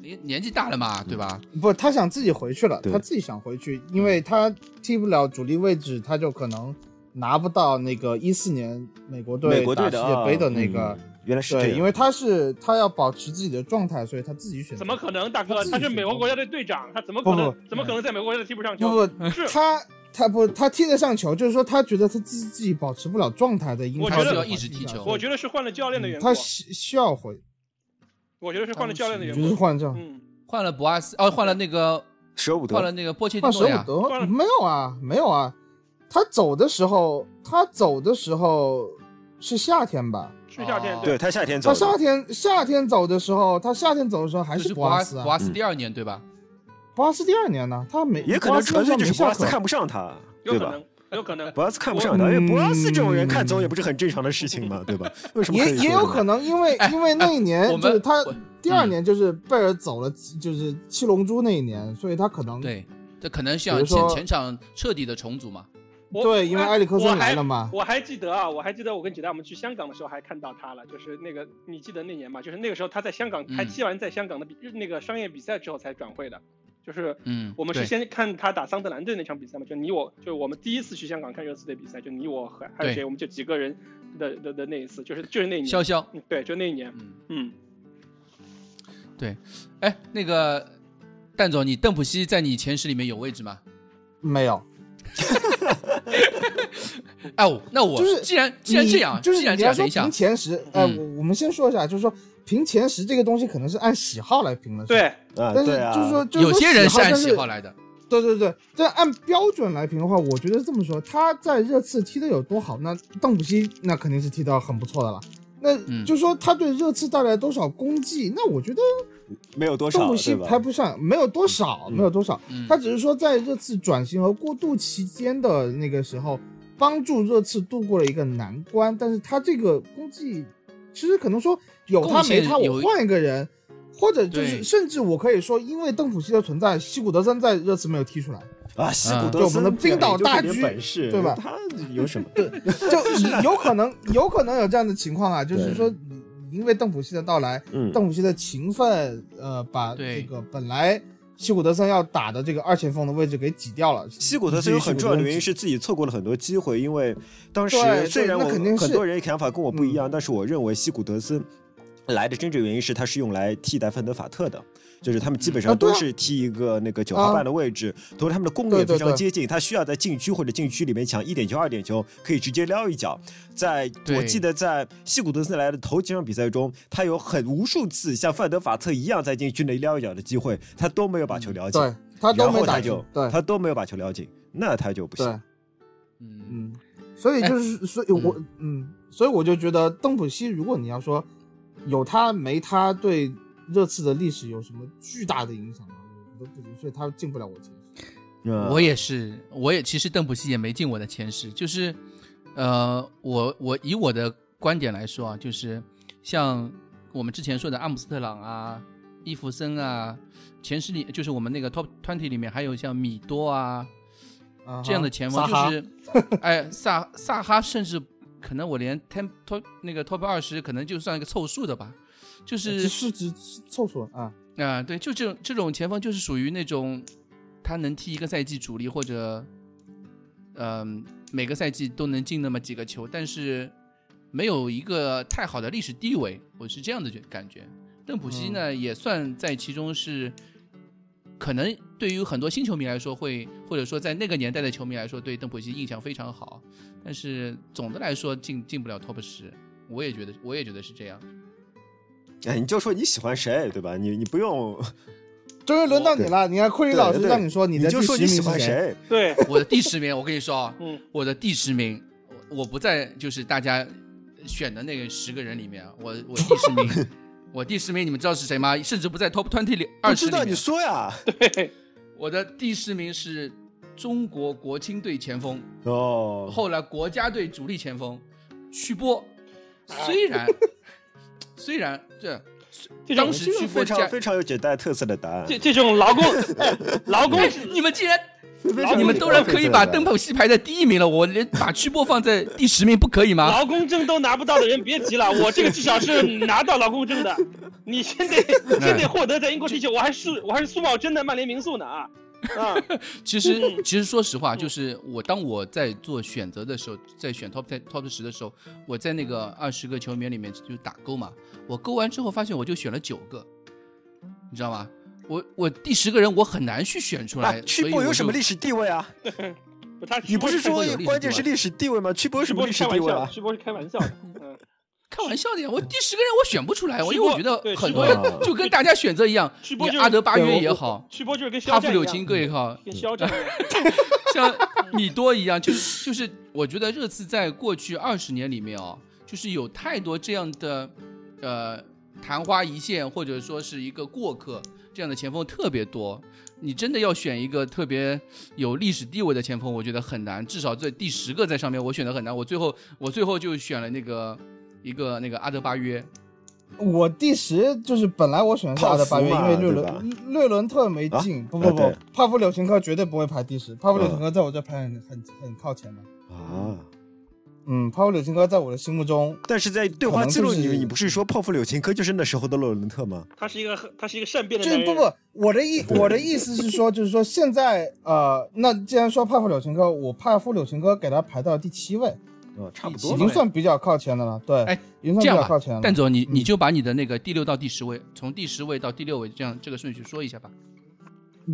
Speaker 2: 年年纪大了嘛，对吧？
Speaker 4: 嗯不，他想自己回去了，
Speaker 5: 对
Speaker 4: 他自己想回去，因为他踢不了主力位置，他就可能拿不到那个一四年美国队
Speaker 5: 美国队
Speaker 4: 打
Speaker 5: 的
Speaker 4: 世
Speaker 5: 啊
Speaker 4: 界杯的那个。
Speaker 5: 嗯原来是这
Speaker 4: 对，
Speaker 5: 样，
Speaker 4: 因为他是他要保持自己的状态，所以他自己选择。
Speaker 3: 怎么可能，大
Speaker 4: 他
Speaker 3: 哥？
Speaker 4: 自己
Speaker 3: 他是美
Speaker 4: 选
Speaker 3: 国
Speaker 4: 的
Speaker 3: 国家队队长，他怎么
Speaker 4: 不
Speaker 3: 可
Speaker 4: 不
Speaker 3: 能？怎么可能在美国国家队踢不上球？
Speaker 4: 不不，
Speaker 3: 是
Speaker 4: 他他不他踢得上球，就是说他觉得他自自己保持不了状态的因
Speaker 3: 我
Speaker 4: 素。
Speaker 3: 觉得
Speaker 4: 他
Speaker 3: 要
Speaker 2: 一直踢球
Speaker 3: 我觉得是换了教练的缘
Speaker 4: 嗯
Speaker 3: 故。
Speaker 4: 他需需要回，
Speaker 3: 我觉得是换了教练的缘
Speaker 4: 就是
Speaker 3: 故。
Speaker 4: 换这样，
Speaker 3: 嗯，
Speaker 2: 换了博阿斯，哦，换了那个，
Speaker 5: 舍伍
Speaker 2: 换
Speaker 5: 德
Speaker 2: 了那个波切蒂
Speaker 4: 换舍
Speaker 2: 诺
Speaker 4: 伍
Speaker 2: 呀。
Speaker 3: 换
Speaker 4: 德
Speaker 3: 了
Speaker 4: 没有啊，没有啊，他走的时候，他走的时候是夏天吧？
Speaker 3: 是夏天
Speaker 2: 哦
Speaker 5: 对他夏天走
Speaker 4: 他
Speaker 5: 的，
Speaker 4: 夏天夏天走的时候，他夏天走的时候还
Speaker 2: 这是
Speaker 4: 博
Speaker 2: 阿
Speaker 4: 阿
Speaker 2: 斯，
Speaker 4: 斯
Speaker 2: 博
Speaker 4: 啊，
Speaker 2: 阿斯第二年对吧？
Speaker 4: 博阿斯第二年呢，他没
Speaker 5: 也可能纯粹就是博
Speaker 4: 博
Speaker 5: 阿
Speaker 4: 阿
Speaker 5: 斯
Speaker 4: 斯
Speaker 5: 看不上他，
Speaker 3: 有
Speaker 5: 对
Speaker 3: 可
Speaker 5: 吧？
Speaker 3: 能，有可能。
Speaker 5: 博阿斯看不上他，因为博阿斯这种人看走也不是很正常的事情嘛，对吧？为什么可
Speaker 4: 嗯也
Speaker 5: 以
Speaker 4: 也
Speaker 5: 说
Speaker 4: 有
Speaker 5: 呢
Speaker 4: 可能，
Speaker 2: *laughs*
Speaker 4: 因为因为那一
Speaker 2: 我
Speaker 4: 年
Speaker 2: 们
Speaker 4: 就是他
Speaker 2: 我嗯
Speaker 4: 第二年就是贝尔走了，就是七龙珠那一年，所以他可能
Speaker 2: 对，这可能是
Speaker 4: 比
Speaker 2: 想
Speaker 4: 如说
Speaker 2: 前前场彻底的重组嘛。
Speaker 3: 我
Speaker 4: 对因为
Speaker 3: 哎
Speaker 4: 埃里克
Speaker 3: 我
Speaker 4: 森
Speaker 3: 还
Speaker 4: 来了嘛。
Speaker 3: 我还记得啊，我还记得我跟姐大我们去香港的时候还看到他了，就是那个你记得那年嘛，就是那个时候他在香港，
Speaker 2: 嗯
Speaker 3: 他踢完在香港的比那个商业比赛之后才转会的，就是
Speaker 2: 嗯，
Speaker 3: 我们是
Speaker 2: 对
Speaker 3: 先看他打桑德兰队那场比赛嘛，就你我，就是我们第一次去香港看热刺队比赛，就你我和还有
Speaker 2: 对
Speaker 3: 谁，我们就几个人的的的那一次，就是就是那一年，
Speaker 2: 潇潇，
Speaker 3: 嗯对，就那一年，
Speaker 2: 嗯，
Speaker 3: 嗯，
Speaker 2: 哎，那个蛋总，你邓普西在你前十里面有位置吗？
Speaker 4: 没有，
Speaker 2: 哎，我那我
Speaker 4: 就是
Speaker 2: 既然既然这
Speaker 4: 你
Speaker 2: 样，
Speaker 4: 就是
Speaker 2: 既然
Speaker 4: 你
Speaker 2: 这
Speaker 4: 要
Speaker 2: 样，
Speaker 4: 说
Speaker 2: 等一下
Speaker 4: 评，前十，呃，
Speaker 2: 嗯
Speaker 4: 我我们先说一下，就是说评前十这个东西可能是按喜好来评的，，
Speaker 3: 对，
Speaker 5: 啊，
Speaker 4: 但是
Speaker 5: 对啊，
Speaker 4: 就是说就是
Speaker 2: 有些人是按喜
Speaker 4: 来。但
Speaker 2: 好
Speaker 4: 是
Speaker 2: 来的。
Speaker 4: 对对对，但按标准来评的话，我觉得这么说，他在热刺踢的有多好，那邓普西那肯定是踢得很不错的了。
Speaker 2: 嗯
Speaker 4: 那就说他对热刺带来多少功绩，那我觉得
Speaker 5: 没有多
Speaker 4: 邓
Speaker 5: 少，
Speaker 4: 普
Speaker 5: 对
Speaker 4: 西
Speaker 5: 吧
Speaker 4: 排？不上，没有多少，
Speaker 5: 嗯
Speaker 4: 没有多少。
Speaker 2: 嗯，
Speaker 4: 他只是说在热刺转型和过渡期间的那个时候，帮助热刺度过了一个难关。但是他这个功绩，其实可能说有他
Speaker 2: 贡献
Speaker 4: 没他，
Speaker 2: 有
Speaker 4: 我换一个人，或者就
Speaker 2: 对
Speaker 4: 是甚至我可以说，因为邓普西的存在，西古德森在热刺没有踢
Speaker 2: *laughs*
Speaker 4: 出来。
Speaker 5: 啊，西
Speaker 2: 嗯
Speaker 5: 古
Speaker 4: 对
Speaker 5: 德
Speaker 4: 我
Speaker 5: 森
Speaker 4: 们的冰岛大
Speaker 5: 就
Speaker 4: 狙
Speaker 5: 是点本事，
Speaker 4: 对吧
Speaker 5: 他有什么？
Speaker 4: 就有可能有可能有这样的情况啊，就是说你因为邓普西的到来，
Speaker 5: 嗯，
Speaker 4: 邓普西的勤奋，呃，把
Speaker 2: 对
Speaker 4: 这个本来西古德森要打的这个二前锋的位置给挤掉了。
Speaker 5: 西古德森有很重要的原因是自己错过了很多机会，因为当时
Speaker 4: 对
Speaker 5: 虽然
Speaker 4: 对
Speaker 5: 我
Speaker 4: 那肯定是嗯
Speaker 5: 很多人想法跟我不一样，但是我认为西古德森来的真正原因是他是用来替代范德法特的。就是他们基本
Speaker 4: 啊
Speaker 5: 上
Speaker 4: 对
Speaker 5: 都
Speaker 4: 啊
Speaker 5: 是踢一个那个九号半的位置，同时他们的攻略
Speaker 4: 对对
Speaker 5: 非常
Speaker 4: 对
Speaker 5: 接近，他需要在禁区或者禁区里面抢一点球、二点球，可以直接撩一脚。在我
Speaker 2: 对
Speaker 5: 记得在西古德森来的头几场比赛中，他有很无数次像范德法特一样在禁区内撩一脚的机会，他都没有把球撩进。
Speaker 4: 嗯对他都
Speaker 5: 然后
Speaker 4: 没
Speaker 5: 他
Speaker 4: 打
Speaker 5: 就
Speaker 4: 进，对
Speaker 5: 他都没有把球撩进，那他就不行。
Speaker 4: 对，
Speaker 2: 嗯，
Speaker 4: 嗯，所以
Speaker 5: 哎
Speaker 4: 就是，所以我，嗯，所以我就觉得邓普西，如果你要说有他没他，对热刺的历史有什么巨大的影响吗？我觉得不行，所以他进不了我前十。
Speaker 5: 嗯
Speaker 2: 我也是，我也其实邓普西也没进我的前十，就是，呃，我我以我的观点来说啊，就是像我们之前说的阿姆斯特朗啊、伊弗森啊，前十里就是我们那个 top twenty 里面还有像米多啊
Speaker 4: 啊哈
Speaker 2: 这样的前
Speaker 4: 萨
Speaker 2: 锋，就
Speaker 4: 哈
Speaker 2: 是，
Speaker 4: *laughs*
Speaker 2: 哎，萨萨哈甚至可能我连 ten top 那个 top 二十可能就算一个凑数的吧，就是
Speaker 4: 只是只只凑数啊，
Speaker 2: 啊、对，就这种这种前锋就是属于那种，他能踢一个赛季主力或者，嗯、每个赛季都能进那么几个球，但是没有一个太好的历史地位，我是这样的觉感觉。邓普西呢，也算在其中是，可能对于很多新球迷来说会，或者说在那个年代的球迷来说，对邓普西印象非常好，但是总的来说进进不了 top 十，我也觉得我也觉得是这样。
Speaker 5: 哎，你就说你喜欢谁，对吧？你你
Speaker 4: *laughs*
Speaker 5: 不用，
Speaker 4: 终于轮到你了，你看库里老师
Speaker 5: 哦对对
Speaker 4: 让你说你
Speaker 5: 你
Speaker 4: 的第
Speaker 5: 就说
Speaker 4: 十
Speaker 5: 你
Speaker 4: 名
Speaker 5: 喜
Speaker 4: 是
Speaker 5: 欢
Speaker 4: 谁？
Speaker 5: 谁。
Speaker 3: 对，
Speaker 2: 我的第十名，我跟你说啊，
Speaker 3: 嗯，
Speaker 2: 我的第十名，我我不在就是大家选的那个十个人里面，啊我我第十 *laughs* 名，我第十名，你们知道是谁吗？甚至不在 top twenty 里
Speaker 5: 不
Speaker 2: 二十啊
Speaker 5: 知
Speaker 2: 里
Speaker 5: 道
Speaker 2: 面
Speaker 5: 你
Speaker 2: *laughs*
Speaker 5: 说呀？
Speaker 3: 对，
Speaker 2: 我的第十名是中国国青队前锋，
Speaker 5: 哦，
Speaker 2: 后来国家队啊 *laughs* 主力前锋曲波，虽然、虽然这
Speaker 3: 这种
Speaker 2: 当时
Speaker 5: 这
Speaker 2: 去
Speaker 5: 个
Speaker 2: 过
Speaker 5: 非
Speaker 2: 加
Speaker 5: 常，非常有简单特色的答案。
Speaker 3: 这这种劳
Speaker 2: *laughs*
Speaker 3: 工劳工
Speaker 2: 哎，你们竟然
Speaker 5: 非常
Speaker 2: 你们
Speaker 5: 有
Speaker 2: 都
Speaker 5: 简
Speaker 2: 然
Speaker 5: 单
Speaker 2: 可
Speaker 5: 特
Speaker 2: 以
Speaker 5: 色的
Speaker 2: 把
Speaker 5: 答
Speaker 2: 灯
Speaker 5: 案哎
Speaker 2: 泡西排在第一名了，我连把曲波放在第十名不可以吗？
Speaker 3: 劳工证都拿不到的人，别急了，我这个至少是拿到劳工证
Speaker 2: *laughs*
Speaker 3: 的。你先得先得获得在英国地区，我还是我还是苏茂贞的曼联民宿呢啊啊！
Speaker 2: 其实
Speaker 3: *laughs*
Speaker 2: 其实说实话，
Speaker 3: 嗯
Speaker 2: 就是我当我在做选择的时候，在选 top ten top 十的时候，我在那个二十个球员里面就打勾嘛，我勾完之后发现我就选了九个，你知道吗？我我第十个人我很难去选出来，
Speaker 5: 啊，曲
Speaker 2: 所以
Speaker 5: 波
Speaker 2: 我
Speaker 5: 有什
Speaker 2: 就
Speaker 5: 么历史地位啊？
Speaker 3: 不他
Speaker 5: 你不是
Speaker 2: 曲波
Speaker 5: 说
Speaker 2: 有历史
Speaker 5: 关键
Speaker 2: 地
Speaker 5: 是
Speaker 2: 位
Speaker 5: 历史地位吗？曲波有什
Speaker 3: 徐
Speaker 5: 么
Speaker 3: 波
Speaker 5: 历
Speaker 3: 是
Speaker 5: 史
Speaker 3: 开
Speaker 5: 地
Speaker 3: 玩
Speaker 5: 位
Speaker 3: 笑，
Speaker 5: 啊？
Speaker 3: 徐波是开玩笑
Speaker 2: *laughs*
Speaker 3: 的，嗯，
Speaker 2: 开玩笑的呀，我第十个人我选不出来，我因为我觉得
Speaker 3: 对
Speaker 2: 很
Speaker 3: 直
Speaker 2: 多
Speaker 5: 播 *laughs*
Speaker 2: 人就跟大家选择一样，
Speaker 3: 直
Speaker 2: 你
Speaker 3: 播就是
Speaker 2: 阿德巴约也好，
Speaker 3: 徐波就是跟肖
Speaker 2: 哈弗
Speaker 3: 战
Speaker 2: 柳
Speaker 3: 一
Speaker 2: 琴
Speaker 3: 样，
Speaker 2: 哥也好，
Speaker 3: 跟肖战一样。
Speaker 2: 像米多一样，就是就是，我觉得热刺在过去二十年里面哦，就是有太多这样的，呃，昙花一现或者说是一个过客这样的前锋特别多。你真的要选一个特别有历史地位的前锋，我觉得很难。至少在第十个在上面，我选的很难。我最后我最后就选了那个一个那个阿德巴约，
Speaker 4: 我第十就是本来我选的是阿德巴约，
Speaker 5: 泡芙
Speaker 4: 因
Speaker 5: 嘛
Speaker 4: 为略
Speaker 5: 对吧
Speaker 4: 伦略伦特没进，不不
Speaker 5: 啊
Speaker 4: 不
Speaker 5: 对，
Speaker 4: 帕夫柳琴科绝对不会排第十，帕夫柳琴科在我这排很很很靠前的。
Speaker 5: 啊！
Speaker 4: 嗯，帕夫柳琴科在我的心目中，
Speaker 5: 但是在对
Speaker 4: 可
Speaker 5: 话
Speaker 4: 能
Speaker 5: 记
Speaker 4: 就
Speaker 5: 录里
Speaker 4: 是
Speaker 5: 面，你不是说泡芙柳琴科就是那时候的洛伦特吗？
Speaker 3: 他是一个很他是一个善变的
Speaker 4: 就
Speaker 3: 男
Speaker 4: 是
Speaker 3: 人。
Speaker 4: 不不，我的意我的意思是说，就是说现在呃，那既然说帕夫柳琴科，我帕夫柳琴科给他排到第七位，
Speaker 5: 啊，差不
Speaker 2: 已
Speaker 5: 多
Speaker 4: 已
Speaker 5: 了
Speaker 4: 经。算比较靠前的了。对，
Speaker 2: 哎
Speaker 4: 已经算
Speaker 2: 这样
Speaker 4: 比
Speaker 2: 吧
Speaker 4: 较靠前了。
Speaker 2: 蛋总，你
Speaker 4: 嗯
Speaker 2: 你就把你的那个第六到第十位，从第十位到第六位这样这个顺序说一下吧。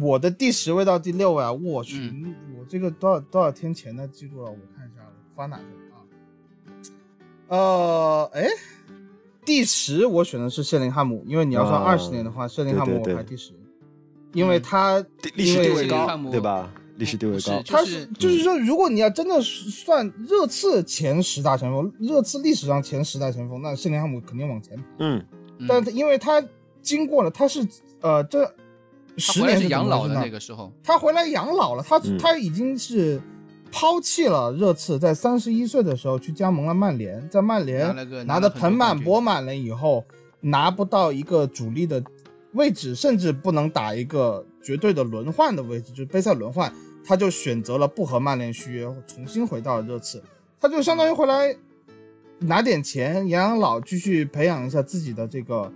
Speaker 4: 我的第十位到第六位啊，我去，
Speaker 2: 嗯
Speaker 4: 我这个多少多少天前的记录了，我看一下，我发哪去了啊？呃，哎，第十我选的是谢林汉姆，因为你要算
Speaker 5: 啊
Speaker 4: 二十年的话，谢林汉姆
Speaker 5: 对对
Speaker 4: 我排
Speaker 5: 对
Speaker 4: 第十，因为他、
Speaker 5: 地历史地
Speaker 4: 因为
Speaker 5: 位
Speaker 2: 汉姆
Speaker 5: 高，对吧？历史地位
Speaker 2: 不是
Speaker 5: 高，
Speaker 4: 他
Speaker 2: 嗯就是嗯
Speaker 4: 就是说，如果你要真的算热刺前十大前锋，热刺历史上前十大前锋，那谢林汉姆肯定往前排，
Speaker 5: 嗯，
Speaker 2: 嗯
Speaker 4: 但是因为他经过了，他是呃这
Speaker 2: 他
Speaker 4: 十
Speaker 2: 回来
Speaker 4: 年
Speaker 2: 是养老的
Speaker 4: 的
Speaker 2: 那个时候，
Speaker 4: 他回来养老了，他、
Speaker 5: 嗯
Speaker 4: 他已经是抛弃了热刺，在三十一岁的时候去加盟了曼联，在曼
Speaker 2: 拿
Speaker 4: 联
Speaker 2: 了个
Speaker 4: 拿
Speaker 2: 了
Speaker 4: 的
Speaker 2: 很多
Speaker 4: 盆满
Speaker 2: 冠军
Speaker 4: 钵满了以后，拿不到一个主力的位置，甚至不能打一个绝对的轮换的位置，就是杯赛轮换，他就选择了不和曼联续约，重新回到了热刺，他就相当于回来拿点钱养养老，继续培养一下自己的这个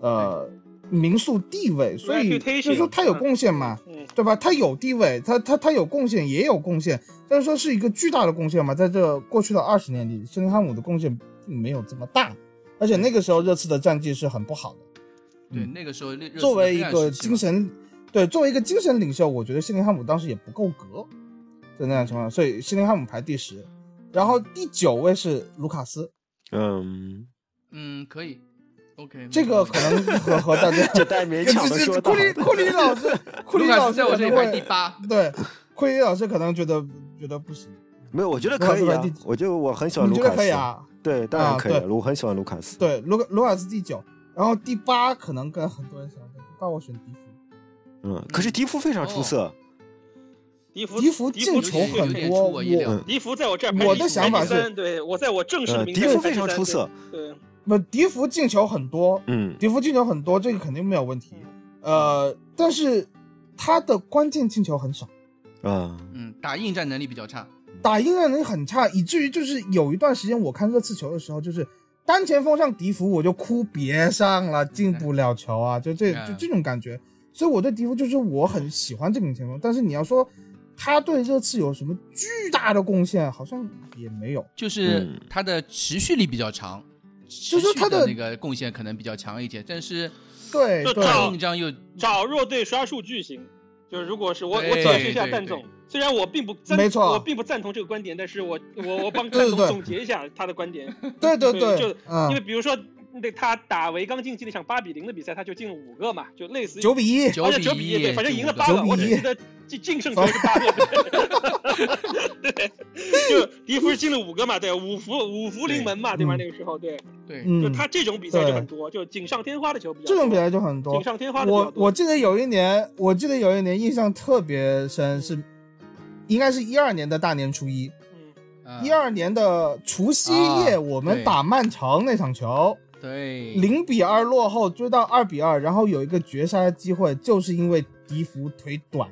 Speaker 4: 呃
Speaker 2: 哎
Speaker 4: 民宿地位，所以就是说他有贡献嘛。
Speaker 3: 嗯，
Speaker 4: 对吧？他有地位，他他他有贡献，也有贡献，但是说是一个巨大的贡献嘛，在这过去的二十年里，森林汉姆的贡献并没有这么大，而且那个时候热刺的战绩是很不好的。
Speaker 2: 对，
Speaker 4: 嗯
Speaker 2: 那个时候热热刺
Speaker 4: 作为
Speaker 2: 的
Speaker 4: 一
Speaker 2: 黑暗
Speaker 4: 个
Speaker 2: 时期
Speaker 4: 精
Speaker 2: 嘛
Speaker 4: 神，对，作为一个精神领袖，我觉得森林汉姆当时也不够格，在那样的情况下，所以森林汉姆排第十，然后第九位是卢卡斯，
Speaker 5: 嗯，
Speaker 2: 嗯，可以，OK，
Speaker 4: 这个
Speaker 2: 没
Speaker 4: 可
Speaker 2: 问题
Speaker 4: 能和和大家
Speaker 5: 这太勉强
Speaker 4: *laughs*
Speaker 5: 的
Speaker 4: 这
Speaker 5: 说
Speaker 4: 这
Speaker 5: 到
Speaker 4: 库
Speaker 5: 了
Speaker 4: 里库里老师，库里
Speaker 2: 卢卡
Speaker 4: 老
Speaker 2: 斯
Speaker 4: 师
Speaker 2: 在我
Speaker 4: 可
Speaker 2: 这里
Speaker 4: 能
Speaker 2: 排第
Speaker 4: 会
Speaker 2: 八，
Speaker 4: 对，库里老师可能觉得觉得不行。
Speaker 5: 没有，我觉得可以
Speaker 4: 卢卡
Speaker 5: 啊
Speaker 4: 斯排第，
Speaker 5: 我就我很喜欢
Speaker 4: 你
Speaker 5: 卢
Speaker 4: 觉
Speaker 5: 卡
Speaker 4: 得
Speaker 5: 斯，
Speaker 4: 可以啊？
Speaker 5: 对，当然
Speaker 4: 啊
Speaker 5: 可以
Speaker 4: 对
Speaker 5: 了，我很喜欢卢卡斯，
Speaker 4: 对，卢卢卡斯第九，然后第八可能跟很多人想的，但我选迪福。
Speaker 5: 嗯，可是迪夫非常出色，
Speaker 3: 嗯迪福
Speaker 4: 迪福
Speaker 3: 迪
Speaker 4: 进球
Speaker 2: 有
Speaker 4: 很
Speaker 2: 点
Speaker 4: 多，嗯
Speaker 2: 出我意料
Speaker 4: 我
Speaker 3: 迪福在我这儿排
Speaker 4: 我
Speaker 3: 第
Speaker 4: 的想法
Speaker 3: 排第
Speaker 4: 是
Speaker 3: 三对我在我正式的
Speaker 5: 嗯，
Speaker 3: 名
Speaker 5: 迪
Speaker 3: 单
Speaker 5: 夫
Speaker 3: 排
Speaker 5: 非
Speaker 3: 第
Speaker 5: 常
Speaker 3: 三
Speaker 5: 出色，，
Speaker 3: 对，对
Speaker 4: 不迪福进球很多，
Speaker 5: 嗯，
Speaker 4: 迪福进球很多，这个肯定没有问题。呃，但是他的关键进球很少，
Speaker 5: 啊，
Speaker 2: 嗯，打应战能力比较差，
Speaker 4: 打应该能力很差，以至于就是有一段时间我看热刺球的时候，就是单前锋上迪福我就哭，别上了，进不了球啊，就这
Speaker 2: 嗯
Speaker 4: 就这种感觉。所以我对迪福就是我很喜欢这名前锋，但是你要说他对热刺有什么巨大的贡献，好像也没有。
Speaker 2: 就是
Speaker 5: 嗯
Speaker 2: 他的持续力比较长，持
Speaker 4: 就说
Speaker 2: 续
Speaker 4: 他
Speaker 2: 的
Speaker 4: 的
Speaker 2: 那个贡献可能比较强一点，但是
Speaker 4: 对
Speaker 3: 就这，
Speaker 4: 对
Speaker 2: 打
Speaker 3: 样
Speaker 2: 硬仗又
Speaker 3: 找弱队刷数据型，就是如果是我
Speaker 2: 对
Speaker 3: 我解释一下
Speaker 2: 对
Speaker 3: 蛋
Speaker 2: 对
Speaker 3: 总，虽然我并不赞
Speaker 4: 没错
Speaker 3: 我并不赞同这个观点，但是我我我帮
Speaker 4: 对
Speaker 3: 蛋
Speaker 4: 对
Speaker 3: 总
Speaker 4: 对
Speaker 3: 总结一下他的观点，
Speaker 4: 对对
Speaker 3: 对就因为
Speaker 4: 嗯，
Speaker 3: 比如说那他打维冈竞技那场八比零的比赛，他就进了五个嘛，就类似于
Speaker 4: 九比一，
Speaker 2: 九
Speaker 3: 而且九
Speaker 2: 比
Speaker 3: 比
Speaker 2: 一，
Speaker 3: 对，反正赢了八
Speaker 2: 就
Speaker 4: 九
Speaker 3: 个，
Speaker 4: 比
Speaker 3: 我
Speaker 4: 一
Speaker 3: 只记得净净胜球是八个，对， *laughs*
Speaker 4: *laughs*
Speaker 3: 就迪福是进了五个嘛，对，五福五福临门嘛，对吧？
Speaker 4: 嗯
Speaker 3: 那个时候，对，
Speaker 2: 对，
Speaker 3: 就
Speaker 4: 嗯，
Speaker 3: 他这种比赛就
Speaker 4: 对
Speaker 3: 很多，就锦上添花的球比较
Speaker 4: 这种比
Speaker 3: 多
Speaker 4: 赛就很多。
Speaker 3: 锦上添花的比较
Speaker 4: 我
Speaker 3: 多
Speaker 4: 我记得有一年，我记得有一年印象特别深，是应该是一二年的大年初一，
Speaker 3: 嗯
Speaker 2: 嗯
Speaker 4: 一二年的除夕夜，
Speaker 2: 啊
Speaker 4: 我们
Speaker 2: 对
Speaker 4: 打曼城那场球，
Speaker 2: 对，
Speaker 4: 零比二落后，追到二比二，然后有一个绝杀的机会，就是因因为迪福腿短，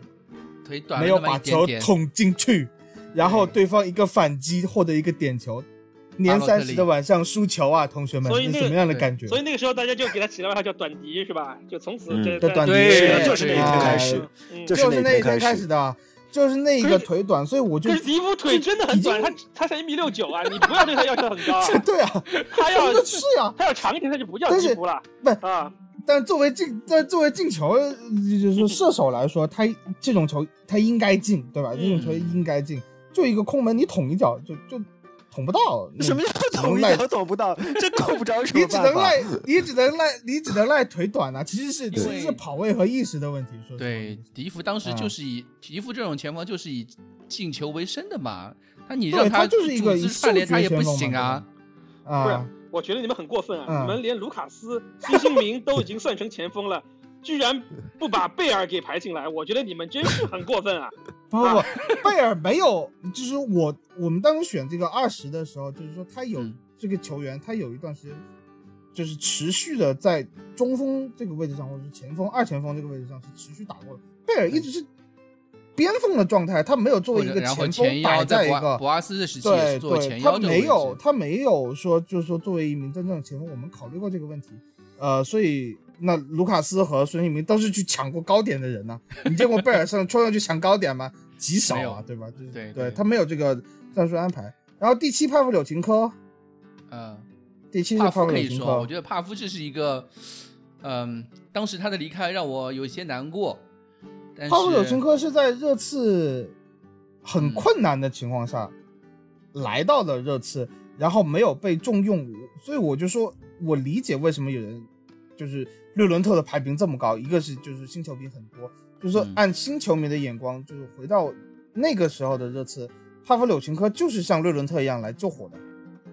Speaker 2: 腿短了
Speaker 4: 没有
Speaker 2: 那么
Speaker 4: 把
Speaker 2: 一点
Speaker 4: 球
Speaker 2: 点
Speaker 4: 捅进去，然后对方一个反击获得一个点球。年
Speaker 2: 巴洛
Speaker 4: 三
Speaker 2: 特利
Speaker 4: 十的晚上输球啊，同学们，
Speaker 3: 所以
Speaker 4: 是
Speaker 3: 那
Speaker 4: 什么样的感觉？
Speaker 3: 所以那个时候大家就给他起了外号叫短笛，是吧？就从此
Speaker 5: 嗯
Speaker 3: 这
Speaker 4: 叫短笛
Speaker 2: 对
Speaker 5: 就是那一天开
Speaker 4: 哎
Speaker 5: 始，
Speaker 3: 嗯
Speaker 4: 就
Speaker 5: 就
Speaker 4: 是是
Speaker 5: 那
Speaker 4: 那
Speaker 5: 一
Speaker 4: 一天
Speaker 5: 天开
Speaker 4: 开
Speaker 5: 始
Speaker 4: 始的，就是那一
Speaker 3: 可
Speaker 4: 个
Speaker 3: 是
Speaker 4: 腿短，所以我就
Speaker 3: 可是迪夫腿真的很短，他他才一米六九啊！你不要对他要求很
Speaker 4: *laughs*
Speaker 3: 高啊，
Speaker 4: *laughs* 对啊，
Speaker 3: 他
Speaker 4: *laughs*
Speaker 3: 要
Speaker 4: 是啊，
Speaker 3: 他要长一点，他就不叫
Speaker 4: 但是
Speaker 3: 迪夫了。
Speaker 4: 不
Speaker 3: 啊，
Speaker 4: 但作为进，但作为进球，呃就是说射手来说，他这种球他应该进，对吧？
Speaker 3: 嗯
Speaker 4: 这种球应该进，就一个空门，你捅一脚就就捅不到，那
Speaker 5: 什么叫捅一脚捅不到？这够不着什
Speaker 4: 嗯你
Speaker 5: 么
Speaker 4: 只
Speaker 5: 办
Speaker 4: 能
Speaker 5: 法
Speaker 4: 赖。，你只能赖，你只能赖腿短啊！其实是其
Speaker 2: 对
Speaker 4: 实是跑位和意识的问题。说实话
Speaker 2: 对，迪福当时
Speaker 4: 啊
Speaker 2: 就是以、迪福这种前锋就是以进球为生的嘛，那你
Speaker 4: 对
Speaker 2: 让
Speaker 4: 他就是一个
Speaker 2: 主
Speaker 4: 以
Speaker 2: 姿
Speaker 4: 嗅
Speaker 2: 串联
Speaker 4: 觉
Speaker 2: 他也
Speaker 4: 先
Speaker 2: 不
Speaker 4: 锋嘛
Speaker 2: 行啊，，
Speaker 4: 对吧啊，
Speaker 3: 我觉得你们很过分啊！
Speaker 4: 嗯
Speaker 3: 你们连卢卡斯、孙兴民都已经算成前
Speaker 4: *laughs*
Speaker 3: 锋了，居然不把贝尔给排进来，我觉得你们真是很过
Speaker 4: *laughs*
Speaker 3: 分啊！
Speaker 4: 不不不，贝尔没有，就是我我们当时选这个二十的时候，就是说他有
Speaker 2: 嗯
Speaker 4: 这个球员，他有一段时间就是持续的在中锋这个位置上，或者是前锋、二前锋这个位置上是持续打过的。贝尔一直是边锋的状态，他没有作为
Speaker 2: 或
Speaker 4: 一
Speaker 2: 者
Speaker 4: 个
Speaker 2: 然后
Speaker 4: 锋
Speaker 2: 腰
Speaker 4: 摆
Speaker 2: 在
Speaker 4: 在一
Speaker 2: 博阿
Speaker 4: 个
Speaker 2: 博阿斯的时期也
Speaker 4: 对
Speaker 2: 是做前
Speaker 4: 对，
Speaker 2: 腰
Speaker 4: 他
Speaker 2: 的
Speaker 4: 没
Speaker 2: 位
Speaker 4: 有
Speaker 2: 置
Speaker 4: 他没有说就是说作为一名真正的前锋，我们考虑过这个问题，呃，所以那卢卡斯和孙兴民都是去抢过高点的人呢、你见过贝尔上冲上去抢高点吗？极少
Speaker 2: 没有
Speaker 4: 啊，对吧？就是
Speaker 2: 对对
Speaker 4: 对，他没有这个战术安排。然后第七帕夫柳琴科，
Speaker 2: 嗯。
Speaker 4: 第七是
Speaker 2: 帕
Speaker 4: 帕
Speaker 2: 夫
Speaker 4: 夫
Speaker 2: 可
Speaker 4: 柳
Speaker 2: 以
Speaker 4: 琴
Speaker 2: 说，啊我
Speaker 4: 科
Speaker 2: 觉，得帕夫这是一个，嗯，当时他的离开让我有些难过，但是嗯
Speaker 4: 帕夫柳琴科是在热刺很困难的情况下、来到了热刺，然后没有被重用，所以我就说，我理解为什么有人就是略伦特的排名这么高，一个是就是新球迷很多，就是说
Speaker 2: 嗯
Speaker 4: 按新球迷的眼光，就是回到那个时候的热刺，帕夫柳琴科就是像略伦特一样来救火的。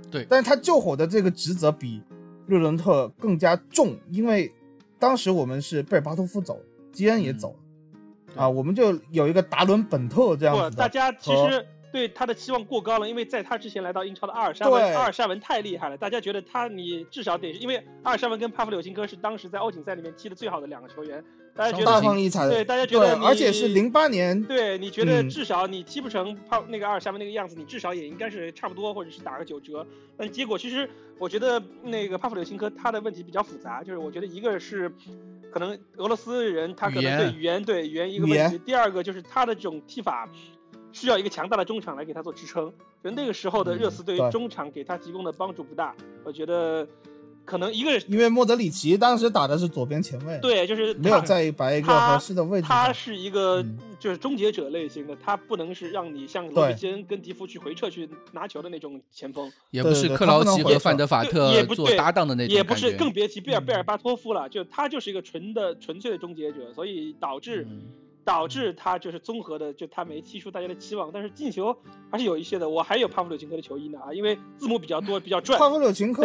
Speaker 2: 对
Speaker 4: 但是他救火的这个职责比略伦特更加重，因为当时我们是贝尔巴托夫走，基恩
Speaker 2: 嗯
Speaker 4: 也走了。啊，我们就有一个达伦本特这样
Speaker 3: 不，
Speaker 4: 子
Speaker 3: 大
Speaker 4: 的，哦
Speaker 3: 家其实对他的期望过高了，因为在他之前来到英超的阿尔沙
Speaker 4: 对
Speaker 3: 文，阿尔沙文太厉害了，大家觉得他你至少得，因为阿尔沙文跟帕夫柳琴科是当时在欧锦赛里面踢的最好的两个球员，大家觉
Speaker 4: 大
Speaker 3: 得
Speaker 2: 双
Speaker 4: 放异彩的，
Speaker 3: 对大家觉
Speaker 4: 对
Speaker 3: 得，你
Speaker 4: 而且是零八年，
Speaker 3: 对，你觉得
Speaker 4: 嗯
Speaker 3: 至少你踢不成帕那个阿尔沙文那个样子，你至少也应该是差不多，或者是打个九折。但结果其实我觉得那个帕夫柳琴科他的问题比较复杂，就是我觉得一个是可能俄罗斯人他可
Speaker 2: 语言
Speaker 3: 能对语言对语言一个
Speaker 4: 语
Speaker 3: 问
Speaker 4: 言
Speaker 3: 题，第二个就是他的这种踢法需要一个强大的中场来给他做支撑。就那个时候的热刺对
Speaker 4: 嗯对
Speaker 3: 于中场给他提供的帮助不大，我觉得可能一个是
Speaker 4: 因为莫德里奇当时打的是左边前卫，，
Speaker 3: 对就是
Speaker 4: 没有
Speaker 3: 他
Speaker 4: 在摆一个
Speaker 3: 他
Speaker 4: 合适的位置
Speaker 3: 他
Speaker 4: 上，
Speaker 3: 是一个
Speaker 4: 嗯
Speaker 3: 就是终结者类型的，他不能是让你像罗比
Speaker 4: 对
Speaker 3: 基恩跟迪夫去回撤去拿球的那种前锋，
Speaker 2: 也
Speaker 4: 对
Speaker 2: 不
Speaker 4: 对
Speaker 2: 是
Speaker 4: 对
Speaker 2: 克
Speaker 4: 他
Speaker 2: 劳
Speaker 4: 不能
Speaker 2: 奇
Speaker 4: 回
Speaker 2: 和范
Speaker 4: 撤
Speaker 2: 德法
Speaker 3: 对
Speaker 2: 特
Speaker 3: 也不
Speaker 2: 做
Speaker 3: 对
Speaker 2: 搭档的那种
Speaker 3: 也不
Speaker 2: 感
Speaker 3: 是，
Speaker 2: 觉
Speaker 3: 更别提贝尔
Speaker 4: 嗯
Speaker 3: 贝尔巴托夫了，就他就是一个纯的纯粹的终结者，所以导致
Speaker 2: 嗯
Speaker 3: 导致他就是综合的，就他没踢出大家的期望，但是进球还是有一些的。我还有帕夫柳琴科的球衣呢啊，因为字母比较多，比
Speaker 4: *laughs*
Speaker 3: 较赚，
Speaker 4: 帕夫
Speaker 3: *laughs*
Speaker 4: 柳琴科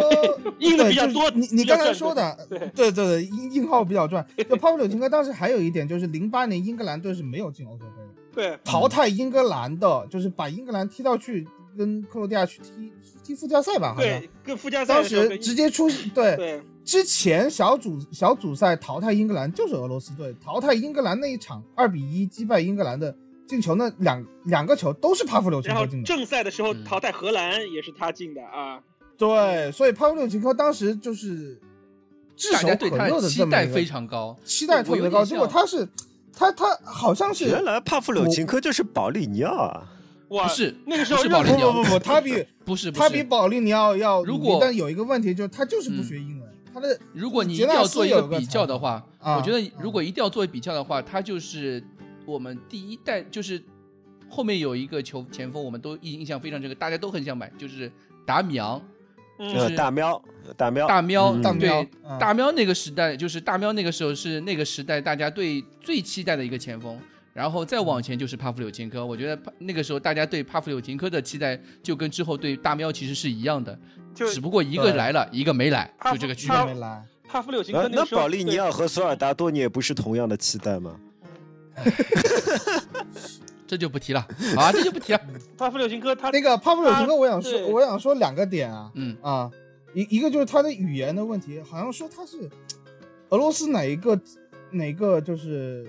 Speaker 3: 印的
Speaker 4: 对
Speaker 3: 比较
Speaker 4: 就是
Speaker 3: 多
Speaker 4: 你
Speaker 3: 比
Speaker 4: 你
Speaker 3: 较
Speaker 4: 刚才
Speaker 3: 赚
Speaker 4: 说的，
Speaker 3: 对对
Speaker 4: 对对对，硬硬号比较赚。就帕夫柳琴科当时还有一点就是，零八年英格兰队是没有进欧洲杯的，
Speaker 3: 对
Speaker 4: 淘汰英格兰的，就是把英格兰踢到去跟克罗地亚去踢踢附加赛吧， *laughs* 好像
Speaker 3: 对，跟附加赛
Speaker 4: 当
Speaker 3: 的时候
Speaker 4: 时
Speaker 3: 跟
Speaker 4: 直接出对
Speaker 3: 对
Speaker 4: 之前小组小组赛淘汰英格兰就是俄罗斯队，淘汰英格兰那一场二比一击败英格兰的进球，那两两个球都是帕夫柳琴
Speaker 3: 然后
Speaker 4: 科进的。
Speaker 3: 正赛的时候
Speaker 2: 嗯
Speaker 3: 淘汰荷兰也是他进的啊，
Speaker 4: 对，所以帕夫柳琴科当时就是炙
Speaker 2: 大
Speaker 4: 手
Speaker 2: 家对
Speaker 4: 可
Speaker 2: 他
Speaker 4: 热
Speaker 2: 的
Speaker 4: 的
Speaker 2: 期
Speaker 4: 这么
Speaker 2: 待
Speaker 4: 一个
Speaker 2: 非常高，
Speaker 4: 期待特
Speaker 2: 我有
Speaker 4: 别高，
Speaker 2: 点
Speaker 4: 结果
Speaker 2: 像
Speaker 4: 他是他他好像是
Speaker 5: 原来帕夫柳琴科就是保利尼奥啊，
Speaker 3: 哇，
Speaker 2: 不是
Speaker 3: 那个时
Speaker 2: 不
Speaker 3: 候
Speaker 2: 是
Speaker 3: 热
Speaker 2: 保利
Speaker 4: 不
Speaker 3: 刺
Speaker 2: 尼奥
Speaker 4: 不不不，他比
Speaker 2: 不是不
Speaker 4: 他比
Speaker 2: 是。
Speaker 4: 保利尼奥要
Speaker 2: 如
Speaker 4: 努力
Speaker 2: 果
Speaker 4: 但有一个问题就是他就是不
Speaker 2: 嗯
Speaker 4: 学英文，他的
Speaker 2: 如果你一
Speaker 4: 杰
Speaker 2: 定
Speaker 4: 纳
Speaker 2: 要
Speaker 4: 斯
Speaker 2: 做一
Speaker 4: 有
Speaker 2: 个
Speaker 4: 个
Speaker 2: 比
Speaker 4: 采
Speaker 2: 较的
Speaker 4: 访
Speaker 2: 话，
Speaker 4: 啊
Speaker 2: 我觉得如果一定要做比较的话，他就是我们第一代，就是后面有一个球前锋，我们都印印象非常这个，大家都很想买，就是达米昂。
Speaker 3: 嗯
Speaker 5: 呃，大喵，大喵，
Speaker 2: 大喵，
Speaker 5: 嗯
Speaker 4: 大喵
Speaker 2: 对、
Speaker 4: 嗯
Speaker 2: 大喵那个时代，就是大喵那个时候是那个时代大家对最期待的一个前锋，然后再往前就是帕夫柳琴科。我觉得帕那个时候大家对帕夫柳琴科的期待，就跟之后对大喵其实是一样的，
Speaker 3: 就
Speaker 2: 只不过一个
Speaker 4: 对
Speaker 2: 来了，一个没来，
Speaker 3: 帕
Speaker 2: 就
Speaker 3: 夫
Speaker 2: 这个区
Speaker 4: 他
Speaker 3: 他
Speaker 2: 别。
Speaker 4: 没来，
Speaker 3: 帕夫柳琴科
Speaker 5: 呃，那
Speaker 3: 个时候，
Speaker 5: 保利尼奥和索尔达多，你也不是同样的期待吗？
Speaker 2: 这就不提了啊，这就不提了。
Speaker 3: 对帕夫柳琴科他
Speaker 4: 那个帕夫柳琴科，我想说
Speaker 3: 对
Speaker 4: 我想说两个点啊，
Speaker 2: 嗯
Speaker 4: 啊，一一个就是他的语言的问题，好像说他是俄罗斯哪一个哪个就是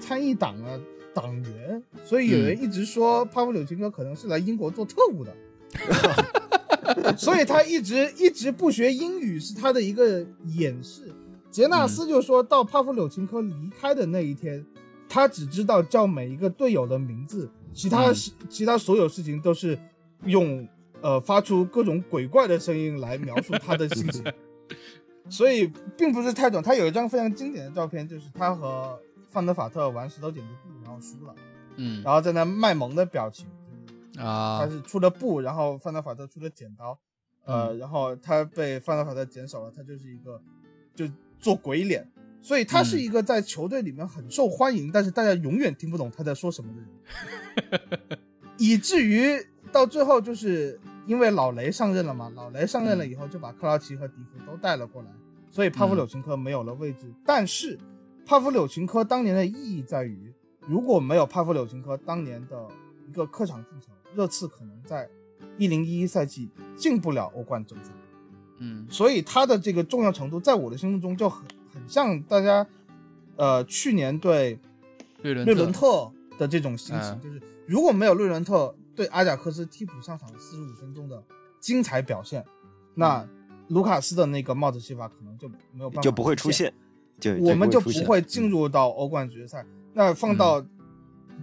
Speaker 4: 参议党啊党员，所以有人一直说帕夫柳琴科可能是来英国做特务的， *laughs* 所以他一直一直不学英语是他的一个掩饰。杰纳斯就说到帕夫柳琴科离开的那一天，他只知道叫每一个队友的名字，其他
Speaker 2: 嗯
Speaker 4: 事、其他所有事情都是用呃发出各种鬼怪的声音来描述他的心情，所以并不是太懂。他有一张非常经典的照片，就是他和范德法特玩石头剪子布，然后输了，
Speaker 2: 嗯
Speaker 4: 然后在那卖萌的表情，
Speaker 2: 啊
Speaker 4: 他，是出了布，然后范德法特出了剪刀，呃，
Speaker 2: 嗯
Speaker 4: 然后他被范德法特减少了，他就是一个就做鬼脸，所以他是
Speaker 2: 嗯
Speaker 4: 一个在球队里面很受欢迎，但是大家永远听不懂他在说什么的人，
Speaker 2: *laughs*
Speaker 4: 以至于到最后就是因为老雷上任了嘛，老雷上任了
Speaker 2: 嗯
Speaker 4: 以后就把克劳奇和迪夫都带了过来，所以帕
Speaker 5: 嗯
Speaker 4: 夫柳琴科没有了位置，但是帕夫柳琴科当年的意义在于，如果没有帕夫柳琴科当年的一个客场进球，热刺可能在一零一一赛季进不了欧冠正赛。
Speaker 2: 嗯
Speaker 4: 所以他的这个重要程度，在我的心目中就很很像大家，呃，去年对
Speaker 2: 瑞伦
Speaker 4: 瑞伦特的这种心情，
Speaker 2: 嗯
Speaker 4: 就是如果没有瑞伦特对阿贾克斯替补上场四十五分钟的精彩表现，那卢卡斯的那个帽子戏法可能就没有办法
Speaker 5: 嗯就不会出
Speaker 4: 现。
Speaker 5: 现，就
Speaker 4: 啊我们就
Speaker 5: 不
Speaker 4: 不
Speaker 5: 出现嗯
Speaker 4: 会进入到欧冠决赛。那放到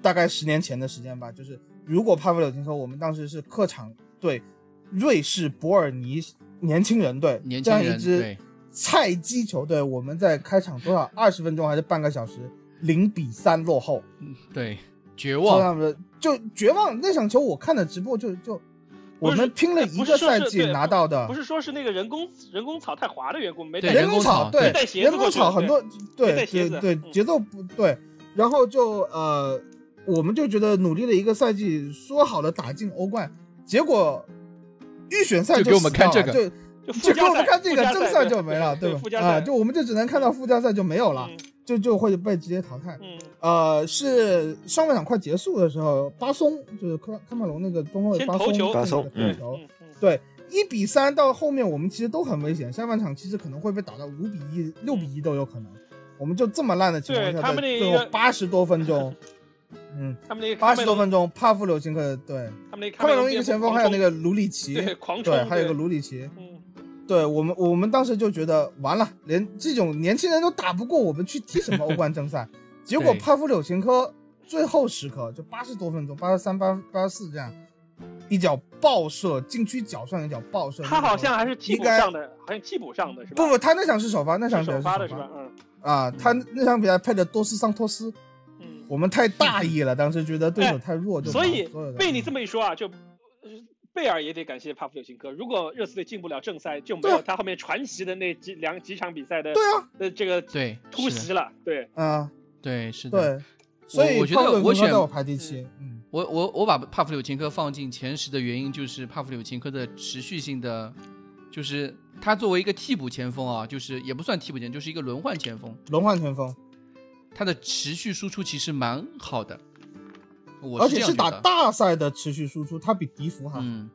Speaker 4: 大概十年前的时间吧，就是如果帕夫柳琴科，我们当时是客场对瑞士博尔尼年轻人队
Speaker 2: 年
Speaker 4: 这
Speaker 2: 轻
Speaker 4: 样
Speaker 2: 人
Speaker 4: 一支
Speaker 2: 对
Speaker 4: 菜鸡球队，我们在开场多少二十分钟还是半个小时零比三落后，
Speaker 2: 对绝
Speaker 4: 说
Speaker 2: 望，
Speaker 4: 他们就绝望。那场球我看的直播就就我们拼了一
Speaker 3: 不
Speaker 4: 个
Speaker 3: 是说
Speaker 4: 赛
Speaker 3: 是
Speaker 4: 季
Speaker 3: 对
Speaker 4: 拿到的
Speaker 3: 不是说是那个人工人工草太滑的缘故，没
Speaker 2: 对
Speaker 3: 带嗯
Speaker 4: 哎人
Speaker 2: 人
Speaker 4: 工
Speaker 2: 工
Speaker 4: 草
Speaker 2: 草
Speaker 4: 对
Speaker 3: 带鞋子
Speaker 4: 人工
Speaker 3: 过去
Speaker 4: 草
Speaker 3: 对
Speaker 4: 很多对
Speaker 3: 带
Speaker 4: 对
Speaker 3: 鞋
Speaker 4: 对
Speaker 3: 子嗯
Speaker 4: 节奏不对，然后就呃，我们就觉得努力了一个赛季，说好了打进欧冠，结果预选赛
Speaker 2: 就给我们
Speaker 4: 死掉
Speaker 2: 看这
Speaker 4: 了
Speaker 2: 个
Speaker 3: 就
Speaker 4: 就
Speaker 3: 附
Speaker 4: 给
Speaker 3: 加
Speaker 4: 我们
Speaker 3: 赛，
Speaker 4: 看这
Speaker 3: 附
Speaker 4: 个
Speaker 3: 加
Speaker 4: 正
Speaker 3: 赛
Speaker 4: 赛
Speaker 3: 对
Speaker 4: 就没了，
Speaker 3: 对
Speaker 4: 吧
Speaker 3: 附？加
Speaker 4: 啊、
Speaker 3: 赛
Speaker 4: 就我们就只能看到附加赛就没有了，
Speaker 3: 嗯
Speaker 4: 就就会被直接淘汰。
Speaker 3: 嗯，
Speaker 4: 呃，是上半场快结束的时候，巴松就是科科马龙那个中后卫
Speaker 3: 先
Speaker 4: 巴
Speaker 3: 头
Speaker 4: 松
Speaker 3: 球
Speaker 4: 进
Speaker 5: 巴
Speaker 4: 了
Speaker 5: 松
Speaker 4: 个头
Speaker 5: 嗯
Speaker 4: 球，
Speaker 3: 嗯嗯
Speaker 4: 对，一比三到后面我们其实都很危险，下半场其实可能会被打到五比一、六比一都有可能。我们就这么烂的情况下，
Speaker 3: 对他们
Speaker 4: 在
Speaker 3: 那
Speaker 4: 最
Speaker 3: 一
Speaker 4: 后
Speaker 3: 个
Speaker 4: 八十多分钟，
Speaker 3: *laughs*
Speaker 4: 嗯，
Speaker 3: 他们那个
Speaker 4: 八
Speaker 3: 卡
Speaker 4: 十
Speaker 3: 梅
Speaker 4: 多
Speaker 3: 隆，
Speaker 4: 分钟，帕夫柳琴科对，
Speaker 3: 他们那个
Speaker 4: 卡梅隆
Speaker 3: 边
Speaker 4: 一个前锋，
Speaker 3: 狂
Speaker 4: 还有那
Speaker 3: 冲
Speaker 4: 个卢里奇，
Speaker 3: 对狂
Speaker 4: 对，
Speaker 3: 冲，
Speaker 4: 还有一个
Speaker 3: 对
Speaker 4: 卢里奇，
Speaker 3: 嗯
Speaker 4: 对我们我们当时就觉得完了，连这种年轻人都打不过，我们去踢什么欧冠正赛？结果
Speaker 2: 对
Speaker 4: 帕夫柳琴科最后时刻就八十多分钟，八十三、八八十四这样。一脚爆射，禁区角上一脚爆射，
Speaker 3: 他好像还是替
Speaker 4: 应
Speaker 3: 补
Speaker 4: 该
Speaker 3: 上的，好像替补上的是吧？
Speaker 4: 不不，他那场是首发，那场
Speaker 3: 是首
Speaker 4: 比赛是
Speaker 3: 发
Speaker 4: 首
Speaker 3: 的是吧？嗯
Speaker 4: 啊，他那场比赛配的多斯桑托斯，
Speaker 3: 嗯。
Speaker 4: 我们太大意了，当时觉得对手太弱，就把
Speaker 3: 所以
Speaker 4: 有的嗯
Speaker 3: 被你这么一说啊，就呃贝尔也得感谢帕夫柳琴科。如果热刺队进不了正赛，就没
Speaker 4: 对啊
Speaker 3: 有他后面传奇的那几两几场比赛的
Speaker 4: 对啊，
Speaker 3: 呃这个
Speaker 2: 对
Speaker 3: 突
Speaker 2: 是
Speaker 3: 袭
Speaker 2: 的，
Speaker 3: 了。对，
Speaker 4: 啊，
Speaker 2: 对是的，
Speaker 4: 对，所以
Speaker 2: 我觉
Speaker 4: 帕
Speaker 2: 得
Speaker 4: 布柳
Speaker 2: 我
Speaker 4: 琴科
Speaker 2: 选
Speaker 4: 在我排第七，嗯，
Speaker 2: 我我我把帕夫柳琴科放进前十的原因，就是帕夫柳琴科的持续性的，就是他作为一个替补前锋啊，就是也不算替补前，就是一个轮换前锋，
Speaker 4: 轮换前锋，
Speaker 2: 他的持续输出其实蛮好的。我
Speaker 4: 而
Speaker 2: 是
Speaker 4: 且
Speaker 2: 这
Speaker 4: 是
Speaker 2: 样觉
Speaker 4: 打
Speaker 2: 得。
Speaker 4: 大啊赛的持续输出，他比迪福哈，
Speaker 2: 嗯，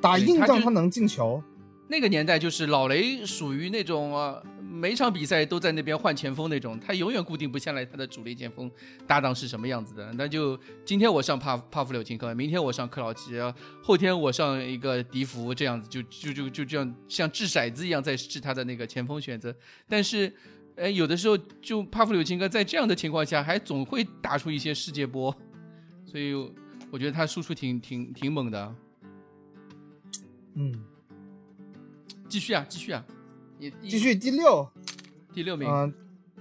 Speaker 4: 打
Speaker 2: 对
Speaker 4: 硬
Speaker 2: 他
Speaker 4: 仗
Speaker 2: 就
Speaker 4: 他能进球，
Speaker 2: 那个年代就是老雷属于那种啊，每场比赛都在那边换前锋那种，他永远固定不下来他的主力前锋搭档是什么样子的。那就今天我上帕帕夫柳琴科，明天我上克劳奇，呃后天我上一个迪福，这样子就就就就这样像掷骰子一样在掷他的那个前锋选择。但是，呃，有的时候就帕夫柳琴科在这样的情况下，还总会打出一些世界波，所以我觉得他输出挺挺挺猛的。啊
Speaker 4: 嗯，
Speaker 2: 继续啊，继续啊，你你
Speaker 4: 继续第六，
Speaker 2: 第六名。
Speaker 4: 嗯，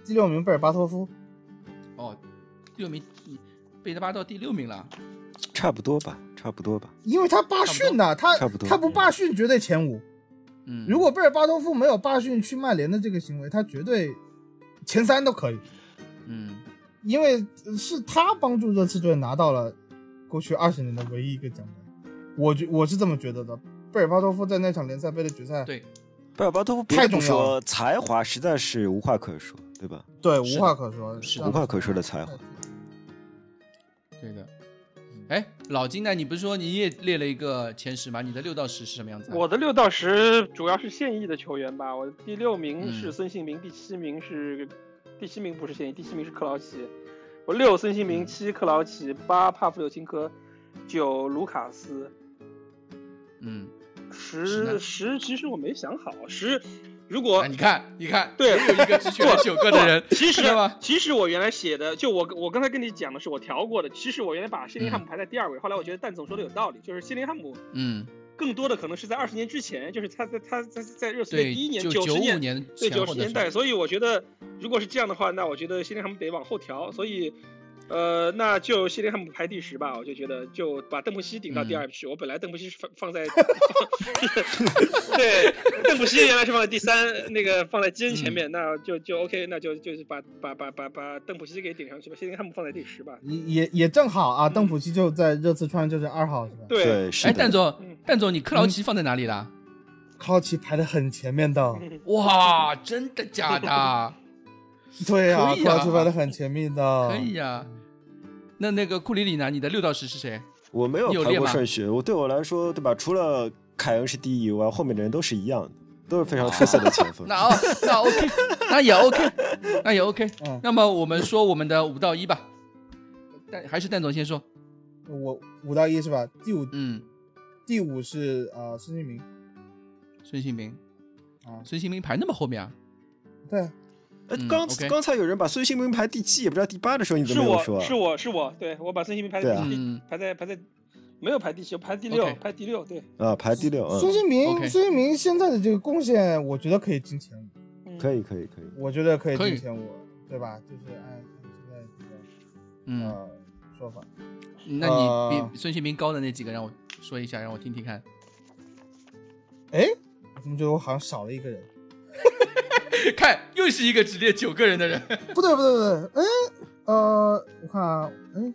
Speaker 4: 第六名贝尔巴托夫，
Speaker 2: 哦，第六名，你贝德巴到第六名了。
Speaker 5: 差不多吧，差不多吧。
Speaker 4: 因为他罢训呐，他
Speaker 5: 差不多嗯
Speaker 4: 他不罢训绝对前五，
Speaker 2: 嗯，
Speaker 4: 如果贝尔巴托夫没有罢训去曼联的这个行为，他绝对前三都可以。
Speaker 2: 嗯
Speaker 4: 因为呃是他帮助热刺队拿到了过去二十年的唯一一个奖杯，我觉我是这么觉得的。贝尔巴托夫在那场联赛杯的决赛，
Speaker 2: 对，
Speaker 5: 贝尔巴托夫别
Speaker 4: 太
Speaker 5: 的不
Speaker 4: 重要
Speaker 5: 说，才华实在是无话可说，对吧？
Speaker 4: 对
Speaker 2: 是
Speaker 4: 无
Speaker 2: 的
Speaker 4: 话可说，
Speaker 2: 是
Speaker 4: 这
Speaker 2: 的
Speaker 4: 样
Speaker 5: 无话可说的才华
Speaker 4: 太。
Speaker 2: 对的。哎，老金呢？你不是说你也列了一个前十吗？你的六到十是什么样子啊、
Speaker 3: 我的六到十主要是现役的球员吧，我第六名是
Speaker 2: 嗯
Speaker 3: 孙兴民，第七名是第七名不是现役，第七名是克劳奇。我六孙兴
Speaker 2: 嗯
Speaker 3: 民，七克劳奇，八帕夫柳琴科，九卢卡斯，
Speaker 2: 嗯，是
Speaker 3: 十
Speaker 2: 呢
Speaker 3: 十其实我没想好十，如果
Speaker 2: 啊你看，你看，
Speaker 3: 对，
Speaker 2: 又一个只选了九个的人
Speaker 3: 其实
Speaker 2: 知道吗？
Speaker 3: 其实我原来写的，就我我刚才跟你讲的是我调过的。其实我原来把谢林汉姆排在第二位，后来我觉得蛋总说的有道理，就是谢林汉姆
Speaker 2: 嗯，
Speaker 3: 更多的可能是在二十年之前，就是他在他在在热刺队
Speaker 2: 对，
Speaker 3: 第一年
Speaker 2: 就
Speaker 3: 九
Speaker 2: 九
Speaker 3: 十
Speaker 2: 五
Speaker 3: 年
Speaker 2: 年
Speaker 3: 对
Speaker 2: 前
Speaker 3: 九
Speaker 2: 后
Speaker 3: 十
Speaker 2: 的
Speaker 3: 年
Speaker 2: 事儿
Speaker 3: 代，所以我觉得如果是这样的话，那我觉得谢林汉姆得往后调，所以。呃，那就谢林汉姆排第十吧，我就觉得就把邓布西顶到第
Speaker 2: 嗯
Speaker 3: 二去。我本来邓布西是放放在， *laughs* 对，邓布西原来是放在第三，那个放在基恩前
Speaker 2: 嗯
Speaker 3: 面，那就就 OK，那就就是把把把把把邓布西给顶上去吧，谢林汉姆放在第十吧。
Speaker 4: 也也也正好啊，邓普西就在热刺穿就是二号是吧？
Speaker 3: 对，
Speaker 5: 对，是
Speaker 2: 哎，
Speaker 5: 的。
Speaker 2: 蛋总
Speaker 3: 嗯，
Speaker 2: 蛋总，你克劳奇放在哪里啦？
Speaker 4: 靠奇排的很前
Speaker 2: *laughs*
Speaker 4: 面的，
Speaker 3: 嗯
Speaker 2: 哇，真的假
Speaker 3: *laughs*
Speaker 2: 的？
Speaker 4: 对啊，
Speaker 2: 可以
Speaker 4: 克
Speaker 2: 啊
Speaker 4: 劳奇排的很前面的，
Speaker 2: 可以哎啊呀。那那个库里里呢？你的六到十是谁？
Speaker 5: 我没有
Speaker 2: 你有
Speaker 5: 排
Speaker 2: 列
Speaker 5: 过
Speaker 2: 吗
Speaker 5: 顺序，我对我来说，对吧？除了凯恩是第一以外，后面的人都是一样的，都是非常出色的前
Speaker 4: 嗯
Speaker 2: *laughs*
Speaker 5: 锋。哎
Speaker 2: 那哦，那 OK，那也 OK，那也 OK
Speaker 4: 嗯。
Speaker 2: 那么我们说我们的五到一吧，但还是蛋总先说。
Speaker 4: 我五到一是吧？第五
Speaker 2: 嗯，
Speaker 4: 第五是呃孙兴民，
Speaker 2: 孙兴民哦
Speaker 4: 啊
Speaker 2: 孙兴民排那么后面啊？
Speaker 4: 对啊，
Speaker 5: 哎
Speaker 2: 嗯
Speaker 5: 刚
Speaker 2: OK
Speaker 5: 刚才有人把孙兴民排第七，也不知道第八的时候，你怎
Speaker 3: 是
Speaker 5: 么没有
Speaker 3: 我
Speaker 5: 说啊？
Speaker 3: 是我是我，对我把孙兴民排在
Speaker 5: 对啊
Speaker 3: 第
Speaker 2: 嗯
Speaker 3: 排在排在没有排第七，我排第六
Speaker 2: OK
Speaker 3: 排第六，对，
Speaker 5: 啊，排第六，
Speaker 4: 孙
Speaker 5: 嗯，
Speaker 4: 兴民
Speaker 2: OK
Speaker 4: 孙兴民现在的这个贡献，我觉得可以进前五，
Speaker 3: 嗯
Speaker 5: 可以，可以，可以。
Speaker 4: 我觉得可以
Speaker 2: 可以
Speaker 4: 进前五，对吧？就是按现在这个
Speaker 2: 嗯，呃
Speaker 4: 呃说法，
Speaker 2: 那你比孙兴民高的那几个让我说一下，让我听听看。 *laughs*
Speaker 4: 哎，我怎么觉得我好像少了一个人？
Speaker 2: 看，又是一个只列九个人的人。
Speaker 4: 不对不对不对，哎，呃，我看啊，哎，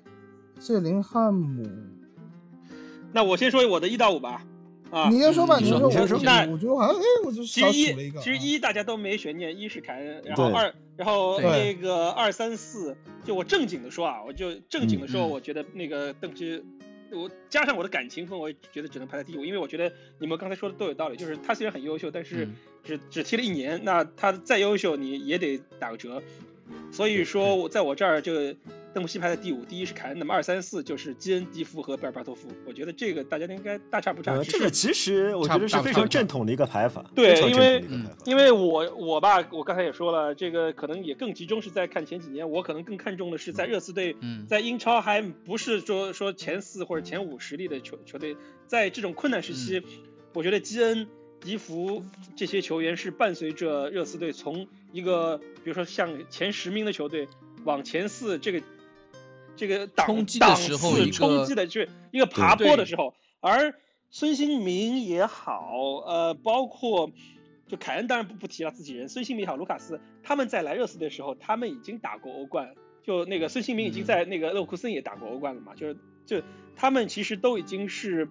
Speaker 4: 谢林汉姆，
Speaker 3: 那我先说我的一到五吧，啊，
Speaker 4: 你先说吧，
Speaker 2: 你
Speaker 4: 你
Speaker 2: 说
Speaker 4: 说，我
Speaker 5: 你先说
Speaker 3: 那
Speaker 4: 我我觉得我好像，哎，我就
Speaker 3: 其
Speaker 4: 少
Speaker 3: 实
Speaker 4: 数了一
Speaker 3: 一
Speaker 4: 个啊，
Speaker 3: 其实一大家都没悬念，一是凯恩，然后
Speaker 5: 对
Speaker 3: 二，然后
Speaker 2: 对
Speaker 3: 那个二三四，就我正经的说啊，我就正经的说，
Speaker 2: 嗯嗯
Speaker 3: 我觉得那个邓布西。我加上我的感情分，我也觉得只能排在第五，因为我觉得你们刚才说的都有道理，就是他虽然很优秀，但是、
Speaker 2: 嗯
Speaker 3: 只只踢了一年，那他再优秀你也得打个折。所以说，我在我这儿就邓布西排在第五，第一是凯恩，那么二三四就是基恩、迪夫和贝尔巴托夫。我觉得这个大家应该大差不差，
Speaker 5: 呃，
Speaker 3: 只
Speaker 5: 这
Speaker 3: 是
Speaker 5: 个其实我觉得是非常正统的一个排法，
Speaker 3: 对
Speaker 5: 非常正统的一个排
Speaker 2: 嗯
Speaker 5: 法。
Speaker 3: 因为我我吧，我刚才也说了，这个可能也更集中是在看前几年，我可能更看重的是在热刺队
Speaker 2: 嗯，
Speaker 3: 在英超还不是说说前四或者前五实力的球球队，在这种困难时
Speaker 2: 嗯
Speaker 3: 期，我觉得基恩、迪福这些球员是伴随着热刺队从一个比如说像前十名的球队往前四这个这个档
Speaker 2: 冲击的时
Speaker 3: 档
Speaker 2: 候
Speaker 3: 次
Speaker 2: 一个
Speaker 3: 冲击的就是一个爬坡
Speaker 2: 对
Speaker 3: 的时候，而孙兴民也好，呃，包括。就凯恩当然不不提了，自己人。孙兴民也好，卢卡斯他们在来热刺的时候，他们已经打过欧冠，就那个孙兴民已经在那个勒沃库森也打过欧冠了嘛，就是就他们其实都已经是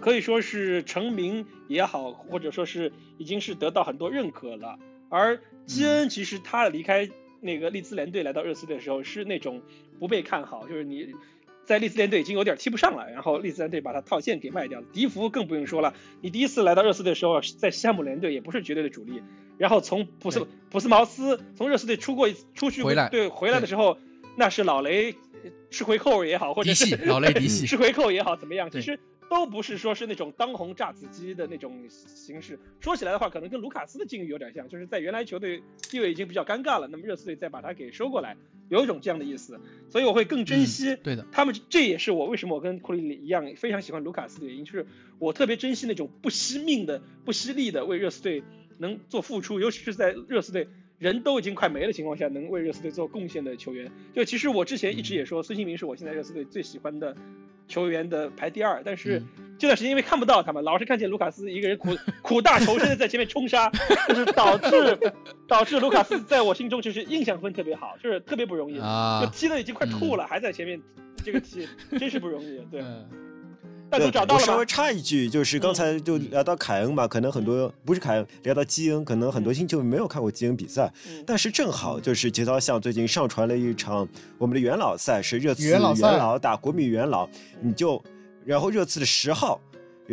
Speaker 3: 可以说是成名也好，或者说是已经是得到很多认可了。而基恩其实他离开那个利兹联队来到热刺队的时候是那种不被看好，就是你在利兹联队已经有点踢不上了，然后利兹联队把他套现给卖掉了。迪福更不用说了，你第一次来到热刺队的时候，啊在西汉姆联队也不是绝对的主力，然后从普斯
Speaker 2: 对
Speaker 3: 普斯茅斯从热刺队出过一出去过
Speaker 2: 回来
Speaker 3: 对回来的时候，那是老雷呃吃回扣也 *laughs* 好，或者
Speaker 2: 嫡系
Speaker 3: *laughs* 是
Speaker 2: 老雷嫡系
Speaker 3: 吃回扣也好，怎么样？
Speaker 2: 对
Speaker 3: 其实都不是说是那种当红炸子鸡的那种形式。说起来的话，可能跟卢卡斯的境遇有点像，就是在原来球队地位已经比较尴尬了，那么热刺队再把他给收过来，有一种这样的意思。所以我会更珍惜、
Speaker 2: 嗯对的，
Speaker 3: 他们这也是我为什么我跟库里里一样非常喜欢卢卡斯的原因，就是我特别珍惜那种不惜命的、不惜力的为热刺队能做付出，尤其是在热刺队人都已经快没的情况下，能为热刺队做贡献的球员。就其实我之前一直也说，孙兴民是我现在热刺队最喜欢的球员的排第二，但是
Speaker 2: 嗯
Speaker 3: 这段时间因为看不到他们，老是看见卢卡斯一个人苦苦大仇深的在前面冲杀，就是导致导致卢卡斯在我心中就是印象分特别好，就是特别不容易。
Speaker 2: 啊
Speaker 3: 就踢的已经快吐了，还在前面这个踢，真是不容易。对，
Speaker 2: 嗯，
Speaker 3: 但总找到
Speaker 5: 我
Speaker 3: 了嗯
Speaker 5: 稍
Speaker 3: 吗
Speaker 5: 微？插一句，就是刚才就聊到凯恩嘛，可能很多不是凯恩，聊到基恩，可能很多新球迷没有看过基恩比赛，
Speaker 3: 嗯
Speaker 5: 但是正好就是节操巷最近上传了一场我们的元老赛，是热刺
Speaker 4: 元老赛
Speaker 5: 打国米元老，你就然后热刺的十号。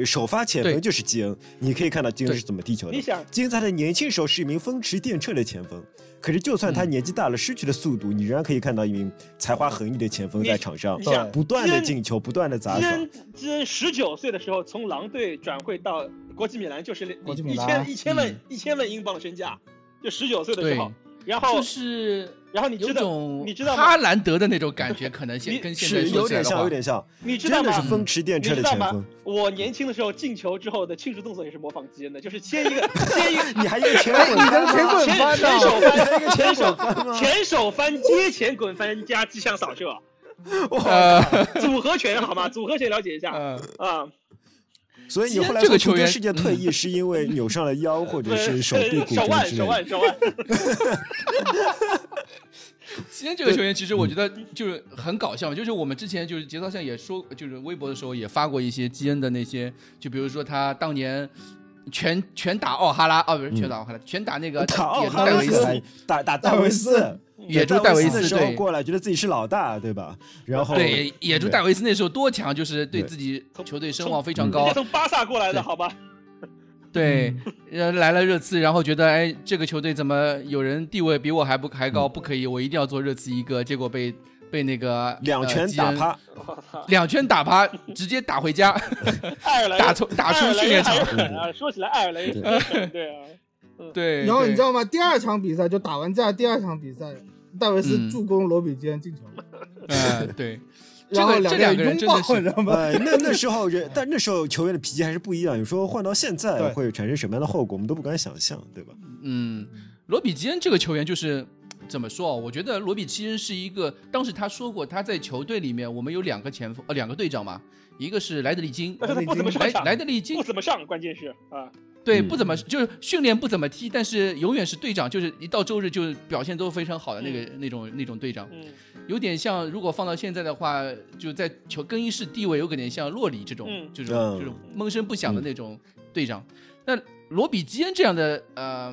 Speaker 5: 首发前锋
Speaker 2: 对
Speaker 5: 就是基恩，你可以看到基恩
Speaker 2: 对
Speaker 5: 是怎么踢球的
Speaker 3: 你。想，
Speaker 5: 基恩在他年轻时候是一名风驰电掣的前锋，可是就算他
Speaker 2: 嗯
Speaker 5: 年纪大了，失去了速度，你仍然可以看到一名才华横溢的前锋
Speaker 3: 你
Speaker 5: 在场上
Speaker 3: 你想
Speaker 5: 不断的
Speaker 3: 基恩
Speaker 5: 进球，不断的砸
Speaker 3: 基
Speaker 5: 爽。
Speaker 3: 恩基恩十九岁的时候从狼队转会到国际米兰，就是
Speaker 4: 国际米
Speaker 3: 一
Speaker 4: 兰
Speaker 3: 千一千万
Speaker 2: 嗯
Speaker 3: 一千万英镑的身价，就十九岁的时
Speaker 2: 对
Speaker 3: 候。然后
Speaker 2: 就是
Speaker 3: 然后你
Speaker 2: 有
Speaker 3: 知道
Speaker 2: 种
Speaker 3: 你知道吗
Speaker 2: 哈兰德的那种感觉，可能现
Speaker 3: 你
Speaker 2: 跟现在
Speaker 5: 是
Speaker 2: 说
Speaker 5: 有
Speaker 2: 起来的
Speaker 5: 点像，
Speaker 2: 话
Speaker 5: 有点像，
Speaker 3: 你知道
Speaker 5: 真的
Speaker 3: 吗
Speaker 5: 是？风驰电
Speaker 3: 你
Speaker 5: 掣
Speaker 3: 知
Speaker 5: 的
Speaker 3: 道
Speaker 5: 前
Speaker 3: 吗
Speaker 5: 锋。？
Speaker 3: 我年轻的时候进球之后的庆祝动作也是模仿基恩的，就是先一
Speaker 5: *laughs*
Speaker 3: 个先一个
Speaker 5: 你还一个前滚
Speaker 4: 你的
Speaker 5: 翻
Speaker 4: 前
Speaker 5: 吗？
Speaker 4: 滚
Speaker 3: 前
Speaker 4: 翻
Speaker 3: 前手
Speaker 4: 呢？
Speaker 5: 还
Speaker 3: 翻
Speaker 5: 一个前滚翻吗？
Speaker 3: 前手翻接前滚翻加机枪扫射，
Speaker 2: 呃
Speaker 3: 组合拳好吗？组合拳了解一下
Speaker 5: 嗯
Speaker 2: 呃，
Speaker 3: 啊，
Speaker 5: 所以你后来
Speaker 2: 这个球
Speaker 5: 从足球
Speaker 2: 员嗯
Speaker 5: 世界退役是因为扭伤了腰
Speaker 3: *laughs*
Speaker 5: 或者是手臂骨
Speaker 3: 呃手
Speaker 5: 折
Speaker 3: 腕
Speaker 5: 之
Speaker 3: 手腕。手
Speaker 5: 类的
Speaker 3: 腕，
Speaker 2: 今天这个球员其实我觉得
Speaker 5: 嗯
Speaker 2: 就是很搞笑，就是我们之前就是节操上也说，就是微博的时候也发过一些基恩的那些，就比如说他当年全全打奥哈拉，哦不是全打奥哈拉，全打那个
Speaker 5: 嗯打奥
Speaker 2: 也
Speaker 5: 哈
Speaker 2: 戴
Speaker 5: 维
Speaker 2: 维斯，
Speaker 5: 斯，打打戴维斯，
Speaker 2: 野猪戴
Speaker 5: 戴
Speaker 2: 维
Speaker 5: 斯的
Speaker 2: 斯
Speaker 5: 时候
Speaker 2: 对
Speaker 5: 过来，觉得自己是老大，对吧？然后
Speaker 2: 对野猪戴维斯那时候多强，就是对
Speaker 5: 对嗯
Speaker 2: 自己
Speaker 3: 从
Speaker 2: 球队声望非常
Speaker 5: 从
Speaker 3: 人
Speaker 2: 高
Speaker 3: 家，从巴萨过来
Speaker 2: 哦对
Speaker 3: 的好吧？
Speaker 2: 对，呃，来了热刺，然后觉得哎，这个球队怎么有人地位比我还不还
Speaker 5: 嗯
Speaker 2: 高？不可以，我一定要做热刺一个。结果被被那个
Speaker 5: 两拳打，
Speaker 2: 呃基恩
Speaker 5: 趴，
Speaker 3: 我操，
Speaker 2: 两拳打趴，直接打回家，
Speaker 3: 爱尔兰
Speaker 2: 打出打出训练场
Speaker 3: 爱。尔兰人还是狠啊！说起来，爱尔兰也很狠，对啊，
Speaker 2: 对，
Speaker 4: 然后你
Speaker 2: 对
Speaker 4: 知道吗？第二场比赛就打完架，第二场比赛戴维斯
Speaker 2: 嗯
Speaker 4: 助攻罗比基恩进球，
Speaker 2: 嗯，对，这
Speaker 4: 然后
Speaker 2: 个这两
Speaker 4: 个
Speaker 2: 个人
Speaker 4: 人
Speaker 2: 真
Speaker 4: 拥
Speaker 2: 的
Speaker 4: 抱，你知
Speaker 2: 是啊
Speaker 4: 道吗？
Speaker 5: 呃，那那时候人，但那时候球员的脾气还是不一样。你说换到现在
Speaker 4: 对
Speaker 5: 会产生什么样的后果，我们都不敢想象，对吧？
Speaker 2: 嗯，罗比基恩这个球员就是怎么说啊？我觉得罗比基恩是一个，当时他说过他在球队里面，我们有两个前锋，呃，两个队长嘛，一个是莱德利金，嗯
Speaker 3: 但是他 *laughs* 不怎么
Speaker 2: 莱
Speaker 3: 上场，
Speaker 2: 莱德利金
Speaker 3: 不怎么上，关键是啊，
Speaker 2: 对，
Speaker 5: 嗯
Speaker 2: 不怎么就是训练不怎么踢，但是永远是队长，就是一到周日就表现都非常好的那个、那种那种队长，
Speaker 3: 嗯，
Speaker 2: 有点像如果放到现在的话，就在球更衣室地位有点像洛里这种，
Speaker 3: 嗯
Speaker 2: 这种
Speaker 5: 嗯
Speaker 2: 就是闷声不响的那种队长。那罗比基恩这样的呃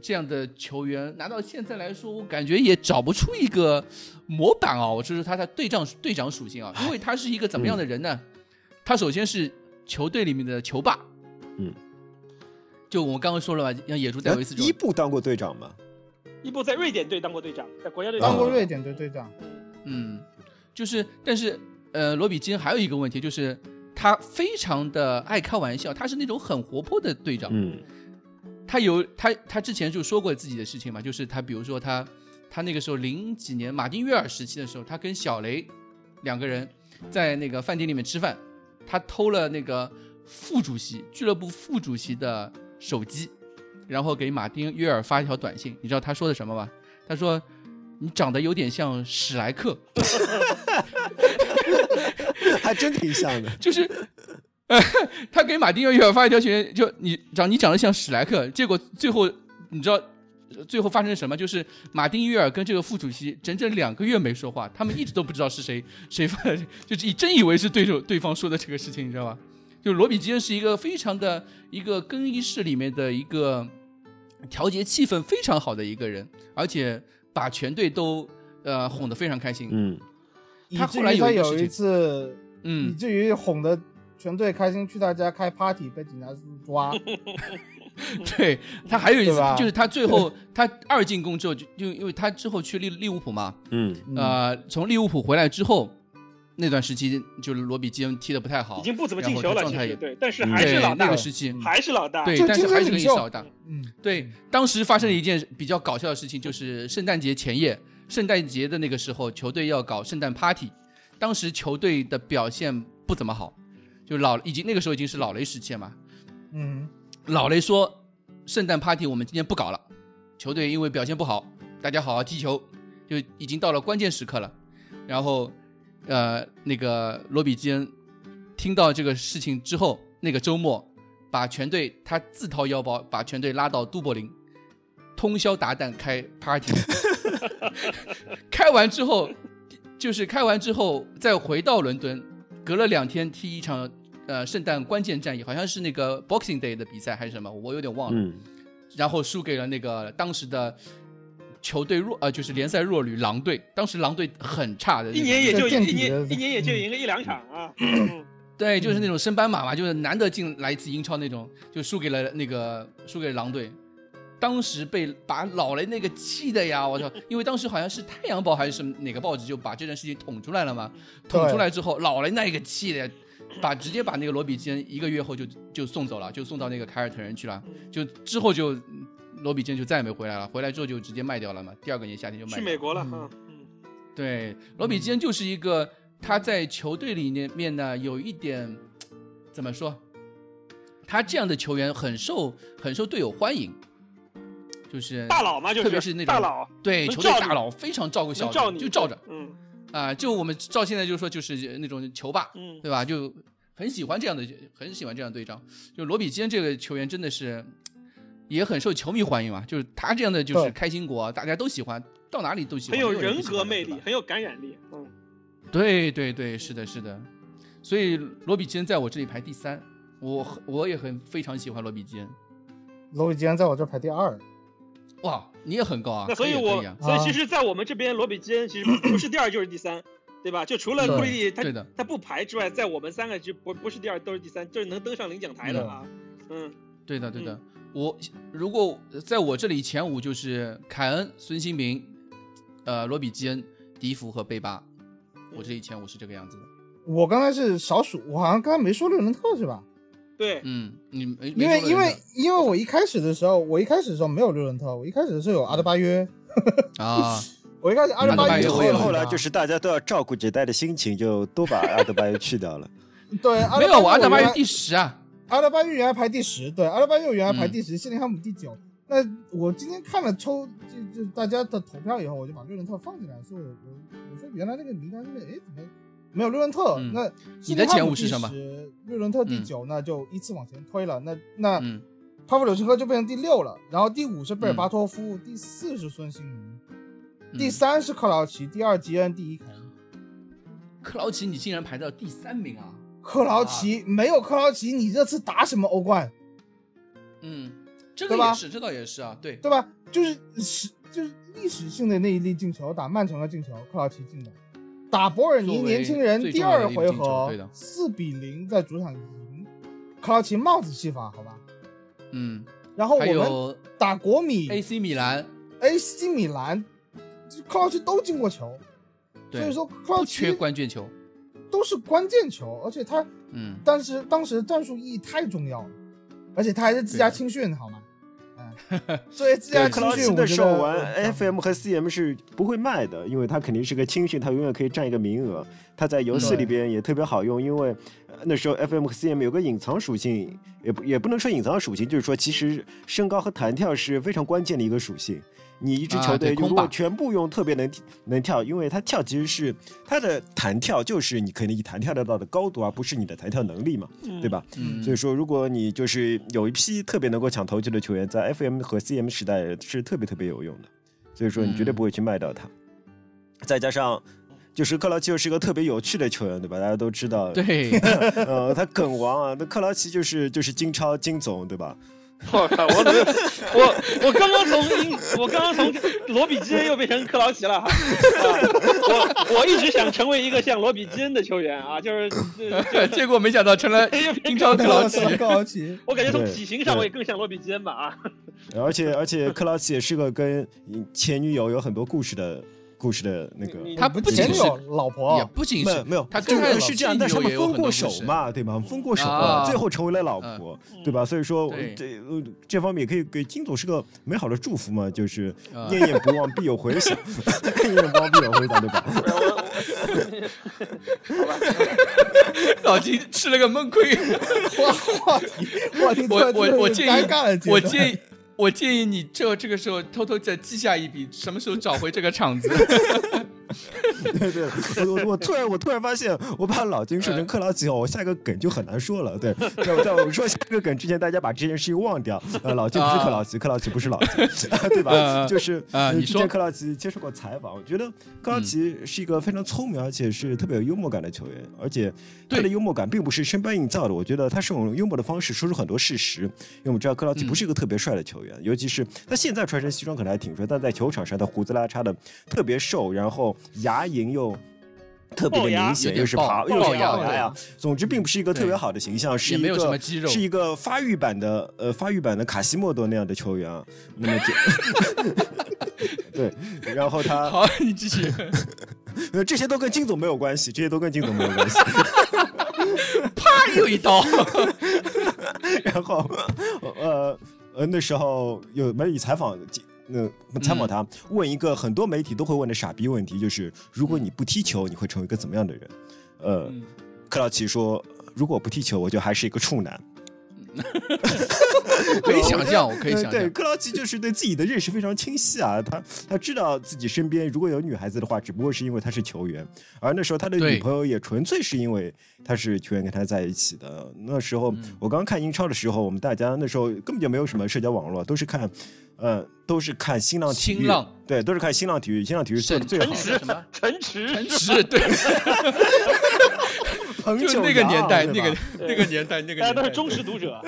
Speaker 2: 这样的球员，拿到现在来说，我感觉也找不出一个模板啊、哦，就是他的队长队长属性啊，因为他是一个怎么样的人呢？他首先是球队里面的球霸，
Speaker 5: 嗯，
Speaker 2: 就我刚刚说了吧，像野猪戴
Speaker 5: 哎
Speaker 2: 维斯这种
Speaker 5: 伊布当过队长吗？
Speaker 3: 伊布在瑞典队当过队长，在国家队
Speaker 4: 当过
Speaker 5: 啊
Speaker 4: 瑞典队队长，
Speaker 2: 嗯，就是，但是，呃，罗比金还有一个问题，就是他非常的爱开玩笑，他是那种很活泼的队长。
Speaker 5: 嗯，
Speaker 2: 他有他他之前就说过自己的事情嘛，就是他比如说他他那个时候零几年马丁约尔时期的时候，他跟小雷两个人在那个饭店里面吃饭，他偷了那个副主席俱乐部副主席的手机，然后给马丁约尔发一条短信，你知道他说的什么吗？他说。你长得有点像史莱克，
Speaker 5: 还真挺像的。
Speaker 2: 就是，呃，他给马丁约尔发一条群，就你长你长得像史莱克，结果最后你知道呃最后发生什么？就是马丁约尔跟这个副主席整整两个月没说话，他们一直都不知道是谁谁发的，就是以真以为是对手对方说的这个事情，你知道吧？就是罗比基恩是一个非常的一个更衣室里面的一个调节气氛非常好的一个人，而且把全队都呃哄得非常开心。
Speaker 5: 嗯，
Speaker 4: 以
Speaker 2: 他
Speaker 4: 至
Speaker 2: 后来
Speaker 4: 于
Speaker 2: 有
Speaker 4: 他
Speaker 2: 一个
Speaker 4: 有
Speaker 2: 事
Speaker 4: 一
Speaker 2: 情
Speaker 4: 次，以
Speaker 2: 嗯，
Speaker 4: 至于哄得全队开心去他家开 party，被警察叔叔
Speaker 2: *laughs*
Speaker 4: 抓。
Speaker 2: 对他还有一次
Speaker 4: 对吧
Speaker 2: 就是他最后他二进宫之后就就因为他之后去利利物浦嘛，
Speaker 5: 嗯，
Speaker 4: 嗯，
Speaker 2: 呃，从利物浦回来之后，那段时期就是罗比基恩踢的不太好，
Speaker 3: 已经不怎么
Speaker 2: 然
Speaker 3: 进
Speaker 2: 后
Speaker 3: 球
Speaker 2: 他
Speaker 3: 了，
Speaker 2: 状
Speaker 3: 其
Speaker 2: 态
Speaker 3: 实
Speaker 2: 也
Speaker 3: 对，但是
Speaker 5: 嗯
Speaker 3: 还是
Speaker 2: 对
Speaker 3: 老
Speaker 2: 那
Speaker 3: 大
Speaker 2: 个，时期，
Speaker 3: 还是老大，
Speaker 2: 对，
Speaker 4: 就
Speaker 2: 但是
Speaker 4: 精神
Speaker 2: 还是
Speaker 4: 领
Speaker 2: 个
Speaker 4: 袖
Speaker 2: 老大。
Speaker 4: 嗯，
Speaker 2: 对，当时发生了一件比较搞笑的事情，就是圣诞节前夜，圣诞节的那个时候，球队要搞圣诞 party，当时球队的表现不怎么好，就老已经那个时候已经是老雷时期了嘛，
Speaker 4: 嗯，
Speaker 2: 老雷说，圣诞 party 我们今天不搞了，球队因为表现不好，大家好好踢球，就已经到了关键时刻了。然后，呃，那个罗比基恩听到这个事情之后，那个周末把全队他自掏腰包把全队拉到都柏林，通宵达旦开 party，开完之后就是开完之后再回到伦敦，隔了两天踢一场呃圣诞关键战役，好像是那个 Boxing Day 的比赛还是什么，我有点忘了。
Speaker 5: 嗯，
Speaker 2: 然后输给了那个当时的球队弱呃，就是联赛弱旅狼队，当时狼队很差的那
Speaker 3: 一
Speaker 2: 种，
Speaker 3: 年也就
Speaker 4: 这垫
Speaker 3: 一
Speaker 4: 底的
Speaker 3: 年一年也就赢个一两场啊，嗯
Speaker 2: 对，就是那种升班马嘛，就是难得进来一次英超那种，就输给了那个输给了狼队。当时被把老雷那个气的呀，我操！因为当时好像是《太阳报》还是什么哪个报纸就把这件事情捅出来了嘛，捅出来之后，老雷那个气的呀，把直接把那个罗比坚一个月后就就送走了，就送到那个凯尔特人去了，就之后就罗比坚就再也没回来了，回来之后就直接卖掉了嘛，第二个年夏天就卖
Speaker 3: 去
Speaker 2: 掉
Speaker 3: 美
Speaker 2: 了。
Speaker 3: 国了
Speaker 4: 嗯
Speaker 3: 啊。嗯
Speaker 2: 对，罗比坚就是一个他在球队里面面呢有一点怎么说，他这样的球员很受很受队友欢迎，就是
Speaker 3: 大佬嘛，就是
Speaker 2: 特别是那种
Speaker 3: 大佬，
Speaker 2: 对
Speaker 3: 能
Speaker 2: 球队
Speaker 3: 罩
Speaker 2: 大
Speaker 3: 你
Speaker 2: 佬非常照顾小
Speaker 3: 能
Speaker 2: 的
Speaker 3: 罩你
Speaker 2: 就罩着
Speaker 3: 嗯
Speaker 2: 啊、就我们照现在就说就是呃那种球霸，
Speaker 3: 嗯，
Speaker 2: 对吧？就很喜欢这样的，很喜欢这样的队长。就罗比坚这个球员真的是也很受球迷欢迎嘛，就是他这样的就是
Speaker 4: 对
Speaker 2: 开心果，啊大家都喜欢，到哪里都喜
Speaker 3: 很
Speaker 2: 欢，没
Speaker 3: 有
Speaker 2: 有人
Speaker 3: 人
Speaker 2: 不喜欢
Speaker 3: 格
Speaker 2: 的
Speaker 3: 魅
Speaker 2: 对吧
Speaker 3: 力，很有感染力。嗯，
Speaker 2: 对对对，是的，是的。所以罗比基恩在我这里排第三，我我也很非常喜欢罗比基恩。
Speaker 4: 罗比竟然在我这儿排第二，
Speaker 2: 哇，你也很高啊！
Speaker 3: 那所
Speaker 2: 可
Speaker 3: 以
Speaker 2: 以啊
Speaker 3: 我
Speaker 2: 可以啊，
Speaker 3: 所以其实，在我们这边，罗比基恩其实不是第二就是第三，对吧？就除了
Speaker 4: 对
Speaker 3: 库里他
Speaker 2: 对的，
Speaker 3: 他不排之外，在我们三个就不不是第二都是第三，就是能登上领奖台的啊。嗯，
Speaker 2: 对的，对的。我如果在我这里前五就是凯恩、孙兴民、呃罗比基恩、迪福和贝巴，我这里前五是这个样子的。
Speaker 4: 我刚才是少数，我好像刚才没说六人特是吧？
Speaker 3: 对，
Speaker 2: 嗯，你没没
Speaker 4: 因为
Speaker 2: 说
Speaker 4: 因
Speaker 2: 人
Speaker 4: 为因为我一开始的时候，我一开始的时候没有六人特，我一开始的时候有阿德巴约，
Speaker 2: 的啊，
Speaker 4: 我一开始阿德
Speaker 2: 阿德巴
Speaker 4: 巴
Speaker 2: 约啊
Speaker 4: 约
Speaker 2: 后
Speaker 4: 我
Speaker 5: 后
Speaker 4: 也
Speaker 2: 有
Speaker 4: 有
Speaker 5: 后来
Speaker 4: 他
Speaker 5: 就是大家都要照顾杰代的心情，就都把阿德巴约
Speaker 2: *laughs*
Speaker 5: 去掉了。
Speaker 4: 对阿
Speaker 2: 没有我阿德巴
Speaker 4: 约
Speaker 2: 约
Speaker 4: 原来
Speaker 2: 第十啊。
Speaker 4: 阿德巴约原来排第十，对阿德巴约原来排第十，谢林汉姆第九。那我今天看了抽就就大家的投票以后，我就把六人特放进来，说我我我说原来那个名单里面哎怎么没有六人特？
Speaker 2: 嗯
Speaker 4: 那
Speaker 2: 你的前五是什么
Speaker 4: 谢林汉姆第十？六人特第九，那就依次往前推了。那那
Speaker 2: 嗯，
Speaker 4: 帕夫柳琴科就变成第六了，然后第五是贝尔巴托夫，第四是孙兴民，
Speaker 2: 嗯
Speaker 4: 第三是克劳奇，第二吉恩，第一凯恩。
Speaker 2: 克劳奇，你竟然排到第三名啊！
Speaker 4: 克劳奇、没有克劳奇，你这次打什么欧冠，
Speaker 2: 嗯，这个
Speaker 4: 对吧
Speaker 2: 也是，这倒也是啊，对，
Speaker 4: 对吧？就是史就是历史性的那一粒进球，打曼城的进球，克劳奇进的，打博尔尼
Speaker 2: 作为
Speaker 4: 年轻人
Speaker 2: 最
Speaker 4: 第
Speaker 2: 重要的
Speaker 4: 二
Speaker 2: 一粒
Speaker 4: 回
Speaker 2: 进球
Speaker 4: 合
Speaker 2: 对的
Speaker 4: 四比零在主场赢，克劳奇帽子戏法，好吧？
Speaker 2: 嗯，
Speaker 4: 然后我
Speaker 2: 还
Speaker 4: 们
Speaker 2: 有
Speaker 4: 打国米、
Speaker 2: AC 米兰，
Speaker 4: AC 米兰，克劳奇都进过球，所
Speaker 2: 对，
Speaker 4: 以说克劳
Speaker 2: 不
Speaker 4: 奇
Speaker 2: 缺关键球，
Speaker 4: 都是关键球，而且他
Speaker 2: 嗯，
Speaker 4: 当时当时战术意义太重要了，而且他还是自家青训，好吗？
Speaker 2: *laughs*
Speaker 4: 嗯，所以自家
Speaker 2: 对
Speaker 5: 克
Speaker 4: 青
Speaker 5: 劳
Speaker 4: 训
Speaker 5: 奇
Speaker 4: 我
Speaker 5: 那
Speaker 4: 觉
Speaker 5: 时
Speaker 4: 得
Speaker 5: 候
Speaker 4: 我
Speaker 5: 玩 FM 和 CM 是不会卖的，因为他肯定是个青训，他永远可以占一个名额。他在游戏里边也特别好用，因为呃那时候 FM 和 CM 有个隐藏属性，也不也不能说隐藏属性，就是说其实身高和弹跳是非常关键的一个属性。你一支
Speaker 2: 啊
Speaker 5: 球队
Speaker 2: 对
Speaker 5: 如
Speaker 2: 空
Speaker 5: 果
Speaker 2: 霸
Speaker 5: 全部用特别能能跳，因为他跳其实是他的弹跳就是你可能以弹跳得到的高度，而不是你的弹跳能力嘛，对吧？
Speaker 2: 嗯，
Speaker 5: 所以说，如果你就是有一批特别能够抢头球的球员，在 FM 和 CM 时代是特别特别有用的。所以说，你绝对
Speaker 2: 嗯
Speaker 5: 不会去卖掉他。再加上，就是克劳奇又是一个特别有趣的球员，对吧？大家都知道，
Speaker 2: *laughs* 对，
Speaker 5: *laughs* 呃，他梗王啊，那克劳奇就是就是金超金总，对吧？
Speaker 3: 我靠，我怎么 *laughs* 我我刚刚从英我刚刚从罗比基恩又变成克劳奇了哈、啊我我一直想成为一个像罗比基恩的球员啊，就是就
Speaker 2: *laughs*
Speaker 3: 就
Speaker 2: 结果没想到成
Speaker 5: *laughs*
Speaker 2: 了英 *laughs* 超克劳奇，
Speaker 4: 克劳奇，
Speaker 3: 我感觉从体型上
Speaker 5: 对
Speaker 3: 我也更像罗比基恩吧啊。
Speaker 5: 而且而且克劳奇也是个跟前女友有很多故事的故事的那个。
Speaker 3: 你
Speaker 2: 他
Speaker 4: 不
Speaker 2: *laughs* 不仅
Speaker 4: 前女
Speaker 2: 是
Speaker 4: 友老
Speaker 2: 也
Speaker 4: 婆，
Speaker 2: 不仅
Speaker 5: 没
Speaker 2: 是
Speaker 5: 有没有，
Speaker 2: 他
Speaker 5: 这
Speaker 2: 跟他
Speaker 5: 个
Speaker 2: 的
Speaker 5: 是这样，但是他
Speaker 2: 亲
Speaker 5: 们
Speaker 2: 友也有
Speaker 5: 分
Speaker 2: 很
Speaker 5: 过
Speaker 2: 多
Speaker 5: 手
Speaker 2: 故事，
Speaker 5: 嘛，对吗？分过手
Speaker 2: 啊
Speaker 5: 最后成为了老
Speaker 2: 嗯
Speaker 5: 婆，对吧？所以说
Speaker 2: 对
Speaker 5: 这呃这方面也可以给金总是个美好的祝福嘛，就是
Speaker 2: 啊
Speaker 5: 念念不忘必有
Speaker 2: *laughs*
Speaker 5: 回响，念念不忘必有回响，对吧？
Speaker 2: *laughs*
Speaker 5: *laughs*
Speaker 2: 老金吃了个闷
Speaker 5: *laughs*
Speaker 2: 亏。
Speaker 4: 话话题话题突
Speaker 2: 我
Speaker 4: 然就
Speaker 2: 我
Speaker 4: 是
Speaker 2: 我建
Speaker 4: 尴
Speaker 2: 议
Speaker 4: 尬了，，
Speaker 2: 我
Speaker 4: 议
Speaker 2: 建议，我建议你就这个时候偷偷再记下一笔，什么时候找回这个场
Speaker 5: *laughs*
Speaker 2: 子？
Speaker 5: 对对，我我我突然我突然发现，我把老金
Speaker 2: 嗯
Speaker 5: 说成克劳奇后，我下一个梗就很难说了。对，在在我说下一个梗之前，大家把这件事情忘掉。呃，老金不是克劳
Speaker 2: 啊
Speaker 5: 奇，克劳奇不是老金， *laughs* 对吧？
Speaker 2: 呃
Speaker 5: 就是
Speaker 2: 呃
Speaker 5: 呃
Speaker 2: 你
Speaker 5: 之
Speaker 2: 说嗯
Speaker 5: 前克劳奇接受过采访，我觉得克劳奇是一个非常聪明而且是特别有幽默感的球员，而且他的
Speaker 2: 对
Speaker 5: 幽默感并不是生搬硬造的，我觉得他是用幽默的方式说出很多事实。因为我们知道克劳奇
Speaker 2: 嗯
Speaker 5: 不是一个特别帅的球员，尤其是他现在穿身西装可能还挺帅，但在球场上他胡子拉碴的特别瘦，然后牙龈又。特别的明
Speaker 2: 有
Speaker 5: 显，
Speaker 2: 点
Speaker 5: 又是
Speaker 2: 龅
Speaker 5: 爬，
Speaker 2: 龅
Speaker 5: 又是
Speaker 2: 牙
Speaker 5: 牙呀
Speaker 2: 对。
Speaker 5: 总之，并不是一个特别
Speaker 2: 对
Speaker 5: 好的形象，是
Speaker 2: 也
Speaker 5: 一
Speaker 2: 没有什么
Speaker 5: 个
Speaker 2: 肌肉
Speaker 5: 是一个发育版的呃发育版的卡西莫多那样的球员啊。那
Speaker 2: *laughs*
Speaker 5: 么就对，然后他
Speaker 2: 好，你继续。
Speaker 5: 呃这些都跟金总没有关系，这些都跟金总没有关系。 *laughs*
Speaker 2: 啪，又一刀。
Speaker 5: 然后呃呃那时候有媒体采访。那、采访他、
Speaker 2: 嗯
Speaker 5: 问一个很多媒体都会问的傻逼问题，就是如果你不踢球，你会成为一个怎么样的人？呃，
Speaker 2: 嗯
Speaker 5: 克劳奇说，如果我不踢球，我就还是一个处男。可
Speaker 2: 以想象我可以想象
Speaker 5: 呃对，克劳奇就是对自己的认识非常清晰啊，他他知道自己身边如果有女孩子的话，只不过是因为他是球员，而那时候他的
Speaker 2: 对
Speaker 5: 女朋友也纯粹是因为他是球员跟他在一起的。那时候、
Speaker 2: 嗯
Speaker 5: 我刚看英超的时候，我们大家那时候根本就没有什么社交网络，都是看，呃，都是看新浪体育，
Speaker 2: 新浪
Speaker 5: 对，都是看新浪体育，新浪体育做的最好
Speaker 2: 沈
Speaker 3: 陈
Speaker 5: 的。
Speaker 2: *laughs* 是
Speaker 3: 池陈池
Speaker 2: 什么，陈
Speaker 3: 是吧
Speaker 2: 池，对，
Speaker 5: 彭
Speaker 2: 就
Speaker 5: 九
Speaker 2: 那个
Speaker 5: 阳
Speaker 2: 年代，
Speaker 5: 对
Speaker 2: 那
Speaker 5: 吧
Speaker 2: 个那个年代，那个
Speaker 3: 大家
Speaker 2: 年
Speaker 3: 都
Speaker 2: 代
Speaker 3: 是忠实读者，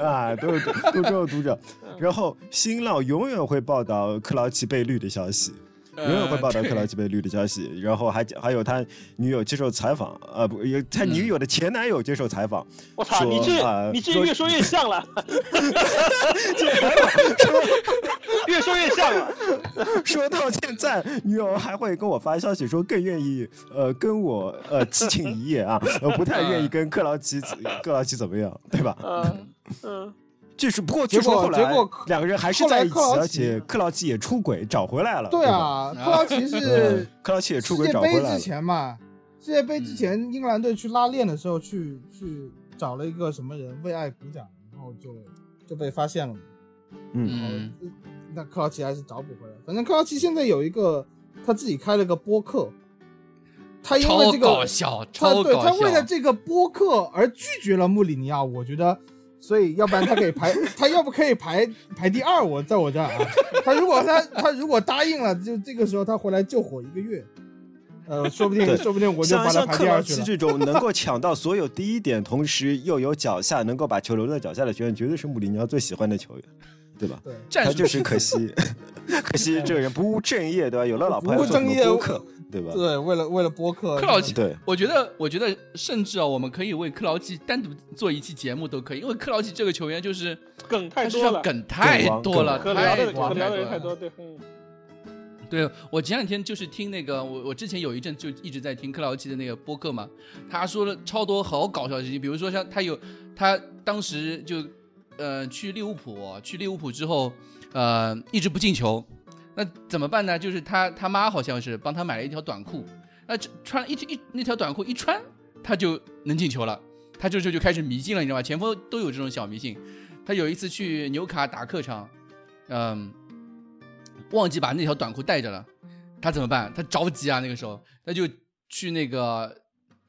Speaker 5: 啊，都是都都有读者。然后新浪永远会报道克劳奇被绿的消息，
Speaker 4: 呃
Speaker 2: 呃
Speaker 5: 永远会报道克劳
Speaker 2: 了。
Speaker 5: 奇被绿的消息。然后还还有他女友接受采访，呃，不，有他女友的前男友接受采访，
Speaker 3: 我操，
Speaker 5: 说
Speaker 3: 你
Speaker 5: 啊
Speaker 3: 这你这
Speaker 5: 说
Speaker 3: 越说
Speaker 5: *laughs*
Speaker 3: 越像了， *laughs* 越说越像了，
Speaker 4: 嗯
Speaker 5: 说到现在，女友还会跟我发消息说更愿意呃跟我呃激情一夜
Speaker 4: *laughs*
Speaker 5: 啊，呃不太愿意跟克劳奇
Speaker 4: 嗯
Speaker 5: 克劳奇怎么样，对吧？
Speaker 3: 嗯嗯，
Speaker 5: 就是不过
Speaker 4: 结
Speaker 5: 据
Speaker 4: 果
Speaker 5: 说后来
Speaker 4: 结果
Speaker 5: 两个人还是
Speaker 4: 后来
Speaker 5: 在一起，
Speaker 4: 克劳奇
Speaker 5: 而且克劳奇也出轨找回来
Speaker 4: *laughs*
Speaker 5: 了，
Speaker 4: 对
Speaker 5: 吧，
Speaker 4: 啊，克劳奇
Speaker 5: 嗯
Speaker 4: 是
Speaker 5: 克劳奇也出
Speaker 4: 世
Speaker 5: 轨
Speaker 4: 界
Speaker 5: 找回
Speaker 4: 杯
Speaker 5: 来
Speaker 4: 之
Speaker 5: 了。
Speaker 4: 前嘛，世界杯之
Speaker 2: 嗯
Speaker 4: 前英格兰队去拉练的时候，去去找了一个什么人为爱鼓掌，然后就就被发现了嘛。
Speaker 5: 嗯，
Speaker 2: 嗯，
Speaker 4: 呃那克劳奇还是找补回来。反正克劳奇现在有一个他自己开了个播客，他因为
Speaker 2: 超
Speaker 4: 这
Speaker 2: 搞
Speaker 4: 个
Speaker 2: 笑，
Speaker 4: 他
Speaker 2: 超
Speaker 4: 对
Speaker 2: 搞
Speaker 4: 他为了
Speaker 2: 笑。
Speaker 4: 这个播客而拒绝了穆里尼奥，我觉得。所以，要不然他可以
Speaker 5: *laughs*
Speaker 4: 排，他要不可以排排第二，我在我这儿啊。他如果他他如果答应了，就这个时候他回来救火一个月，呃，说不定
Speaker 5: 对
Speaker 4: 说不定我就
Speaker 5: 像
Speaker 4: 把他
Speaker 5: 像
Speaker 4: 排
Speaker 5: 克
Speaker 4: 第
Speaker 5: 劳
Speaker 4: 二去
Speaker 5: 奇
Speaker 4: 了。
Speaker 5: 这种能够抢到所有第一点，同时又有脚下能够把球留在脚下的球员，绝对是穆里尼奥最喜欢的球员，对吧？
Speaker 4: 对，
Speaker 2: 战
Speaker 5: 他
Speaker 2: 术
Speaker 5: 就是可惜， *laughs* 可惜这个人不务正业，对吧？有了老婆还
Speaker 4: 不
Speaker 5: 做
Speaker 4: 务
Speaker 5: 什么
Speaker 4: 正业呃
Speaker 5: 播客，对吧？
Speaker 4: 对，为了为了播客，
Speaker 2: 克劳奇
Speaker 5: 对，
Speaker 2: *laughs* 我觉得，我觉得，甚至啊，我们可以为克劳奇单独做一期节目都可以，因为克劳奇这个球员就是
Speaker 3: 梗太
Speaker 2: 他身
Speaker 3: 多
Speaker 2: 上
Speaker 3: 了，
Speaker 2: 梗太多了，
Speaker 3: 可
Speaker 2: 太
Speaker 3: 聊的
Speaker 2: 多了
Speaker 3: 可聊的人太
Speaker 2: 太
Speaker 3: 多，
Speaker 2: 了。
Speaker 3: 对，嗯
Speaker 2: 对我前两天就是听那个，我我之前有一阵就一直在听克劳奇的那个播客嘛，他说了超多好搞笑的事情，比如说像他有他当时就呃去利物浦，去利物浦之后呃一直不进球，那怎么办呢？就是他他妈好像是帮他买了一条短裤，那这呃穿一一那条短裤一穿，他就能进球了，他这时候就开始迷信了，你知道吧？前锋都有这种小迷信。他有一次去纽卡打客场，嗯，忘记把那条短裤带着了，他怎么办？他着急啊，那个时候他就去那个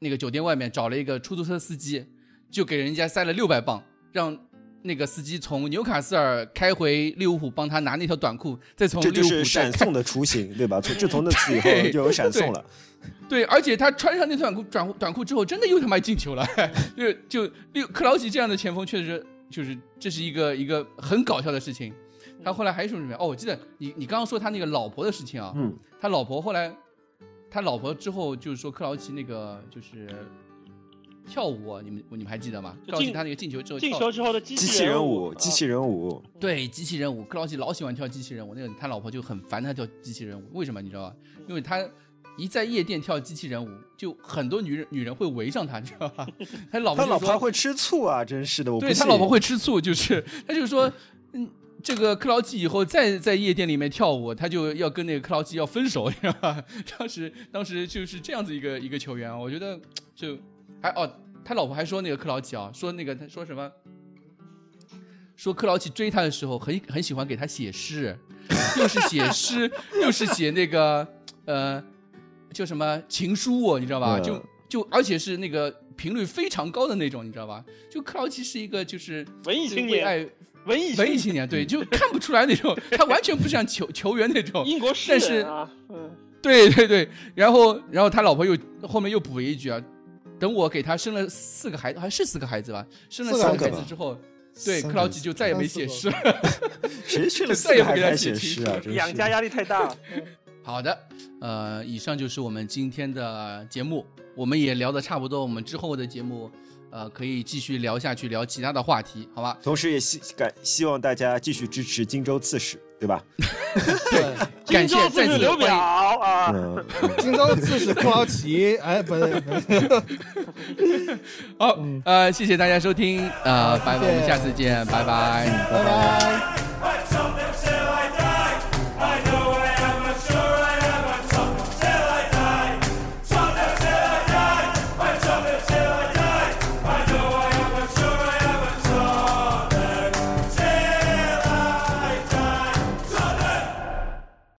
Speaker 2: 那个酒店外面找了一个出租车司机，就给人家塞了六百磅，让。那个司机从纽卡斯尔开回利物浦，帮他拿那条短裤，再从
Speaker 5: 这
Speaker 2: 利
Speaker 5: 就
Speaker 2: 物浦
Speaker 5: 是
Speaker 2: 再
Speaker 5: 闪
Speaker 2: 开
Speaker 5: 送的雏形，对吧？从自从那次
Speaker 2: *laughs*
Speaker 5: 以后就有闪送了。
Speaker 2: 对，而且他穿上那短裤短裤短裤之后，真的又他妈进球了， *laughs* 就就六克劳奇这样的前锋，确实就是这是一个一个很搞笑的事情。他后来还说什么？哦，我记得你你刚刚说他那个老婆的事情啊，
Speaker 5: 嗯，
Speaker 2: 他老婆后来他老婆之后就是说克劳奇那个就是跳舞啊，你们你们还记得吗？
Speaker 3: 就
Speaker 2: 克劳奇
Speaker 3: 进
Speaker 2: 他那个进球之后
Speaker 3: 进
Speaker 2: 跳
Speaker 3: 球之后的机
Speaker 5: 机器人舞，
Speaker 3: 舞，
Speaker 5: 机器人舞，
Speaker 2: 对机器人舞，克劳奇老喜欢跳机器人舞，那个他老婆就很烦他跳机器人舞，为什么你知道吧？因为他一在夜店跳机器人舞，就很多女人女人会围上他，你知道吧？他老婆
Speaker 5: 他
Speaker 2: 啊就
Speaker 5: 老
Speaker 2: 说
Speaker 5: 婆还会吃醋啊，真是的，我不
Speaker 2: 对他
Speaker 5: 信
Speaker 2: 老婆会吃醋，就是他就说，嗯，这个克劳奇以后再在夜店里面跳舞，他就要跟那个克劳奇要分手，你知道吧？ *laughs* 当时当时就是这样子一个一个球员，啊我觉得就还哦，他老婆还说那个克劳奇啊，说那个他说什么？说克劳奇追他的时候很很喜欢给他写诗，又是写诗，又是写那个呃叫什么情书、哦，你知道吧？
Speaker 5: 嗯
Speaker 2: 就就而且是那个频率非常高的那种，你知道吧？就克劳奇是一个就是
Speaker 3: 文艺青
Speaker 2: 为
Speaker 3: 年，
Speaker 2: 爱
Speaker 3: 啊文艺青
Speaker 2: 文艺青年，对，就看不出来那种，
Speaker 3: *laughs*
Speaker 2: 他完全不像球球员那种。
Speaker 3: 英国诗
Speaker 2: 但是
Speaker 3: 人啊，嗯，
Speaker 2: 对对对，然后然后他老婆又后面又补了一句啊，等我给他生了四个孩子，还是四个孩子吧，生了
Speaker 4: 四个
Speaker 2: 四
Speaker 5: 孩子
Speaker 2: 个孩子
Speaker 5: 吧
Speaker 2: 之后，对
Speaker 5: 三
Speaker 2: 克
Speaker 5: 个
Speaker 2: 劳奇就再也没写诗了。
Speaker 5: 谁去了
Speaker 2: 再也不
Speaker 5: 还
Speaker 2: 给他
Speaker 5: 开
Speaker 2: 写
Speaker 5: 写
Speaker 2: 题
Speaker 5: 诗啊？真是
Speaker 3: 养家压力太大，嗯
Speaker 2: *laughs* 好的，呃，以上就是我们今天的节目，我们也聊的差不多，我们之后的节目，呃，可以继续聊下去，聊其他的话题，好吧？
Speaker 5: 同时也希感希望大家继续支持荆州刺史，对吧？ *laughs*
Speaker 4: 对，
Speaker 2: 感
Speaker 3: 荆州
Speaker 2: 谢
Speaker 3: 自
Speaker 2: 再
Speaker 3: 治
Speaker 2: 次
Speaker 3: 刘表
Speaker 2: 欢
Speaker 3: 啊，
Speaker 5: 嗯，
Speaker 4: 荆州刺史库劳奇，哎，不对，不对
Speaker 2: 迎。好，呃，谢谢大家收听，呃，拜拜，我们下次见，拜拜。
Speaker 4: 拜拜。